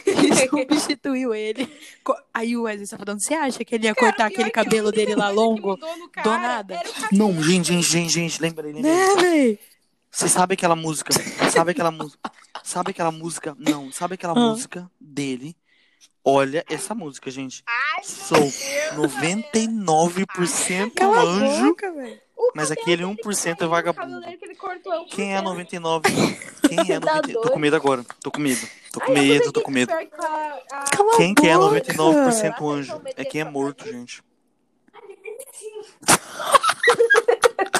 Speaker 3: que substituiu ele. Co- Aí o Wesley Safadão, você acha que ele ia cortar aquele cabelo dele lá longo? Do nada.
Speaker 1: Não, gente, gente, gente, gente. Lembrei, lembrei.
Speaker 3: Né, véi?
Speaker 1: Você sabe aquela música? Sabe aquela música? Sabe aquela música? Não, sabe aquela
Speaker 3: Ah.
Speaker 1: música dele? Olha essa música, gente. Sou 99%
Speaker 3: Cala a
Speaker 1: anjo,
Speaker 3: boca, velho.
Speaker 1: mas aquele 1% é vagabundo.
Speaker 2: que ele cortou é um
Speaker 1: Quem é
Speaker 2: processo.
Speaker 1: 99? Quem é
Speaker 2: Tá
Speaker 1: 99? Tô
Speaker 2: doido.
Speaker 1: com medo agora. Tô com medo. Tô com
Speaker 2: Ai, eu
Speaker 1: medo,
Speaker 2: tô
Speaker 1: tô com medo.
Speaker 2: pior que a- a-
Speaker 3: Cala
Speaker 1: Quem
Speaker 3: a boca.
Speaker 1: que é 99% anjo? É quem é morto, gente.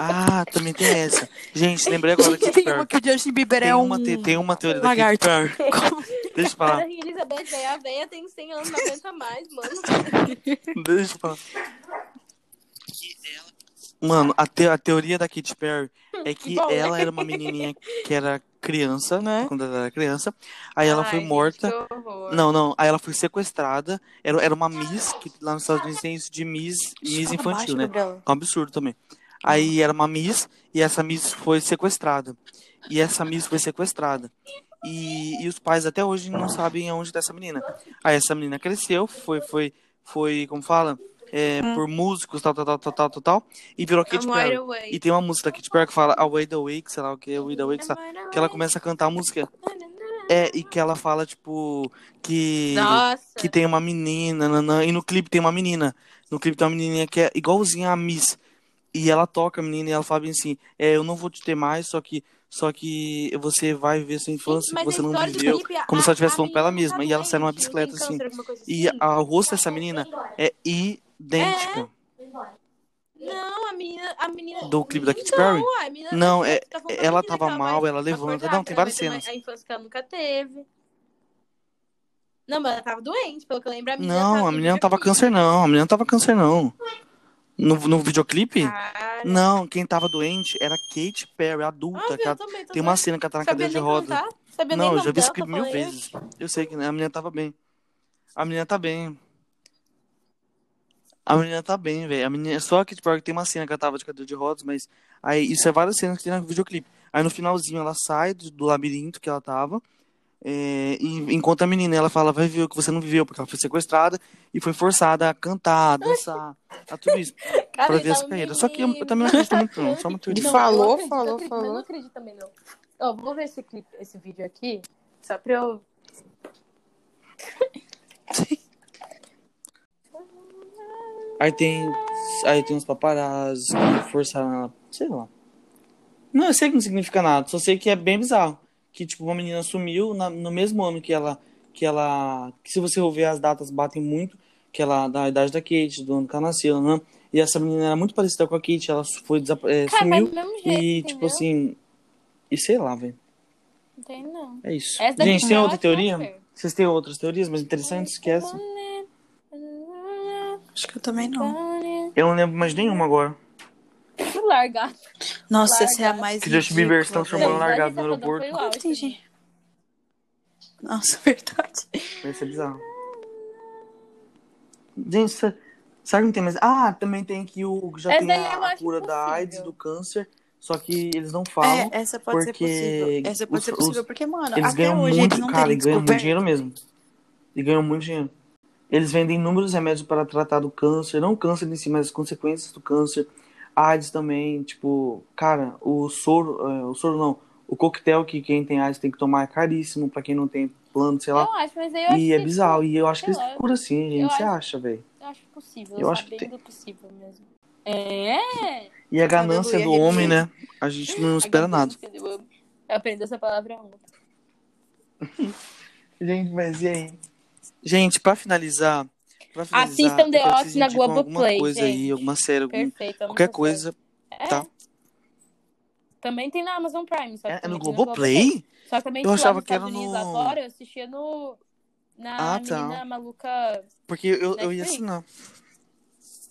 Speaker 1: Ah, também tem essa. Gente, lembrei agora que
Speaker 3: Gente,
Speaker 1: é
Speaker 3: tem uma
Speaker 1: pior.
Speaker 3: que o Justin Bieber
Speaker 1: Tem
Speaker 3: é um
Speaker 1: uma, te- tem uma teoria daqui.
Speaker 3: lagarto.
Speaker 1: Deixa eu
Speaker 2: Mas
Speaker 1: falar.
Speaker 2: a Rainha Elizabeth é a véia, tem 100 anos, não aguenta mais, mano.
Speaker 1: Deixa eu falar. Mano, a, te- a teoria da Katy Perry
Speaker 3: Hum,
Speaker 1: é que
Speaker 2: bom, né?
Speaker 1: ela era uma menininha que era criança,
Speaker 3: Né?
Speaker 1: quando ela era criança. Aí ela
Speaker 2: Ai,
Speaker 1: foi
Speaker 2: gente,
Speaker 1: morta.
Speaker 2: que horror.
Speaker 1: Não, não. Aí ela foi sequestrada. Era, era uma Miss, que lá nos Estados Unidos tem isso de Miss, miss
Speaker 3: Fala baixo,
Speaker 1: infantil, né?
Speaker 3: Gabriela.
Speaker 1: É um absurdo também. Aí era uma Miss, e essa Miss foi sequestrada. E essa Miss foi sequestrada. E, e os pais até hoje não sabem aonde tá essa menina. Aí essa menina cresceu, foi, foi, foi, como fala? É, Por músicos, tal, tal, tal, tal, tal, tal, tal, e virou Katy
Speaker 2: I'm
Speaker 1: Perry.
Speaker 2: wide awake.
Speaker 1: tipo, é, E tem uma música da Katy Perry que fala Away the Wake, sei lá o que, Away the Wake, sei lá,
Speaker 2: I'm wide
Speaker 1: que ela
Speaker 2: awake.
Speaker 1: começa a cantar a música. É, e que ela fala, tipo, que
Speaker 2: Nossa.
Speaker 1: que tem uma menina, nanã, e no clipe tem uma menina. No clipe tem uma menininha que é igualzinha a Miss. E ela toca a menina e ela fala bem assim: é, eu não vou te ter mais, só que só que você vai ver sua infância
Speaker 2: Mas
Speaker 1: que você
Speaker 2: a
Speaker 1: não
Speaker 2: história do
Speaker 1: viveu.
Speaker 2: clipe, a-
Speaker 1: Como se ela estivesse
Speaker 2: a
Speaker 1: falando pra ela
Speaker 2: menina
Speaker 1: mesma.
Speaker 2: tá
Speaker 1: E ela sai numa
Speaker 2: doente, não tem
Speaker 1: bicicleta assim.
Speaker 2: câncer, alguma coisa
Speaker 1: E
Speaker 2: assim?
Speaker 1: a- o rosto dessa menina é idêntica.
Speaker 2: Não, a menina. A menina...
Speaker 1: Do clipe da Katy Perry?
Speaker 2: É? Não, a menina,
Speaker 1: Não,
Speaker 2: a
Speaker 1: é-
Speaker 2: gente tá falando da
Speaker 1: ela
Speaker 2: menina
Speaker 1: tava
Speaker 2: que
Speaker 1: mal,
Speaker 2: vai
Speaker 1: ela levanta.
Speaker 2: acordar,
Speaker 1: Não,
Speaker 2: que
Speaker 1: tem
Speaker 2: ela
Speaker 1: várias
Speaker 2: vai ter uma-
Speaker 1: cenas.
Speaker 2: A infância que ela nunca teve. Não, mas ela tava doente, pelo que eu lembro. A menina
Speaker 1: Não,
Speaker 2: tava
Speaker 1: a menina não tava
Speaker 2: com
Speaker 1: câncer, não. A menina não tava câncer, não. No, no videoclipe?
Speaker 2: Cara.
Speaker 1: Não, quem tava doente era Katy Perry,
Speaker 2: Ah,
Speaker 1: adulta,
Speaker 2: viu?
Speaker 1: que ela
Speaker 2: Eu também, tô
Speaker 1: Tem uma
Speaker 2: doente.
Speaker 1: cena que ela tá na
Speaker 2: Sabia
Speaker 1: cadeira de
Speaker 2: nem
Speaker 1: roda.
Speaker 2: cantar? Sabia nem
Speaker 1: Não, eu já
Speaker 2: cantar,
Speaker 1: vi esse
Speaker 2: tô
Speaker 1: clipe mil
Speaker 2: falando.
Speaker 1: vezes. Eu sei que a menina tava bem. A menina tá bem. A menina tá bem, velho. A menina... Só que, tipo, tem uma cena que ela tava de cadeira de rodas, mas... Aí, isso é várias cenas que tem no videoclipe. Aí, no finalzinho, ela sai do, do labirinto que ela tava. é, E encontra a menina, ela fala, vai ver o que você não viveu, porque ela foi sequestrada e foi forçada a cantar, a dançar, a tudo isso,
Speaker 2: Cara,
Speaker 1: pra
Speaker 2: ele
Speaker 1: ver essa
Speaker 2: tava
Speaker 1: carreira.
Speaker 2: um
Speaker 1: Só que eu, eu
Speaker 2: menino.
Speaker 1: também não acredito muito, não.
Speaker 2: Eu
Speaker 1: Só uma
Speaker 2: acredito-
Speaker 1: teoria.
Speaker 3: Ele
Speaker 2: não,
Speaker 3: falou,
Speaker 2: eu acredito,
Speaker 3: falou,
Speaker 2: eu acredito, mas
Speaker 3: falou.
Speaker 2: Eu não acredito também, não. Ó, vou ver esse, clipe, esse vídeo aqui, só pra eu...
Speaker 1: Aí tem. Aí tem uns paparazzi que forçaram ela. Sei lá. Não, eu sei que não significa nada, só sei que é bem bizarro. que tipo uma menina sumiu na- no mesmo ano que ela que ela que se você ouvir as datas batem muito que ela da idade da Kate do ano que ela nasceu né? e essa menina era muito parecida com a Kate ela su- foi desapa- eh,
Speaker 2: Cara, mas
Speaker 1: sumiu
Speaker 2: do mesmo jeito.
Speaker 1: e tipo
Speaker 2: entendeu?
Speaker 1: assim e sei lá velho
Speaker 2: Não tem, não.
Speaker 1: é isso
Speaker 2: Essa daqui
Speaker 1: gente tem
Speaker 2: não,
Speaker 1: outra
Speaker 2: acho que não
Speaker 1: teoria
Speaker 2: foi.
Speaker 1: vocês têm outras teorias mas interessantes que essa
Speaker 3: Acho que eu também não.
Speaker 1: eu não lembro mais nenhuma agora
Speaker 2: Largar.
Speaker 3: Nossa,
Speaker 2: Larga.
Speaker 3: essa é a mais.
Speaker 1: Que Justin Bieber se
Speaker 3: ridícula,
Speaker 1: transformou
Speaker 3: velho.
Speaker 1: na- largado no
Speaker 2: Larissa falou,
Speaker 1: aeroporto.
Speaker 2: foi o auge.
Speaker 3: Tem gente- Nossa, verdade.
Speaker 1: vai ser é bizarro gente sa- sabe que não tem mais ah também tem que o já
Speaker 2: Essa
Speaker 1: tem
Speaker 2: daí eu
Speaker 1: a, a
Speaker 2: acho
Speaker 1: cura da
Speaker 2: impossível.
Speaker 1: AIDS do câncer só que eles não falam
Speaker 3: É, essa pode ser
Speaker 1: porque
Speaker 3: possível. Essa pode ser
Speaker 1: os-
Speaker 3: possível,
Speaker 1: os-
Speaker 3: porque, mano,
Speaker 1: Eles
Speaker 3: até
Speaker 1: ganham
Speaker 3: hoje
Speaker 1: muito,
Speaker 3: eles não
Speaker 1: cara,
Speaker 3: têm
Speaker 1: e ganham muito
Speaker 3: descoberto.
Speaker 1: dinheiro mesmo. E ganham muito dinheiro. Eles vendem inúmeros remédios para tratar do câncer, não o câncer em si, mas as consequências do câncer. AIDS também, tipo, cara, o soro, eh, o soro não, o coquetel que quem tem AIDS tem que tomar é caríssimo, pra quem não tem plano, sei lá.
Speaker 2: Eu acho, mas aí eu acho
Speaker 1: e é
Speaker 2: que,
Speaker 1: bizarro, e eu acho que
Speaker 2: sei
Speaker 1: eles
Speaker 2: lá,
Speaker 1: curam assim, gente,
Speaker 2: eu
Speaker 1: você
Speaker 2: acho-
Speaker 1: acha, velho?
Speaker 2: Eu acho possível,
Speaker 1: Eu
Speaker 2: eu
Speaker 1: acho que
Speaker 2: sabendo possível mesmo. É!
Speaker 1: E a ganância do
Speaker 3: Aleluia,
Speaker 1: homem, né? A gente não espera nada.
Speaker 2: Eu aprendi essa palavra ontem.
Speaker 1: Gente, mas e aí? Gente, pra finalizar, pra finalizar
Speaker 2: Assistam The
Speaker 1: eu quero que
Speaker 2: Office
Speaker 1: vocês
Speaker 2: na
Speaker 1: indicam
Speaker 2: Globoplay,
Speaker 1: Alguma coisa aí,
Speaker 2: gente.
Speaker 1: alguma série, algum-
Speaker 2: Perfeito. amo
Speaker 1: qualquer
Speaker 2: essa
Speaker 1: coisa.
Speaker 2: série. É.
Speaker 1: tá.
Speaker 2: Também tem na Amazon Prime. Só que
Speaker 1: É, é
Speaker 2: também
Speaker 1: no
Speaker 2: tem
Speaker 1: Globoplay?
Speaker 2: Só que também
Speaker 1: Eu
Speaker 2: tipo, lá
Speaker 1: achava
Speaker 2: nos
Speaker 1: que era
Speaker 2: Estados Unidos
Speaker 1: no-
Speaker 2: agora, eu assistia no... Na
Speaker 1: Ah, tá.
Speaker 2: menina maluca...
Speaker 1: Porque eu, eu ia
Speaker 2: Netflix.
Speaker 1: assinar.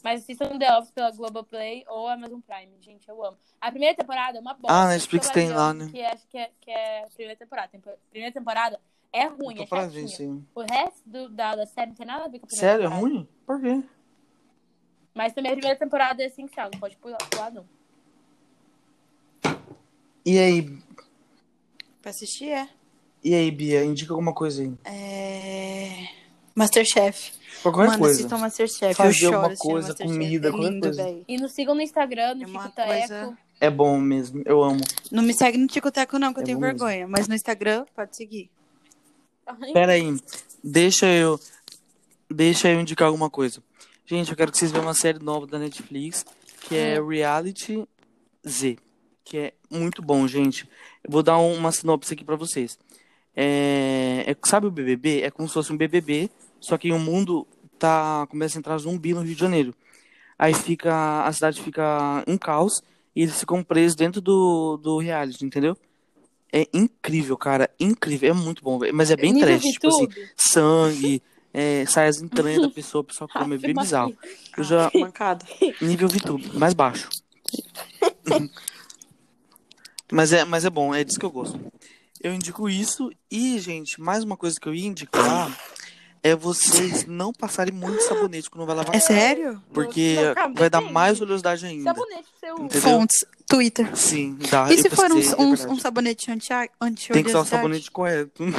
Speaker 2: Mas assistam The Office pela Globoplay ou Amazon Prime, gente, eu amo. A primeira temporada é uma bosta.
Speaker 1: Ah, Netflix
Speaker 2: tô
Speaker 1: tem lá,
Speaker 2: avaliando
Speaker 1: né?
Speaker 2: Que é, que, é, que é a primeira temporada. Tempo- Primeira temporada é ruim,
Speaker 1: Tô
Speaker 2: é
Speaker 1: pra ver,
Speaker 2: chatinha.
Speaker 1: sim.
Speaker 2: O resto do- da, da série não tem nada a ver com a primeira
Speaker 1: Sério, é
Speaker 2: temporada.
Speaker 1: ruim? Por quê?
Speaker 2: Mas também a primeira temporada é essencial, não pode pular, pular não.
Speaker 1: E aí,
Speaker 3: Pra assistir, é.
Speaker 1: e aí, Bia, indica alguma coisa aí.
Speaker 3: É... Masterchef.
Speaker 1: Qualquer
Speaker 3: Mano,
Speaker 1: coisa.
Speaker 3: assistam Masterchef.
Speaker 1: Fazer
Speaker 3: eu choro
Speaker 1: alguma
Speaker 3: assistindo
Speaker 1: coisa,
Speaker 3: Masterchef.
Speaker 1: comida,
Speaker 3: é
Speaker 1: qualquer
Speaker 3: lindo,
Speaker 1: coisa.
Speaker 3: velho.
Speaker 2: E nos sigam no Instagram, no
Speaker 3: É uma
Speaker 2: Chico Teco.
Speaker 3: coisa-
Speaker 1: É bom mesmo, eu amo.
Speaker 3: Não me segue no Ticoteco, não, que eu,
Speaker 1: É
Speaker 3: tenho
Speaker 1: bom
Speaker 3: vergonha. Mas no Instagram, pode seguir.
Speaker 2: Ai,
Speaker 1: Pera aí, deixa eu. Deixa eu indicar alguma coisa. Gente, eu quero que vocês vejam uma série nova da Netflix, que é Reality Z, que é muito bom, gente. Eu vou dar um, uma sinopse aqui pra vocês. É, é- sabe o BBB? É como se fosse um BBB, só que o mundo tá começa a entrar zumbi no Rio de Janeiro. Aí fica a cidade fica um caos e eles ficam presos dentro do, do reality, entendeu? É incrível, cara, incrível, é muito bom, velho, mas é bem
Speaker 2: nível
Speaker 1: trash,
Speaker 2: de
Speaker 1: tipo assim,
Speaker 2: tudo.
Speaker 1: sangue, é, saias entranhas da pessoa, a pessoa come, é bem
Speaker 2: Maria.
Speaker 1: bizarro. Eu
Speaker 2: Ah,
Speaker 1: já,
Speaker 3: Mancada.
Speaker 1: nível VTube, mais baixo. mas, é, mas é bom, é disso que eu gosto. Eu indico isso. E, gente, mais uma coisa que eu ia indicar é vocês não passarem muito sabonete quando vai lavar.
Speaker 3: É sério?
Speaker 1: Porque
Speaker 2: Não, calma,
Speaker 1: vai dar
Speaker 2: depende.
Speaker 1: mais oleosidade ainda.
Speaker 2: Sabonete seu.
Speaker 1: Entendeu?
Speaker 3: Fontes, Twitter.
Speaker 1: Sim, dá.
Speaker 3: E
Speaker 1: eu
Speaker 3: se for um,
Speaker 1: pesquisei, é
Speaker 3: um,
Speaker 1: verdade.
Speaker 3: um sabonete anti, anti
Speaker 1: Tem que usar o sabonete correto.
Speaker 2: Não,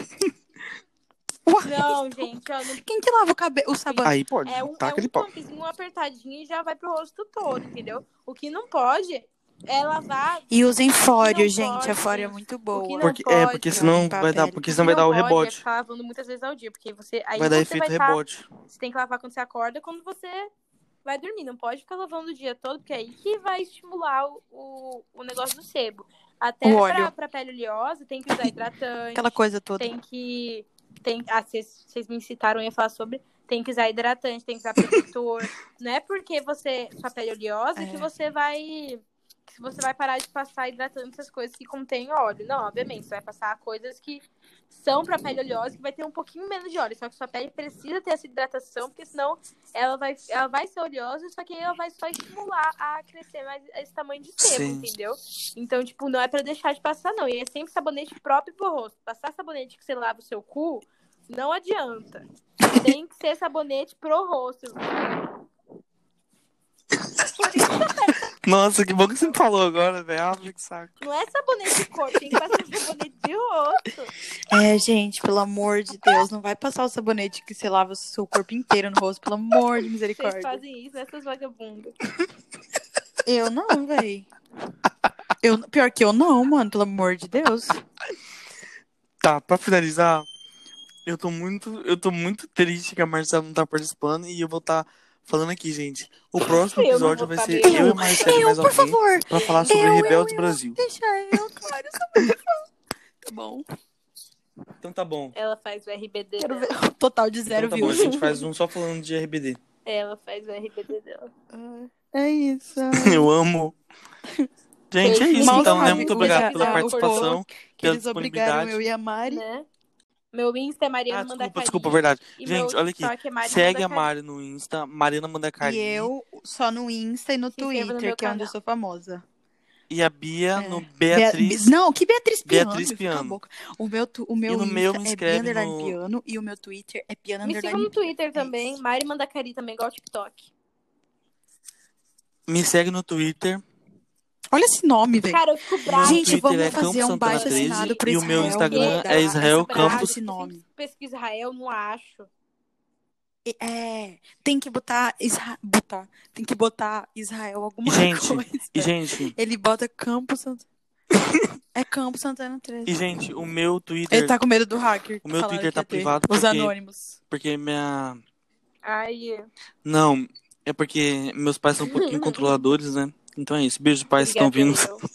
Speaker 2: gente, ó, não-
Speaker 3: Quem que lava o cabelo? O sabonete.
Speaker 1: Aí pode,
Speaker 2: é um,
Speaker 1: tá
Speaker 2: é
Speaker 1: aquele
Speaker 2: um
Speaker 1: pau.
Speaker 2: pumpzinho, uma apertadinha e já vai pro rosto todo, entendeu? O que não pode é lavar
Speaker 3: E usem fório,
Speaker 2: Não
Speaker 3: gente.
Speaker 2: pode,
Speaker 3: A fório é
Speaker 2: gente.
Speaker 3: muito
Speaker 2: O
Speaker 3: boa.
Speaker 2: que não
Speaker 1: Porque, é,
Speaker 2: pode,
Speaker 1: porque
Speaker 3: não,
Speaker 1: senão
Speaker 3: limpar a
Speaker 1: vai dar,
Speaker 3: pele.
Speaker 1: porque senão vai dar o
Speaker 2: pode É
Speaker 1: rebote.
Speaker 2: ficar lavando muitas vezes ao dia, porque você aí
Speaker 1: Vai dar
Speaker 2: você
Speaker 1: efeito
Speaker 2: vai tá-
Speaker 1: rebote.
Speaker 2: você tem que lavar quando você acorda, quando você vai dormir, não pode ficar lavando o dia todo, porque é aí que vai estimular o, o, o negócio do sebo. Até
Speaker 3: O
Speaker 2: pra,
Speaker 3: óleo.
Speaker 2: pra pele oleosa, tem que usar hidratante,
Speaker 3: Aquela coisa toda.
Speaker 2: tem que tem ah, vocês vocês me incitaram eu ia falar sobre tem que usar hidratante, tem que usar protetor. não é porque você sua pele é oleosa
Speaker 3: É.
Speaker 2: que você vai que você vai parar de passar hidratante essas coisas que contêm óleo. Não, obviamente, você vai passar coisas que são para pele oleosa que vai ter um pouquinho menos de óleo, só que sua pele precisa ter essa hidratação, porque senão ela vai ela vai ser oleosa, só que aí ela vai só estimular a crescer mais esse tamanho de sebo,
Speaker 1: Sim.
Speaker 2: entendeu? Então, tipo, não é pra deixar de passar, não. E é sempre sabonete próprio pro rosto. Passar sabonete que você lava o seu cu, não adianta. Tem que ser sabonete pro rosto.
Speaker 1: Nossa, que bom que você me falou agora, velho. Ah, que saco.
Speaker 2: Não é sabonete de corpo, tem que passar sabonete de rosto.
Speaker 3: É, gente, pelo amor de Deus, não vai passar o sabonete que você lava o seu corpo inteiro no rosto, pelo amor de
Speaker 2: Vocês
Speaker 3: misericórdia.
Speaker 2: fazem isso, né, seus vagabundos?
Speaker 3: Eu não, véi. Eu, pior que eu não, mano, pelo amor de Deus.
Speaker 1: Tá, pra finalizar, eu tô muito, eu tô muito triste que a Marcela não tá participando e eu vou estar falando aqui, gente. O próximo
Speaker 2: Eu não
Speaker 1: episódio
Speaker 2: vou
Speaker 1: vai
Speaker 2: tá
Speaker 1: ser
Speaker 2: mesmo.
Speaker 1: eu e a Marcela e mais alguém
Speaker 3: favor,
Speaker 1: pra falar sobre
Speaker 3: Eu, eu,
Speaker 1: Rebeldes
Speaker 3: eu.
Speaker 1: Brasil.
Speaker 3: deixa eu, claro, eu sou muito fã.
Speaker 5: bom.
Speaker 1: Então tá bom.
Speaker 2: Ela faz o RBD
Speaker 3: Quero
Speaker 2: dela.
Speaker 3: ver o total de zero
Speaker 1: Então tá bom, a
Speaker 3: views.
Speaker 1: gente faz um só falando de RBD.
Speaker 2: Ela faz o RBD dela.
Speaker 3: É isso.
Speaker 1: Eu amo. Gente, é isso
Speaker 3: Mal
Speaker 1: então, né?
Speaker 3: sabe
Speaker 1: Muito
Speaker 3: o
Speaker 1: obrigado
Speaker 3: lugar,
Speaker 1: pela
Speaker 3: ah, o
Speaker 1: participação.
Speaker 3: Que
Speaker 1: Pela
Speaker 3: eles obrigaram
Speaker 1: disponibilidade.
Speaker 3: eu e a Mari.
Speaker 2: Né? Meu Insta é Mariana
Speaker 1: Ah, desculpa,
Speaker 2: Mandacaria.
Speaker 1: desculpa, verdade.
Speaker 2: e meu
Speaker 1: Gente, olha aqui.
Speaker 2: TikTok é Mari
Speaker 1: Segue a
Speaker 2: Mandacaria.
Speaker 1: Mari no Insta, Mariana Mandacari.
Speaker 3: E eu só no Insta e no
Speaker 2: Se inscreva no
Speaker 3: Twitter,
Speaker 2: meu
Speaker 3: que é onde
Speaker 2: canal.
Speaker 3: eu sou famosa.
Speaker 1: E a Bia no
Speaker 3: É. Bea-
Speaker 1: Beatriz.
Speaker 3: Não, que Beatriz Piano.
Speaker 1: Beatriz
Speaker 3: cala a
Speaker 1: Piano.
Speaker 3: boca. O meu, tu- o meu
Speaker 1: no
Speaker 3: Insta
Speaker 1: meu me
Speaker 3: é
Speaker 1: escreve
Speaker 3: Bia underline
Speaker 1: no-
Speaker 3: Piano e o meu Twitter é Piano
Speaker 2: Me sigam
Speaker 3: underline
Speaker 2: no Twitter também.
Speaker 3: isso.
Speaker 2: Mari Mandacari também, igual o TikTok.
Speaker 1: Me segue no Twitter.
Speaker 3: Olha esse nome, velho.
Speaker 2: Cara, eu fico brava.
Speaker 1: Meu
Speaker 3: Gente,
Speaker 1: Twitter
Speaker 3: um vamos
Speaker 1: é
Speaker 3: fazer
Speaker 1: Campos
Speaker 3: um
Speaker 1: Santana
Speaker 3: baixo
Speaker 1: 13,
Speaker 3: assinado pro
Speaker 1: E o meu
Speaker 3: Israel,
Speaker 1: Instagram
Speaker 3: mandar
Speaker 1: é Israel
Speaker 3: essa brava
Speaker 1: Campos.
Speaker 3: esse nome.
Speaker 2: Pesquisa Israel, não acho.
Speaker 3: E- É, tem que botar Israel, botar, tem que botar Israel alguma
Speaker 1: Gente,
Speaker 3: coisa.
Speaker 2: É.
Speaker 1: E, gente,
Speaker 3: Ele bota Campo Santana. é Campo Santana 13.
Speaker 1: e, gente, o meu
Speaker 3: Ele
Speaker 1: Twitter,
Speaker 3: tá com medo do hacker.
Speaker 1: O meu
Speaker 3: Falaram
Speaker 1: Twitter
Speaker 3: que
Speaker 1: tá
Speaker 3: ia ter
Speaker 1: privado
Speaker 3: Os
Speaker 1: porque-
Speaker 3: anônimos.
Speaker 1: porque minha.
Speaker 2: Ai,
Speaker 1: Não, é porque meus pais são um pouquinho controladores, né? Então é isso. Beijo, pais, que estão vindo.
Speaker 2: obrigada, eu.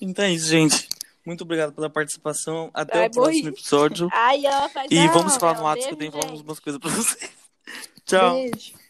Speaker 1: Então é isso, gente. Muito obrigado pela participação. Até
Speaker 2: Ai,
Speaker 1: o próximo
Speaker 2: morri.
Speaker 1: episódio.
Speaker 2: Ai, ela faz
Speaker 1: E
Speaker 2: Não,
Speaker 1: vamos falar no
Speaker 2: ela
Speaker 1: WhatsApp que eu tenho
Speaker 2: beijo,
Speaker 1: que falar
Speaker 2: gente.
Speaker 1: algumas coisas pra vocês. Tchau.
Speaker 3: Beijo.